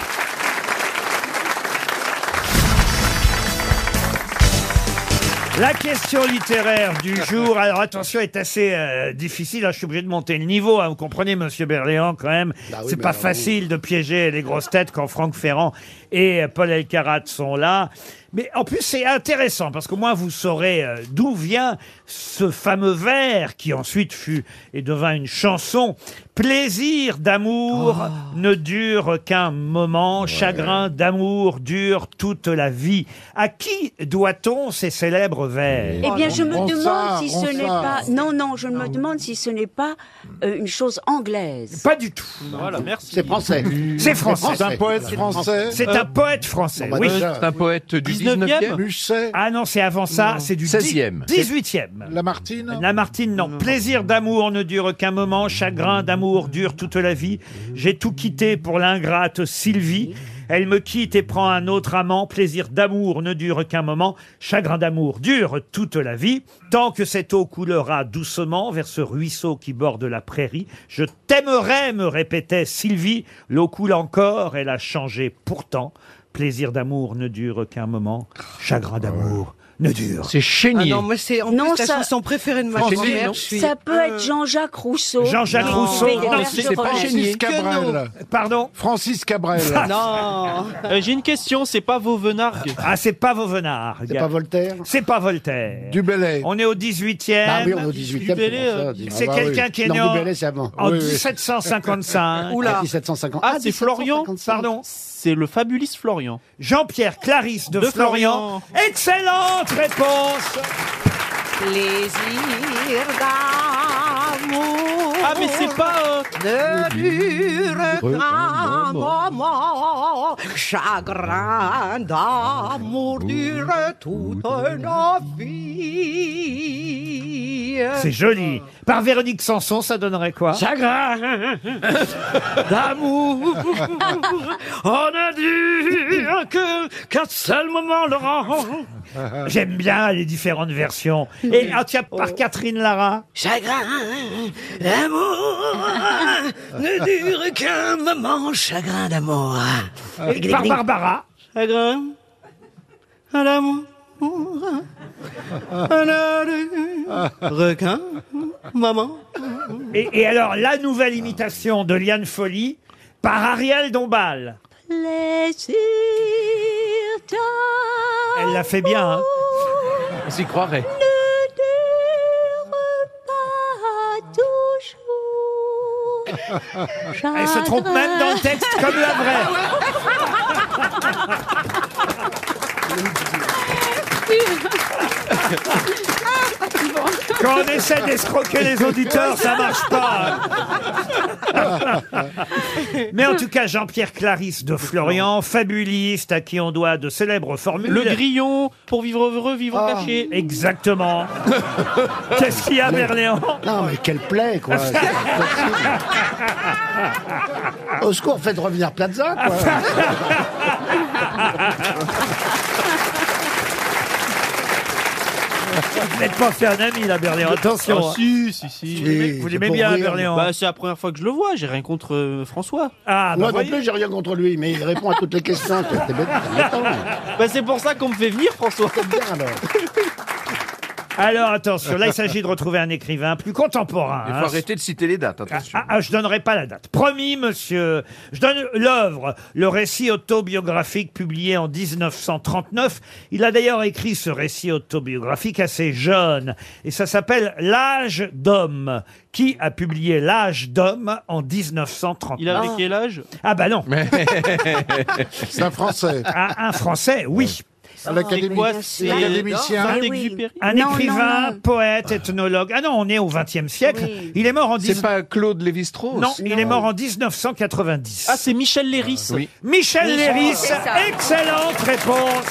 La question littéraire
[LAUGHS]
du jour, alors attention, est assez euh, difficile. hein. je suis obligé de monter le niveau. hein. vous comprenez, Monsieur Berléand, quand même.
Bah oui,
c'est
mais
pas
alors,
facile de piéger les grosses têtes quand Franck Ferrand et euh, Paul Elkarat sont là. Mais en plus, c'est intéressant parce qu'au moins vous saurez euh, d'où vient ce fameux vers qui ensuite fut et devint une chanson. Plaisir d'amour
Oh.
ne dure qu'un moment, chagrin d'amour dure toute la vie. À qui doit-on ces célèbres vers
Eh bien, je me
Oh,
demande si ce n'est pas. Non, non, je me demande si ce n'est pas euh, une chose anglaise.
Pas du tout.
Voilà, merci.
C'est français. C'est français.
C'est un poète français.
C'est
Euh,
un poète français.
bon, bah,
oui.
déjà. C'est un
poète
du 19e? Musset.
Ah non, c'est avant ça,
Non.
c'est du
16e.
18e.
Lamartine
Lamartine, non. Plaisir d'amour ne dure qu'un moment, chagrin d'amour dure toute la vie. J'ai tout quitté pour l'ingrate Sylvie. Elle me quitte et prend un autre amant. Plaisir d'amour ne dure qu'un moment, chagrin d'amour dure toute la vie. Tant que cette eau coulera doucement vers ce ruisseau qui borde la prairie, je t'aimerai, me répétait Sylvie. L'eau coule encore, elle a changé pourtant. Plaisir d'amour ne dure qu'un moment, chagrin d'amour ne dure. C'est
Ah
chénier.
non, moi c'est en plus
Non,
la
ça-
chanson préférée de ma
Francis,
grand-mère.
non.
je suis-
Ça peut être Jean-Jacques Rousseau.
Jean-Jacques
Non.
Rousseau.
Mais
Non,
Gilbert
c'est
Georges.
pas
Francis Cabrel.
Pardon
Francis Cabrel.
[LAUGHS] Non.
Euh, J'ai une question, c'est pas Vauvenargue
Ah, c'est pas Vauvenard. C'est pas Voltaire C'est pas Voltaire. Du On est au 18e.
Ah oui, on est au 18e, c'est pour
euh,
ça, dis-
C'est
Ah bah
quelqu'un
oui.
qui est
Non,
né en,
Dubélé, c'est avant.
en
Oui, oui.
1755.
Oula. Ah,
1750.
Ah, c'est Florian
Pardon
C'est le fabuliste Florian.
Jean-Pierre Clarisse de,
De
Florian.
Florian.
Excellente réponse
Plaisir d'amour. Ah, mais c'est pas. euh,
Ne dure qu'un moment, chagrin d'amour dure toute la vie.
C'est joli. Par Véronique Sanson, ça donnerait quoi [LAUGHS]
Chagrin d'amour. On a dû que qu'un seul moment, Laurent.
J'aime bien les différentes versions. Et ah, tiens, par Catherine Lara.
Oh. Chagrin d'amour ne dure qu'un moment, chagrin d'amour.
Et Euh, par Barbara.
Chagrin d'amour ne dure
Requin, maman.
Et, et alors, la nouvelle imitation de Liane Folly par Ariel Dombal.
Plaisir d'amour.
Elle la fait bien. hein.
On s'y croirait.
ne dure pas toujours.
Elle se trompe même dans le texte comme la vraie. Quand on essaie d'escroquer les auditeurs, ça marche pas. hein. Mais en tout cas, Jean-Pierre Clarisse de Florian, fabuliste à qui on doit de célèbres formules. Ah.
Le grillon, pour vivre heureux, vivre caché.
Exactement. Qu'est-ce qu'il y a, Berléand Ah,
Non, mais quelle plaie, quoi. C'est pas possible. Au secours, faites revenir Plaza,
Ah,
quoi.
Vous n'êtes pas fait un ami, là, Berléand. Attention.
hein.
hein.
Ah, si, si, si.
Vous l'aimez- vous l'aimez bien, Berléand.
Bah, C'est la première fois que je le vois, j'ai rien contre euh, François.
Ah,
Moi non plus, j'ai rien contre lui, mais il répond à toutes les questions. T'es- t'es bête, t'es bête, hein.
[LAUGHS] Bah, c'est pour ça qu'on me fait venir, François.
Alors, attention. Là, il s'agit de retrouver un écrivain plus contemporain.
Il
hein.
faut arrêter de citer les dates, attention.
Ah, ah, je donnerai pas la date. Promis, monsieur. Je donne l'œuvre, le récit autobiographique publié en 1939. Il a d'ailleurs écrit ce récit autobiographique assez jeune. Et ça s'appelle L'âge d'homme. Qui a publié L'âge d'homme en 1939
Il avait quel âge
Ah bah non.
C'est un Français.
[LAUGHS] Ah, un Français, oui.
À l'Académie- C'est quoi, c'est- l'académicien
Un,
Saint-Exupéry
un
Non, non,
écrivain,
non.
poète, ethnologue. Ah non, on est au XXe siècle. Il est mort en 19... C'est pas Claude Lévi-Strauss Non, il est mort en 1990. Ah, c'est Michel Léris.
oui.
Michel
Michel,
Léris,
c'est ça.
excellente réponse.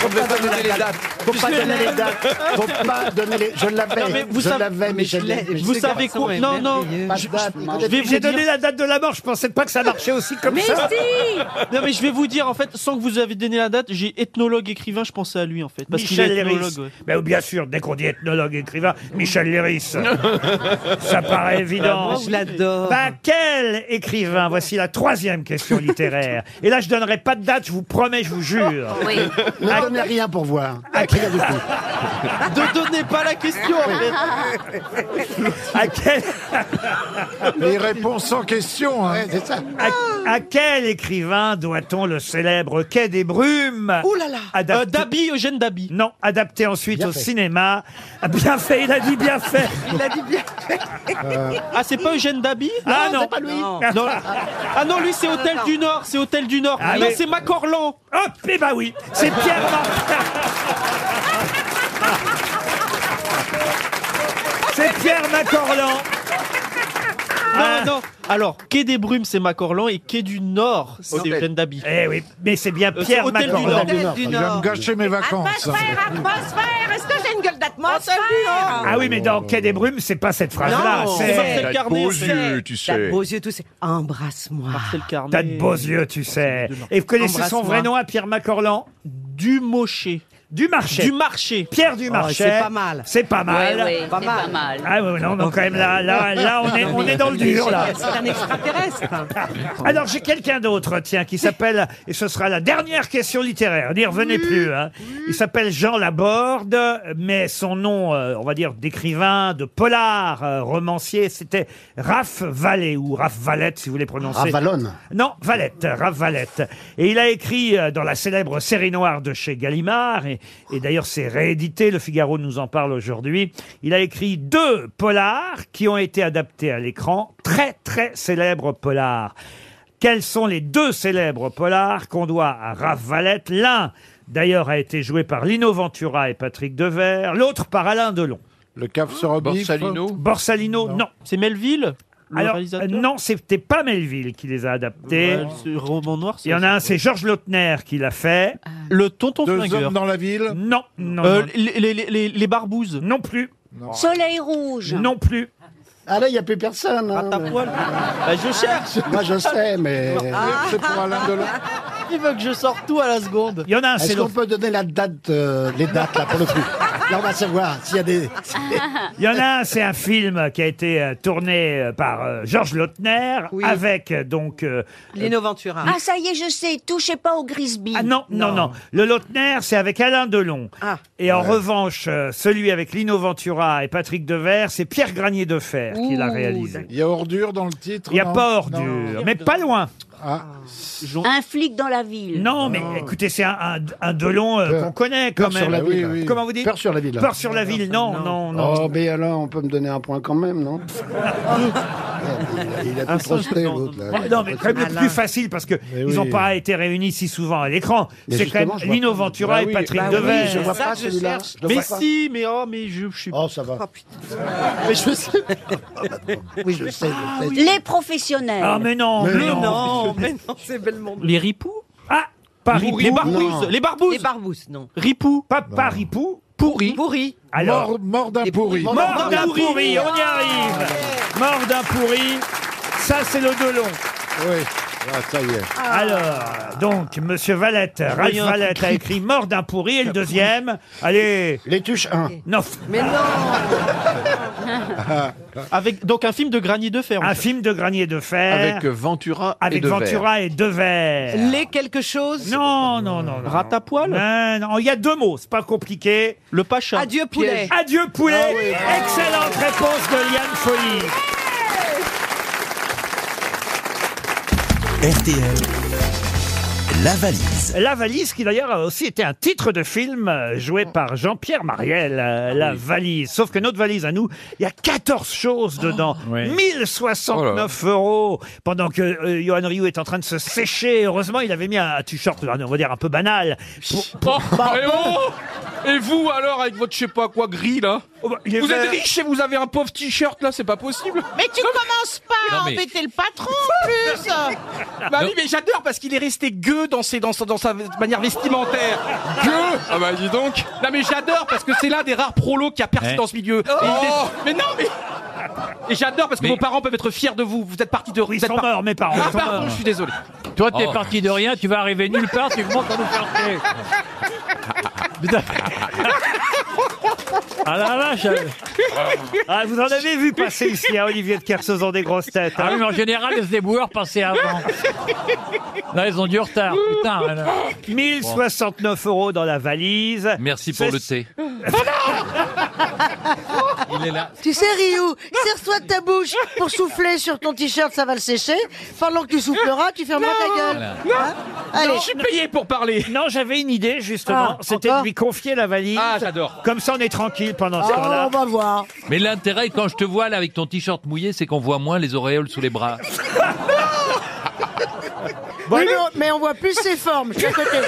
Faut pas donner les dates.
Faut pas donner les dates. Faut pas donner les. Je
Non, mais
l'avais.
vous
Je
savez-
l'avais,
mais
Michel.
je l'ai.
Léris.
Vous
Je sais
savez
pas,
quoi
c'est
Non, non,
merveilleux. Pas de
Ah,
date,
Je
écoutez,
vais vous
J'ai donné
dire-
la date de la mort, je pensais pas que ça marchait aussi comme
Mais
ça. [LAUGHS]
si Non mais je vais vous dire en fait, sans que vous avez donné la date, j'ai ethnologue écrivain, je pensais à lui en fait, parce qu'il
Michel
est
Léris.
ethnologue. ouais.
Ben, bien sûr, dès qu'on dit ethnologue, écrivain, Michel Léris. [LAUGHS] Ça paraît évident.
Ah bon, Je l'adore.
Bah, quel écrivain Voici la troisième question littéraire. Et là, je donnerai pas de date, je vous promets, je vous jure.
Oui. Ne donnez rien pour voir.
À,
Rien du tout.
[LAUGHS]
Ne donnez pas la question en fait.
à quel...
Il répond sans question. hein.
À, à quel écrivain doit-on le célèbre Quai des Brumes
Ouh là là.
Adapté-
Euh, Dabi, Eugène Dabi.
Non, adapté ensuite
Bien
au
fait.
cinéma. Ah, Bien fait, il a dit bien fait.
Il a dit bien.
Euh.
Ah c'est pas Eugène Dabi
Ah, non.
Non. Ah non lui c'est Hôtel du Nord, c'est Hôtel du Nord.
Ah,
non
mais-
c'est Macorlan.
Hop et bah oui, c'est Pierre Mac- [LAUGHS] C'est Pierre Macorlan.
Non,
Ah.
non. Alors, Quai des Brumes, c'est Macorlan, et Quai du Nord, c'est
Hôtel.
Eugène Dabi.
Eh oui, mais c'est bien
Euh, c'est
Pierre
Hôtel du
Macorlan.
Nord. Hôtel du
Il va me gâcher mes vacances. hein.
Atmosphère, est-ce que j'ai une gueule d'atmosphère
Ah oui, mais dans Quai des Brumes, c'est pas cette phrase-là.
Non,
c'est-
c'est Marcel T'as de Carnet, beaux
tu sais. tu sais. T'as de beaux yeux, tout sais. Embrasse-moi.
T'as de beaux yeux, tu sais. Et vous connaissez son vrai nom à Pierre Macorlan
Dumocher.
Dumarchais.
Dumarchais.
Pierre Dumarchais.
Oh, c'est pas mal.
C'est pas mal.
Oui, oui, Pas c'est mal. pas mal.
Ah oui, non, non, quand même, là, là, là on, est, on est dans le dur, là.
C'est un extraterrestre.
Alors, j'ai quelqu'un d'autre, tiens, qui s'appelle, et ce sera la dernière question littéraire, n'y
Mm.
revenez plus. hein. Il s'appelle Jean Laborde, mais son nom, euh, on va dire, d'écrivain, de polar, euh, romancier, c'était Raph Vallée, ou Raph Valette, si vous voulez prononcer.
Raph Vallone.
Non, Valette, Raph Valette. Et il a écrit euh, dans la célèbre série noire de chez Gallimard, et, et d'ailleurs c'est réédité, Le Figaro nous en parle aujourd'hui. Il a écrit deux polars qui ont été adaptés à l'écran, très très célèbres polars. Quels sont les deux célèbres polars qu'on doit à Raph Valette L'un, d'ailleurs, a été joué par Lino Ventura et Patrick Devers, l'autre par Alain Delon. Le cave sur
Borsalino
Borsalino, non.
C'est Melville le
alors,
réalisateur
euh, non, c'était pas Melville qui les a adaptés.
Ouais, ce roman noir,
Il y en a un, c'est Georges Lautner qui l'a fait.
Le tonton Deux flingueur. hommes
dans la ville Non, non.
Euh,
les, barbouzes Non plus.
Soleil rouge.
Non plus.
Ah là, il n'y a plus personne. hein.
Bah, je cherche.
Moi, je sais, mais.
[LAUGHS] C'est
[LAUGHS]
pour Alain Delon. Il veut que je sorte tout à la seconde.
Il y en a
Est-ce qu'on peut donner la date, euh, les dates, là, pour le coup Là, on va savoir s'il y a des.
Il y en a un, c'est un film qui a été euh, tourné euh, par euh, Georges Lautner avec euh, donc. euh,
Lino Ventura.
Ah, ça y est, je sais, touchez pas au Grisby.
Ah non, non, Ah. non, Le Lautner, c'est avec Alain Delon. Et en revanche, euh, celui avec Lino Ventura et Patrick Devers, c'est Pierre Granier de Fer qui l'a
Ouh,
réalisé.
Il y a ordure dans le titre.
Il n'y a
non
pas ordure,
Non.
mais pas loin.
Ah.
Ah.
Un flic dans la ville.
Non, mais écoutez, c'est un, un, un Delon euh, qu'on connaît quand
Peur
même.
sur la ville.
Comment vous dites
Peur sur la ville.
Peur sur la ville, non, non, non.
Oh, mais alors, on peut me donner un point quand même, non Il a tout projeté, l'autre, là.
Oh, Non, mais quand même le plus facile parce que ils n'ont
oui.
pas été réunis si souvent à l'écran.
Mais
C'est quand même
justement, je vois
Lino
pas.
Ventura
Bah
et
oui,
Patrick
bah oui,
Devers.
je vois
Ça,
pas
je
celui-là.
cherche.
Je le
Mais
vois pas.
si, mais oh, mais je, je suis.
Oh, ça va.
[LAUGHS]
Ah, bah,
Mais
[LAUGHS]
je sais.
Oui, je sais, je sais.
Les professionnels.
Ah, mais non, Mais mais non. non,
mais non, c'est Belmont.
Les ripoux
Ah, pas ripoux.
Les barbouzes.
Non.
Les barbouzes.
Les barbouzes, non.
Ripoux.
Pas, pas ripoux.
Pourri. Pourri.
Alors,
Mort, mort d'un pourri.
mort d'un pourri, on y arrive. Mort d'un pourri, ça c'est le Delon.
Oui.
Ah,
ça y est.
Ah.
Alors, donc, Monsieur Valette, Ralph
y a un
Valette a
truc.
écrit Mort d'un pourri et le deuxième. Allez. Les touches 1. Non.
Mais
Ah. Avec, donc un film de Granier de Fer. Un film de Granier de Fer.
Avec, euh, Ventura et
Avec
Devers.
Ventura et Devers.
Les quelque chose
Non, non, non. non. Ratapoil Non, il y a deux mots, c'est pas compliqué. Le Pacha.
Adieu, poulet. Piège.
Adieu poulet.
Ah oui, bravo.
Excellente réponse de Liane Folie.
Eh
RTL, la valise.
La valise, qui d'ailleurs a aussi été un titre de film euh, joué
Oh.
par Jean-Pierre Mariel,
Ah
euh, La valise. Sauf que notre valise à nous, il y a 14 choses dedans.
Oh,
1069 euros. Pendant que euh, Johan Rioux est en train de se sécher. Heureusement, il avait mis un t-shirt, on va dire, un peu banal.
[LAUGHS]
Pour- pour-
Et, oh Et vous alors avec votre je sais pas quoi gris là
Oh bah, il est
Vous êtes
vert.
riche et vous avez un pauvre t-shirt là, c'est pas possible.
Mais tu commences pas
Non,
à
mais-
embêter le patron en plus
Non.
Bah oui, mais j'adore parce qu'il est resté gueux dans, ses, dans, sa- dans sa manière vestimentaire. Gueux Ah bah dis donc Non mais j'adore parce que c'est l'un des rares prolos qui a percé
Eh.
dans ce milieu. Et il est-
Oh
Mais non mais Et j'adore parce que
Mais-
vos parents peuvent être fiers de vous. Vous êtes partis de... Ils
sont morts mes parents.
Ah
Ils sont
pardon,
morts.
je suis désolé.
Toi, t'es
Oh.
parti de rien, tu vas arriver nulle part, tu commences à nous faire chier. Putain.
Ah la vache Ah, Vous en avez vu passer ici, hein, Olivier de Kersauzon des grosses têtes. hein.
Ah oui, mais en général, les éboueurs passaient avant. Là, ils ont du retard, putain. alors.
1069 euros dans la valise.
Merci pour le thé. Il est là.
Tu sais, Ryu, serre-toi de ta bouche pour souffler sur ton t-shirt, ça va le sécher. Pendant que tu souffleras, tu fermeras ta gueule. Hein Allez.
je suis payé pour parler.
Non, j'avais une idée justement.
Ah,
C'était de lui confier la valise.
Ah, j'adore. Ah,
Comme ça, on est tranquille pendant ce
Oh,
temps-là.
on va voir.
Mais l'intérêt, quand je te vois là avec ton t-shirt mouillé, c'est qu'on voit moins les auréoles sous les bras.
mais, non, mais on voit plus ses formes, je suis à [LAUGHS] côté.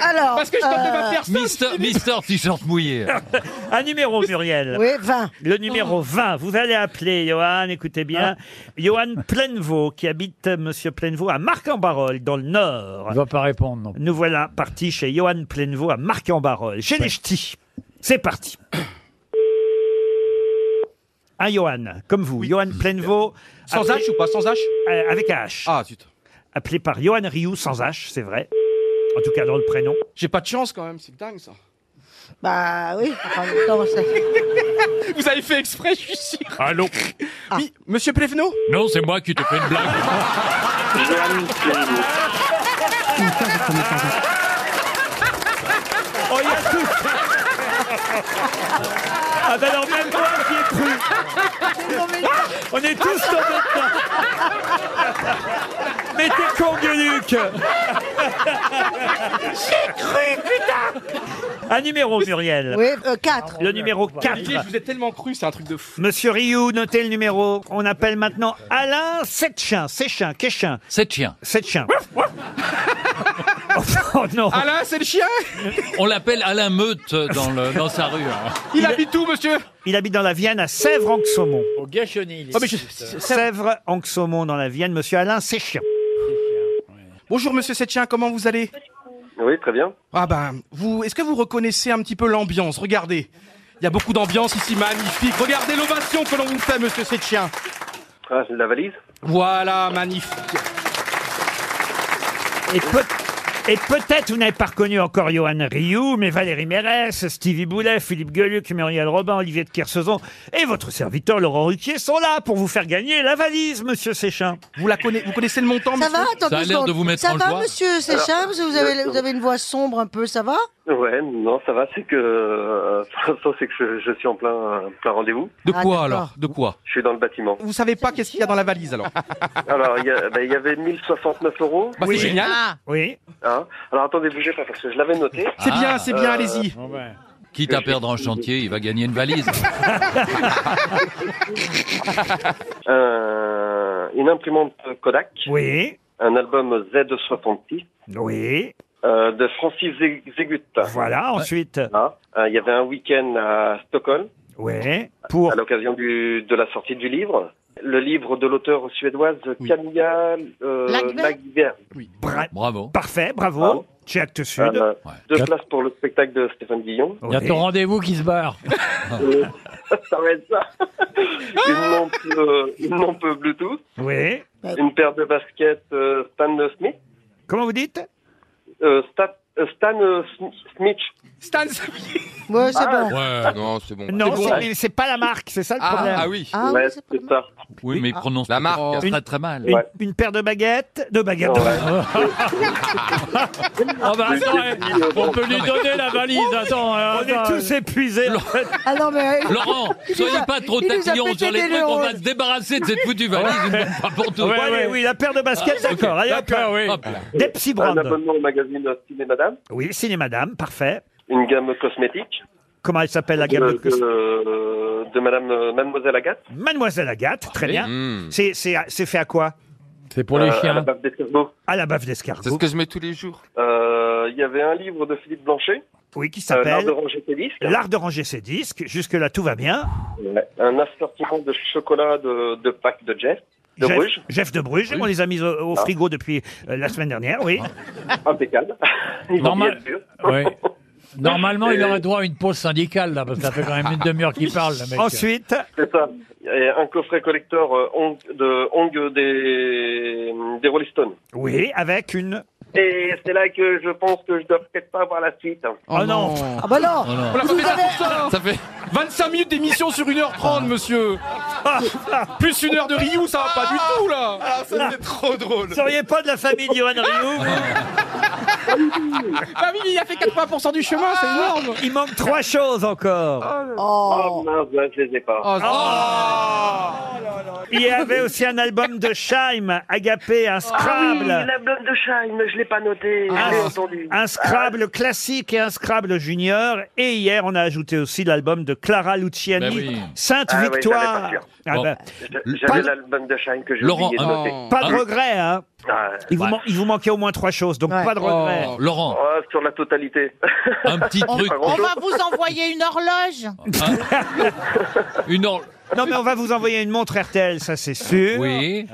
Alors.
Parce que je t'en fais pas
euh,
personne.
Mister, Mister t-shirt mouillé.
[LAUGHS] Un numéro, Muriel.
Oui, 20.
Le numéro 20. Vous allez appeler Johan, écoutez
Ah.
bien. Johan Plainevaux, qui habite, euh, monsieur Plainevaux, à Marc-en-Barœul, dans le Nord.
Il va pas répondre, non.
Nous voilà partis chez Johan Plainevaux à Marc-en-Barœul, chez les Ch'tis. C'est parti. Un Johan, comme vous, Johan Plainevaux.
Sans H ou pas Sans H
Euh, Avec un H. Ah, zut. Appelé par Johan Rioux, sans H, c'est vrai. En tout cas, dans le prénom.
J'ai pas de chance quand même, c'est dingue ça.
Bah oui, en même temps, c'est-
[LAUGHS] Vous avez fait exprès, je suis sûr.
Allô
Oui, monsieur Plevno
Non, c'est moi qui te fais une blague.
Oh, il y a tout Ah ben alors, même moi qui ai cru On est tous tombés
Ah
dedans Mais t'es con, Gueuluc
J'ai cru, putain
Un numéro, Muriel.
Oui, 4.
Le numéro 4.
Olivier, je vous ai tellement cru, c'est un truc de fou.
Monsieur Rioux, notez le numéro. On appelle maintenant Alain Setchin. Setchin, Quéchin.
Setchin.
Setchin. [LAUGHS] oh non
Alain, c'est le chien
[LAUGHS] On l'appelle Alain Meute dans, le- dans sa rue. hein.
Il, habite où, monsieur
Il habite dans la Vienne, à Sèvres-en-Saumon.
Au gâchonné,
Oh,
Ah, mais je- c'est- c'est-
Sèvres-en-Saumon, dans la Vienne. Monsieur Alain Setchin.
Bonjour, monsieur Setchien, comment vous allez
[LAUGHS] Oui, très bien.
Ah ben, vous, est-ce que vous reconnaissez un petit peu l'ambiance Regardez, il y a beaucoup d'ambiance ici, magnifique. Regardez l'ovation que l'on vous fait, monsieur Setchien.
Ah, la valise
Voilà, magnifique.
Et peut- et peut-être vous n'avez pas reconnu encore Johan Rioux, mais Valérie Mérès, Stevie Boulet, Philippe Gueluc, Muriel Robin, Olivier de Kersauzon et votre serviteur Laurent Ruquier sont là pour vous faire gagner la valise, monsieur Séchin.
Vous la connaissez, vous connaissez le montant,
Ça va Attends
Ça a
deux
l'air
secondes.
de vous mettre
Ça
en
va,
joie.
monsieur Séchard
Alors,
vous avez,
le-
vous avez une voix sombre un peu, ça va
Ouais, non, ça va, c'est que. euh, [LAUGHS] ça, c'est que je, je suis en plein, plein rendez-vous.
De quoi
Ah, d'accord.
alors De quoi
Je suis dans le bâtiment.
Vous savez pas qu'est-ce qu'il y a dans la valise alors
Alors, il y,
[LAUGHS]
a- bah, il y avait 1069 euros.
Bah, C'est génial.
Oui.
Hein Alors, attendez, bougez pas, parce que je l'avais noté.
C'est bien, c'est
Ah,
bien,
Euh,
allez-y.
ben.
Quitte à perdre en chantier, il va gagner une valise.
euh, une imprimante Kodak.
Oui.
Un album Z66
Oui.
euh, de Francis Zeg- Zegut.
Voilà, ensuite.
Ah, euh, Il y avait un week-end à Stockholm.
Ouais. Pour.
À l'occasion du- de la sortie du livre. Le livre de l'auteur suédoise Camilla euh,
Lagerberg.
Lagerberg.
bravo. Parfait, bravo. Chez Actes Sud.
Euh, Deux places pour le spectacle de Stéphane Guillon.
Il y a ton rendez-vous qui se barre.
Euh, [LAUGHS] ça va être ça.
Ah
Une lampe, euh, une lampe Bluetooth.
Oui.
Une paire de baskets euh, Stan Smith.
Comment vous dites
Stan, euh, Stan euh, Sm- Smith.
Stan
Ouais, c'est
Ah.
bon.
Ouais, non, c'est bon.
Non,
C'est bon.
c'est- mais c'est pas la marque, c'est ça le
Ah,
problème.
ah oui.
Ouais, c'est ça.
Oui, mais il prononce
La
la
marque.
marque
Une-
très très mal.
Une, une paire de baguettes, de baguettes. [LAUGHS]
Ah bah attends, eh, on peut lui donner la valise, attends. euh.
On est tous épuisés. en fait.
Ah non, mais.
Laurent, soyez pas trop tatillon sur les trucs, on va se débarrasser de cette foutue valise une bonne fois pour toutes.
Ouais, ouais, oui, la paire de baskets,
Ah,
d'accord.
ok.
Allez, hop là.
D'accord, oui.
Hop là. Des
Ah,
psy brands.
Un abonnement au magazine Ciné Madame.
Oui, ciné madame, parfait.
Une gamme cosmétique.
Comment elle s'appelle la gamme de
de, de, de Madame euh, Mademoiselle Agathe.
Mademoiselle Agathe, très
Ah,
Oui.
bien.
Hmm.
Mm.
C'est- C'est c'est fait à quoi C'est
pour les Euh, à chiens. la bave d'escargot.
À la bave d'escargot.
C'est ce que je mets tous les jours.
Euh, Il y avait un livre de Philippe Blanchet.
Oui, qui
Euh, L'art
s'appelle
de ranger ses disques.
hein.
L'art de ranger ses disques. Jusque-là, tout va bien.
Ouais. Un assortiment de chocolat de, de Pâques de Jeff. De
Jeff,
Bruges.
Jeff de Bruges, on les a mis au, au
Ah.
frigo depuis euh, la semaine dernière, oui.
Impeccable. Ils vont
Normal.
[LAUGHS] bien sûr.
Ah Ouais. Normalement, il
Et-
aurait droit à une pause syndicale, là, parce que ça fait quand même une demi-heure qu'il parle, le mec.
Oh, C'est ça. Et un coffret collector euh, Hong- de Hong des, des Rolling Stones.
Oui, avec une.
Et c'est là que je pense que je dois peut-être pas voir la suite.
Oh, non. Oh
Ah bah non
On l'a pas
Vous
fait ça
avez-
pour ça Ça fait 25 minutes d'émission sur 1h30, monsieur Plus une heure de Ryu, ça va pas du tout, là
ça, c'est
Ah, trop drôle
Vous seriez pas de la famille d'Yohan Rioux
Bah oui, il a fait 80% du chemin, c'est énorme
Il manque trois choses encore.
Oh, mince, là, je les ai
Ah
pas.
Oh. Il y avait aussi un album de Scheim, Agapé,
Ah
un
oui,
Scrabble.
la blonde de Shine, je l'ai pas noté, je
Un,
l'ai entendu.
un Scrabble classique et un Scrabble junior. Et hier, on a ajouté aussi l'album de Clara Luciani,
Ben oui.
Sainte
Ah oui,
Victoire.
j'allais pas dire.
Ah
Bon.
ben,
Je- J'avais l'album de Shine que j'ai
Laurent,
oublié de
un-
noter.
pas de regret, hein.
Ah,
Il vous,
ouais.
man- il vous manquait au moins trois choses, donc pas de regret.
Laurent.
oh, sur la totalité. [LAUGHS]
Un petit truc.
On va vous envoyer une horloge.
Ah. Une or-
Non, mais on va vous envoyer une montre RTL, ça c'est sûr.
Oui.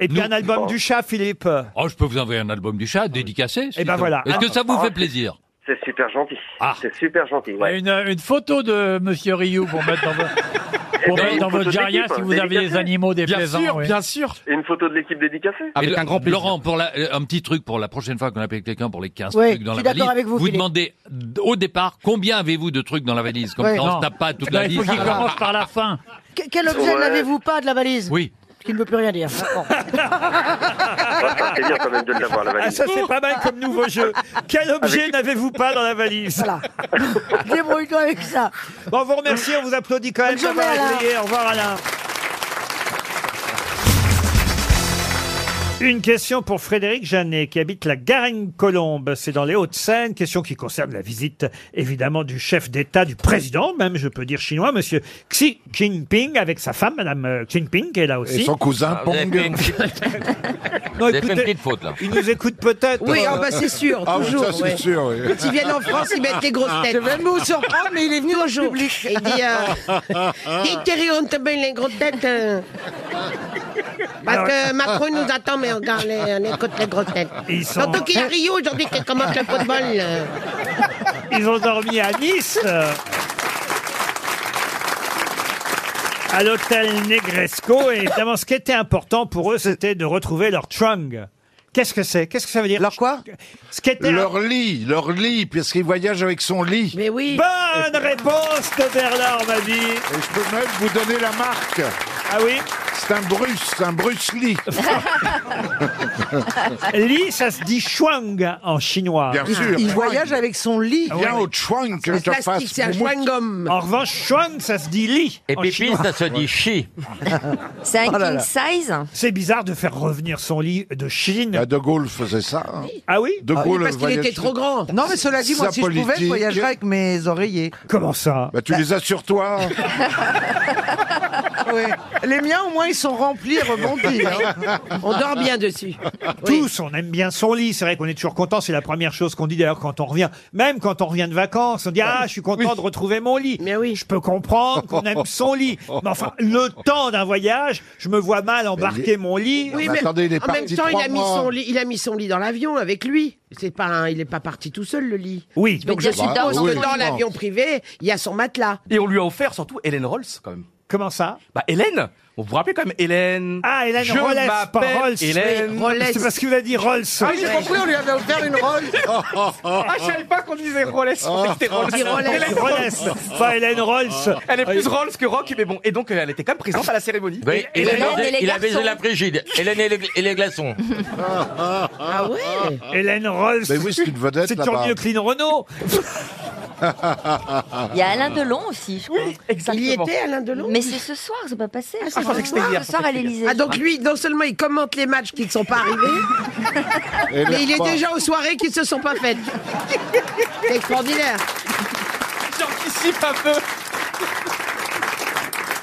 Et puis
Nous-
un album
Bon.
du chat, Philippe.
Oh, je peux vous envoyer un album du chat dédicacé. si
ben
ça-
voilà.
Est-ce que ça vous
Ah.
fait plaisir Ah.
C'est super gentil. C'est super gentil. Ouais.
Ah, Une, euh, une photo de Monsieur Rioux pour mettre dans, vo- pour
Eh ben,
mettre dans
une photo
votre jaria
d'équipe,
si vous avez
dédicacée.
des animaux déplaisants. oui.
sûr.
Et une photo de l'équipe dédicacée.
Et le- Laurent, pour la- euh, un petit truc pour la prochaine fois qu'on appelle quelqu'un pour les 15
Ouais,
trucs dans
je
la
suis
valise.
d'accord avec vous, Philippe.
demandez d- au départ combien avez-vous de trucs dans la valise Comme
Ouais.
ça, on
Non.
ne tape pas toute
Non,
la
il
liste.
faut qu'il commence par
[LAUGHS]
la fin.
Que- Quel objet
Ouais.
n'avez-vous pas de la valise
Oui.
Qui ne veut plus rien dire. Bon.
Ah, c'est bien quand même de l'avoir, la
Ah,
valise.
ça c'est pas mal comme nouveau jeu. Quel objet n'avez-vous pas dans la valise [LAUGHS]
Débrouille-toi avec ça.
Bon, on vous remercie, on vous applaudit quand même
Bonne journée,
d'avoir
Alain.
essayé. Au revoir Alain. Une question pour Frédéric Janet qui habite la Garenne-Colombe, c'est dans les Hauts-de-Seine, question qui concerne la visite évidemment du chef d'État, du président même, je peux dire chinois, monsieur Xi Jinping avec sa femme, madame euh, Jinping qui est là aussi.
Et son cousin
Ah, vous avez
Pong.
fait une
Non,
Vous avez fait
écoutez,
une petite faute, là.
Il nous écoute peut-être.
Oui,
euh,
ah bah c'est sûr,
Ah oui,
toujours.
ça, c'est
ouais.
sûr, oui. Ah,
Quand ils viennent en France, ils mettent les grosses têtes.
Je vais
vous surprendre, mais il est venu toujours. Et il dit
[LAUGHS]
Ah.
euh, Dis, Thierry, on te met les grosses têtes. euh,
Ah,
parce que Macron nous attend, mais regarde, les- on écoute les grosses têtes.
Ils sont-
Surtout qu'il y a Rio aujourd'hui qui commence le football. euh.
Ils ont dormi à Nice. euh, À l'hôtel Negresco, et évidemment, ce qui était important pour eux, c'était de retrouver leur trung. Qu'est-ce que c'est Qu'est-ce que ça veut dire Leur quoi Ce qui était
Leur lit, leur lit, puisqu'ils
[LAUGHS]
voyagent avec son lit.
Mais oui.
Bonne réponse de Bernard, ma vie.
Et je peux même vous donner la marque.
Ah oui
C'est un Bruce, un Bruce
[LAUGHS]
Lee.
Li, ça se dit chuang en chinois.
Bien sûr. Il voyage
Ah, avec son lit. Ah,
Viens au chuang que je te fasse. moumoute.
En revanche, chuang, ça se dit lit.
Et
en
pipi,
chinois.
ça se dit chi.
C'est un
Oh là
king
là.
size
C'est bizarre de faire revenir son lit de Chine.
de Gaulle faisait ça. hein.
Ah oui
De Gaulle voyageait-
[LAUGHS] Non, mais cela dit, moi,
Sa
si je pouvais, je
politique.
voyagerais avec mes oreillers.
Comment ça
Bah, tu les as sur toi.
Ah
Ouais. Les miens, au moins, ils sont remplis et rebondis. hein. On dort bien dessus.
Tous, on aime bien son lit. C'est vrai qu'on est toujours content. C'est la première chose qu'on dit d'ailleurs quand on revient. Même quand on revient de vacances, on dit Ah, je suis content de retrouver mon lit. Mais oui. Je peux comprendre qu'on aime son lit. Mais enfin, le temps d'un voyage, je me vois mal embarquer mon lit.
Oui, mais en même temps, il a, mis son lit, il a mis son lit dans l'avion avec lui. C'est pas un- il n'est pas parti tout seul, le lit.
Oui.
Donc je suppose que dans l'avion privé, il y a son matelas.
Et on lui a offert surtout Hélène Rolls, quand même.
Comment ça
Bah, Hélène Vous vous rappelez quand même Hélène
Ah, Hélène
Je
Rolls, pas
m'appelle
Rolls.
Hélène.
Oui, Rolls. C'est parce qu'il a dit Rolls.
Ah, j'ai compris,
on lui avait offert une Rolls.
ah, je savais pas qu'on disait Rolls, je pensais que c'était Rolls.
Ah, Rolls. Enfin, Hélène Rolls.
Elle est plus Rolls que Rock, mais bon. Et donc, euh, elle était quand même présente à la cérémonie.
Oui,
Et-
il, a
Hélène-
baisé, il a baisé la frigide. Hélène et, le- et les glaçons.
[LAUGHS]
Ah ouais
[LAUGHS] Hélène Rolls.
Mais oui, c'est une vedette
C'est toujours
là-bas.
mieux que Lynn Renault.
Il y a Alain Delon aussi, je crois.
Il y était, Alain Delon
Mais c'est ce soir, c'est pas passé.
Ah,
c'est ce soir, ce soir à l'Élysée.
Ah, donc lui, non seulement il commente les matchs qui ne sont pas arrivés, mais il est déjà aux soirées qui ne se sont pas faites. C'est extraordinaire.
J'anticipe un peu.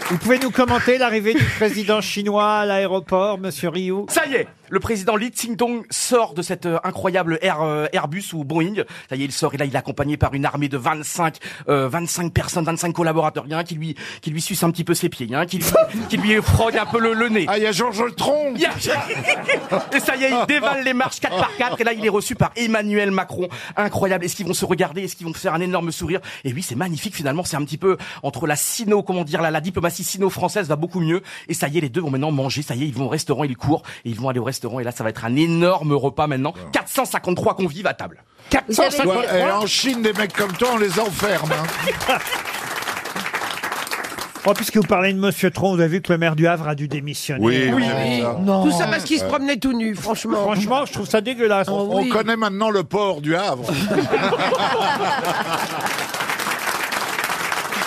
Vous pouvez nous commenter l'arrivée du président chinois à l'aéroport, monsieur Ryu
Ça y est, le président Li Tsing-dong sort de cette euh, incroyable Air- euh, Airbus ou Boeing. Ça y est, il sort et là, il est accompagné par une armée de 25, euh, 25 personnes, 25 collaborateurs. Il y en a un qui lui, qui lui suce un petit peu ses pieds, il y en a un qui lui, qui lui frogue un peu le, le nez.
Ah, il y a Georges Oltron
[LAUGHS] Et ça y est, il dévale les marches 4 par 4 et là, il est reçu par Emmanuel Macron. Incroyable. Est-ce qu'ils vont se regarder Est-ce qu'ils vont faire un énorme sourire Et oui, c'est magnifique finalement. C'est un petit peu entre la sino, comment dire, la, la diplomatie sino-française va beaucoup mieux. Et ça y est, les deux vont maintenant manger. Ça y est, ils vont au restaurant, ils courent et ils vont aller au restaurant. Et là, ça va être un énorme repas maintenant. 453 convives à table.
Ouais, et en Chine, des mecs comme toi, on les enferme.
[LAUGHS]
hein.
[LAUGHS] Oh, puisque vous parlez de Monsieur Tron, vous avez vu que le maire du Havre a dû démissionner. Euh,
Tout ça parce qu'il se promenait tout nu, franchement.
Franchement, Oh je trouve ça dégueulasse.
On
oui.
connaît maintenant le port
[LAUGHS]
du Havre.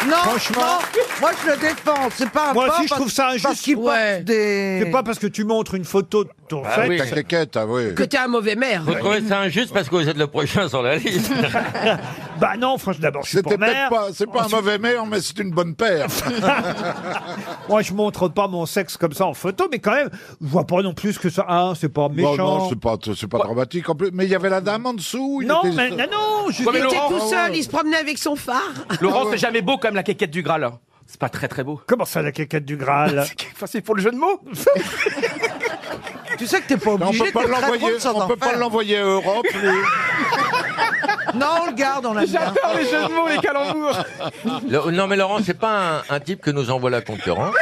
Non,
Franchement.
non, moi je le défends. C'est pas un
Moi
porc
aussi, je
parce-
trouve ça
parce
injuste.
qu'il porte des.
C'est pas parce que tu montres une photo de ton
Bah
fait.
oui.
Ta quéquette, ah oui.
Que t'es un mauvais maire.
Vous trouvez ça injuste parce que vous êtes le prochain sur la
[LAUGHS]
liste
[LAUGHS] Bah non, franchement, d'abord, je suis
C'était
pas
peut-être
maire.
pas, c'est pas un mauvais maire, mais c'est [LAUGHS] une
[LAUGHS]
bonne paire.
Moi, je montre pas mon sexe comme ça en photo, mais quand même, je vois pas non plus que ça. Ah, c'est pas méchant.
Bon, non, c'est pas, c'est pas dramatique en plus. Mais il y avait la dame en dessous. il
Non,
était-
mais- non, non,
Il
juste-
était tout seul, il se promenait avec son phare.
Laurent, c'est jamais beau comme la quéquette du Graal. hein. C'est pas très très beau.
Comment ça, la quéquette du Graal
Enfin, [LAUGHS] c'est pour le jeu de mots.
Tu sais que t'es pas
Mais on
obligé
peut pas
t'es très
l'envoyer,
drôle sans
on
en
peut pas
faire.
l'envoyer à Europe.
[LAUGHS]
Non, on le garde, on l'a
J'adore les jeux de mots, les calembours.
Le- Non, mais Laurent, c'est pas un, un type que nous envoie la concurrence.
[COUGHS]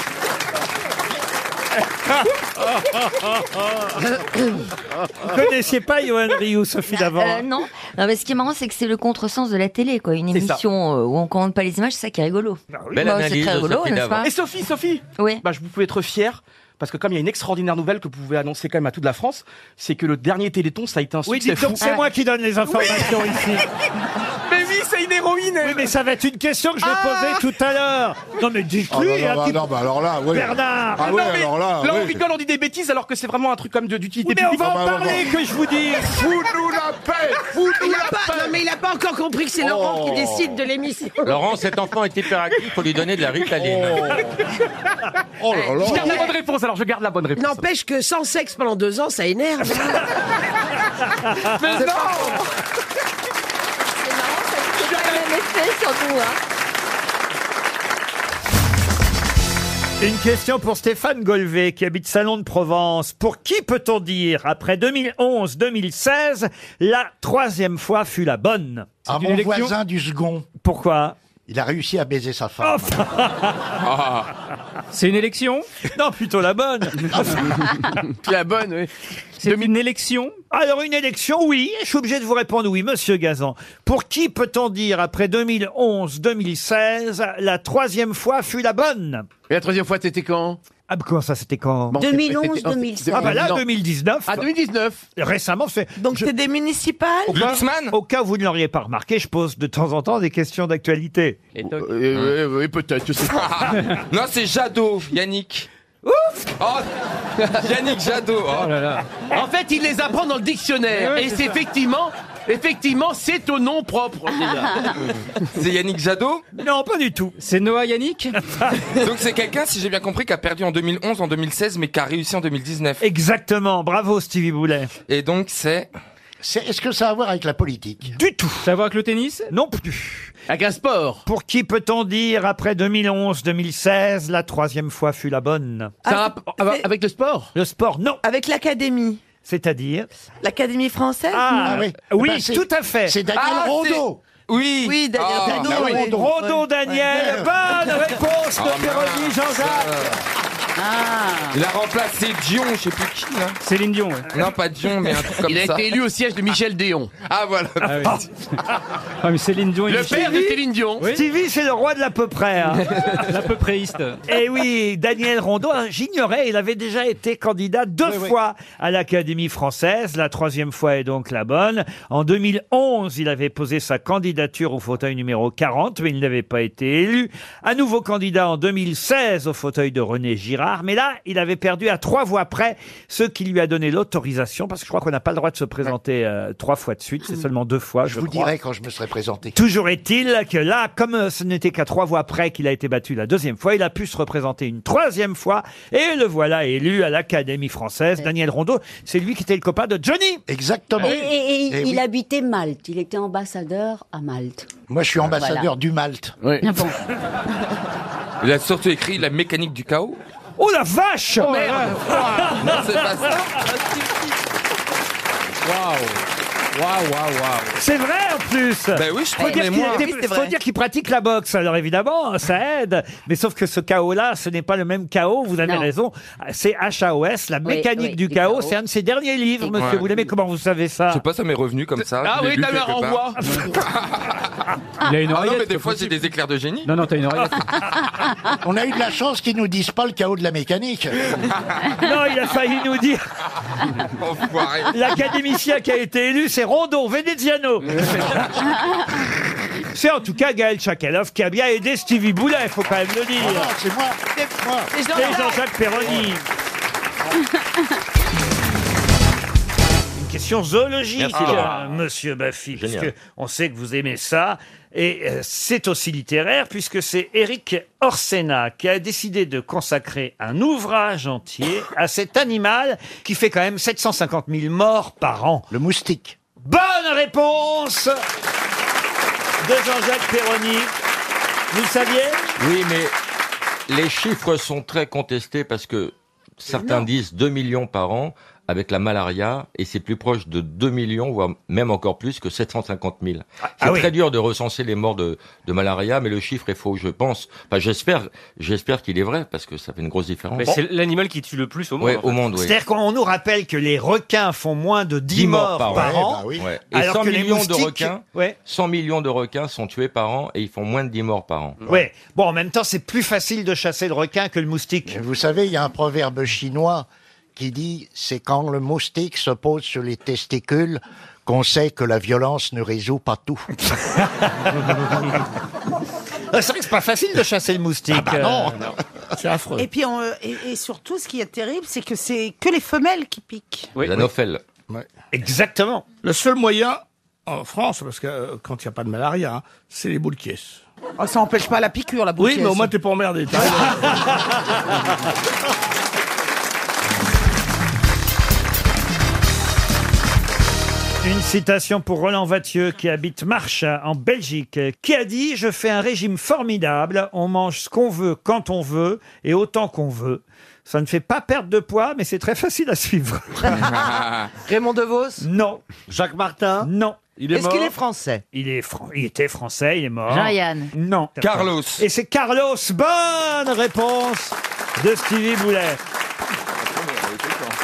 [LAUGHS]
[LAUGHS] Vous connaissiez pas Johan Rioux, Sophie d'avant
Euh, non. non, mais ce qui est marrant, c'est que c'est le contresens de la télé, quoi. Une
C'est ça.
émission euh, où on commande pas les images, c'est ça qui est rigolo. Bah, c'est très rigolo, n'est-ce [LAUGHS] pas
Ah Et Sophie, Sophie
Oui.
Bah, je vous pouvez être fier. Parce que comme il y a une extraordinaire nouvelle que vous pouvez annoncer quand même à toute la France, c'est que le dernier Téléthon, ça a été un
Oui,
succès
dites donc,
fou.
c'est moi qui donne les informations ici. [LAUGHS]
[LAUGHS] Mais oui, c'est une héroïne Ah.
Oui, mais ça va être une question que je vais
Ah.
poser tout à l'heure. Non, mais
Ah,
dites-lui.
bah,
un
bah,
petit-
non, bah, alors là, oui.
Bernard.
Ah,
Ah
oui,
non, mais
alors là, oui.
on rigole, on dit des bêtises alors que c'est vraiment un truc comme de- d'utilité
Oui, mais on
publique.
va en
bah, bah,
parler, que je vous dis.
Fous-nous la paix Fous-nous
Il
la
a pas,
paix
non, mais il n'a pas encore compris que c'est Laurent
Oh.
qui décide de l'émission.
Laurent, cet enfant est hyperactif, il faut lui donner de
[LAUGHS]
la ritaline.
[LAUGHS]
Oh là
Je garde
là
la bonne réponse, alors je garde la bonne réponse.
N'empêche que sans sexe pendant deux ans, ça énerve.
mais non
hein.
Une question pour Stéphane Golvé qui habite Salon de Provence. Pour qui peut-on dire, après 2011-2016, la troisième fois fut la bonne
À mon voisin du second,
Pourquoi
il a réussi à baiser sa femme.
bah.
[LAUGHS]
Ah,
C'est une élection
Non, plutôt la bonne.
[LAUGHS] La bonne, oui. C'est une élection
Alors une élection, oui, je suis obligé de vous répondre oui, monsieur Gazan. Pour qui peut-on dire, après 2011-2016, la troisième fois fut la bonne
Et la troisième fois, c'était quand
Ah, bah, comment ça, c'était quand
Bon,
2011,
c'était- c'était-
2016.
Ah bah là,
Non.
2019.
Ah, 2019
Récemment, c'est...
Donc c'est des municipales
Au cas, au cas où vous ne l'auriez pas remarqué, je pose de temps en temps des questions d'actualité.
Euh, Oui, oui, peut-être, je sais pas.
[LAUGHS]
Non, c'est Jadot, Yannick. Ouf Yannick Jadot. oh.
[LAUGHS] oh.
Oh En fait, il les apprend dans le dictionnaire.
Ouais, ouais,
et
c'est
c'est
ça.
effectivement
Effectivement, c'est au nom propre
Ah,
déjà.
[LAUGHS] C'est Yannick Jadot
Oh, Non, pas du tout.
C'est Noah
[LAUGHS]
Yannick Donc c'est quelqu'un, si j'ai bien compris, qui a perdu en 2011, en 2016, mais qui a réussi en 2019.
Exactement, bravo Stevie Boulet.
Et donc c'est...
[LAUGHS] C'est- Est-ce que ça a à voir avec la politique
Du tout.
Ça a à voir avec le tennis
Non plus.
Avec un sport
Pour qui peut-on dire, après 2011-2016, la troisième fois fut la bonne
Ça a à- avec le sport
Le sport, non.
Avec l'académie.
C'est-à-dire
L'Académie française
Ah, oui,
Eh ben, c'est-
tout à fait.
c'est Daniel
Ah, c'est-
Rondeau.
Oui.
Oui, Daniel
Ah,
Rondeau,
bah oui.
oui.
Rondeau.
Ouais.
Daniel.
Ouais.
Eh, Bonne réponse
Ah,
de Péroni
mince.
Euh.
Jean-Jacques.
Ah.
Il a remplacé Dion, je sais plus qui. Là.
Céline Dion, ouais.
Non, pas Dion, mais un truc comme
Il a
ça.
été élu au siège de Michel Déon.
Ah voilà.
Ah, mais Céline Dion,
Le père de Céline
Dion.
Stevie, c'est le roi de l'à peu près.
[LAUGHS]
hein.
L'à peu préiste.
Eh oui, Daniel Rondeau, hein, j'ignorais, il avait déjà été candidat deux fois à l'Académie française. La troisième fois est donc la bonne. En 2011, il avait posé sa candidature au fauteuil numéro 40, mais il n'avait pas été élu. Un nouveau candidat en 2016 au fauteuil de René Girard. Mais là, il avait perdu à trois voix près, ce qui lui a donné l'autorisation, parce que je crois qu'on n'a pas le droit de se présenter euh, trois fois de suite, c'est seulement deux fois. Je,
Hmm. Je vous
crois.
dirai quand je me serai présenté.
Toujours est-il que là, comme euh, ce n'était qu'à trois voix près qu'il a été battu la deuxième fois, il a pu se représenter une troisième fois et le voilà élu à l'Académie française. Daniel Rondeau, c'est lui qui était le copain de Johnny.
Exactement.
Et, et- et
Eh
il
oui.
habitait Malte. Il était ambassadeur à Malte.
Moi, je suis ambassadeur
Voilà.
du Malte.
Ah
Il a surtout écrit La mécanique du chaos. Hein,
Oh la vache
Merde.
[LAUGHS]
Non, c'est pas ça.
Waouh, waouh, waouh.
C'est vrai en plus.
Ben oui, je
faut
crois,
dire
mais
qu'il
moi-
était-
Oui, c'est
faut
vrai.
dire qu'il pratique la boxe. Alors évidemment, ça aide. Mais sauf que ce chaos-là, ce n'est pas le même chaos. Vous avez
Non.
raison. C'est HAOS, la
Oui,
mécanique
oui,
du
du
chaos.
chaos.
C'est un de ses derniers livres,
Ouais.
Monsieur Boulet. Mais comment vous savez ça
Je sais pas, ça m'est revenu comme ça.
Ah
Je l'ai
oui,
lu
t'as le
quelque part.
renvoi. Il a une
Ah non, mais
oreillette,
des fois j'ai
possible.
des éclairs de génie.
Non, non, t'as une oreillette.
Ah,
On a eu de la chance qu'ils nous disent pas le chaos de la mécanique.
[LAUGHS] Non, Ah, il a failli nous dire.
Enfoiré.
L'académicien qui a été élu, c'est Rondo
[LAUGHS]
Veneziano. c'est en tout cas Gaël Chakalov qui a bien aidé Stevie Boulet, il faut quand même le
Oh non,
dire.
c'est moi.
Et Jean-Jacques Perroni. Une question zoologique,
Merci, Laurent.
euh, monsieur Baffy,
Génial.
puisque on sait que vous aimez ça. Et euh, c'est aussi littéraire, puisque c'est Éric Orsena qui a décidé de consacrer un ouvrage entier à cet animal qui fait quand même 750 000 morts par an.
Le moustique.
Bonne réponse de Jean-Jacques Perroni. Vous le saviez
Oui, mais les chiffres sont très contestés parce que certains disent 2 millions par an avec la malaria et c'est plus proche de 2 millions, voire même encore plus que 750 000. C'est
ah oui.
très dur de recenser les morts de, de malaria, mais le chiffre est faux, je pense. Enfin, j'espère, j'espère qu'il est vrai parce que ça fait une grosse différence.
Mais c'est l'animal qui tue le plus au monde.
Ouais,
en fait.
au monde, oui.
C'est-à-dire qu'on nous rappelle que les requins font moins de 10, morts, par, an.
Ouais. bah Et
alors
100
que les
millions de
moustiques-
requins,
Ouais.
100 millions de requins sont tués par an et ils font moins de 10 morts par an.
Ouais. Bon, en même temps, c'est plus facile de chasser le requin que le moustique.
Vous savez, il y a un proverbe chinois qui dit c'est quand le moustique se pose sur les testicules qu'on sait que la violence ne résout pas tout.
Ah, C'est vrai que c'est pas facile de chasser le moustique.
Ah, bah non.
euh, C'est affreux.
Et puis, on, euh, et, et surtout, ce qui est terrible, c'est que c'est que les femelles qui piquent.
la Nofel.
Exactement.
Le seul moyen en France, parce que euh, quand il n'y a pas de malaria, hein, c'est les boules qui est.
Oh, ça empêche pas la piqûre, la
Oui,
bouquette.
mais au moins t'es pas emmerdé. t'as raison.
Une citation pour Roland Vatieux qui habite Marche en Belgique, qui a dit Je fais un régime formidable, on mange ce qu'on veut, quand on veut et autant qu'on veut. Ça ne fait pas perdre de poids, mais c'est très facile à suivre.
[LAUGHS] Raymond DeVos
non.
Jacques Martin
Non.
est Est-ce qu'il est français
Il, est fran- il était français, il est mort.
Jean-Yann.
Non.
Carlos.
Et c'est Carlos. Bonne réponse de Stevie Boulet.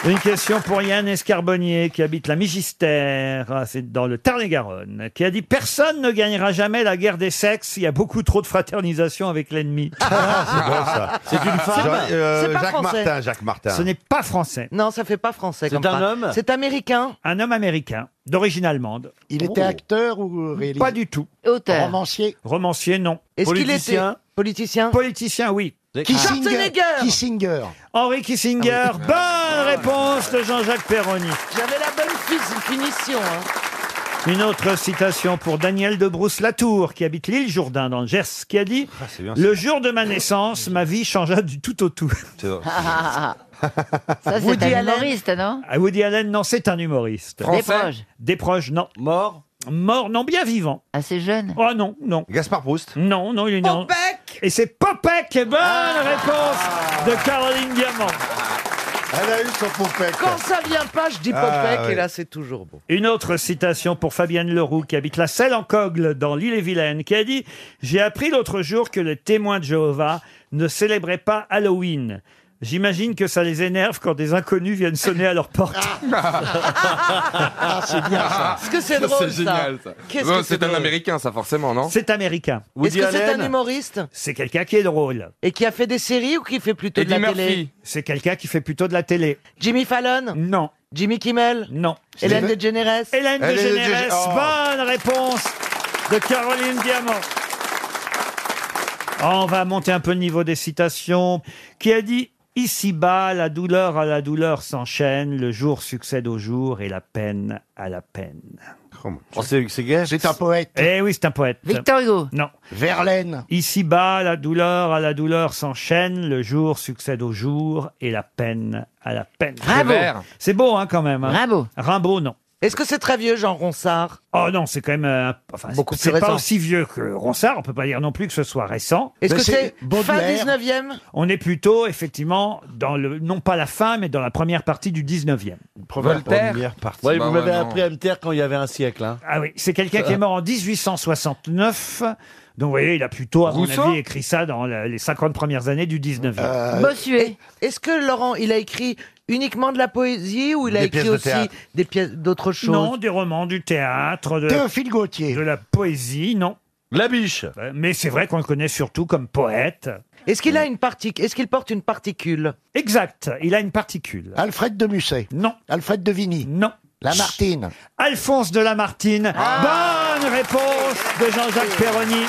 Une question pour Yann Escarbonnier qui habite la Migistère, ah, c'est dans le Tarn-et-Garonne, qui a dit Personne ne gagnera jamais la guerre des sexes, il y a beaucoup trop de fraternisation
[LAUGHS]
avec l'ennemi.
Ah, C'est une
femme
Jean- euh,
C'est pas
Jacques
français.
Martin, Jacques Martin.
Ce n'est pas français.
Non, ça fait pas français.
C'est
comme
un
phrase.
homme
C'est américain.
Un homme américain, d'origine allemande. Oh.
Il était acteur ou réalisateur
Pas du tout.
Auteur.
Romancier
Romancier, non.
Est-ce qu'il était politicien
Politicien, oui.
Kissinger.
Schwarzenegger.
Kissinger. Ah
Henri Kissinger, bonne réponse de Jean-Jacques Perroni.
J'avais la bonne fi- finition. hein.
Une autre citation pour Daniel de Brousse-Latour, qui habite l'île Jourdain dans le Gers, qui a dit
Ah, c'est bien,
Le jour de ma naissance, ma vie changea du tout au tout.
Ah,
Ah,
Ça, c'est
Woody
un
Allen.
humoriste, non
Ah, Woody Allen, non, c'est un humoriste.
Français Desproges.
Desproges, non. Mort Mort, non, bien vivant. Assez jeune Oh non, non. Gaspard Proust Non, non, il est né en- Et c'est Popek Bonne réponse de Caroline Diamant
Elle a eu son poupette.
Quand ça vient pas, je dis Popek,
Ah, ouais.
et là, c'est toujours bon.
Une autre citation pour Fabienne Leroux, qui habite la Selle en Cogle, dans l'île-et-Vilaine, qui a dit « J'ai appris l'autre jour que les témoins de Jéhovah ne célébraient pas Halloween. J'imagine que ça les énerve quand des inconnus viennent sonner à leur porte. [LAUGHS]
Ah,
[LAUGHS]
c'est bien, [LAUGHS] ça.
Est-ce que c'est drôle, ça
C'est génial ça.
Qu'est-ce
Non,
que c'est
C'est un
drôle
américain ça forcément, non
C'est américain.
Est-ce que c'est un humoriste
C'est quelqu'un qui est drôle.
Et qui a fait des séries ou qui fait plutôt de la télé
C'est quelqu'un qui fait plutôt de la télé.
Jimmy Fallon
Non.
Jimmy Kimmel
Non.
Hélène DeGeneres
Hélène Oh. DeGeneres, bonne réponse de Caroline Diamant. Ah, on va monter un peu le niveau des citations. Qui a dit Ici-bas, la douleur à la douleur s'enchaîne, le jour succède au jour et la peine à la peine. Oh, c'est
C'est un poète.
Eh oui, c'est un poète.
Victor
Hugo. Non. Verlaine. Ici-bas, la douleur à la douleur s'enchaîne, le jour succède au jour et la peine à la peine.
Rimbaud. Prévert.
C'est beau, hein, quand même. hein.
Rimbaud.
Rimbaud, non.
Est-ce que c'est très vieux, Jean Ronsard
Oh non, c'est quand même. euh, enfin,
Beaucoup
c'est
plus
pas
récent.
aussi vieux que Ronsard, on peut pas dire non plus que ce soit récent.
Est-ce que c'est fin 19e
On est plutôt, effectivement, dans le. Non pas la fin, mais dans la première partie du 19e.
Ouais,
Bah,
Bah
vous m'avez appris à me taire quand il y avait un siècle. Hein.
Ah oui, c'est quelqu'un qui est mort en 1869. Donc vous voyez, il a plutôt, à mon
Rousseau
avis, écrit ça dans la- les 50 premières années du 19e.
Euh,
Bossuet. Euh, Est-ce que Laurent, il a écrit uniquement de la poésie ou il a
Des pièces
écrit
de
aussi
théâtre.
des pièces d'autres choses
Non, des romans, du théâtre, de
Théophile Gautier.
de la poésie, non. La biche. Mais c'est vrai qu'on le connaît surtout comme poète.
Est-ce qu'il a une partic- Est-ce qu'il porte une particule
Exact, il a une particule.
Alfred de Musset.
Non.
Alfred de Vigny.
Non.
Lamartine. Ah.
Alphonse de Lamartine. Bonne réponse de Jean-Jacques Perroni.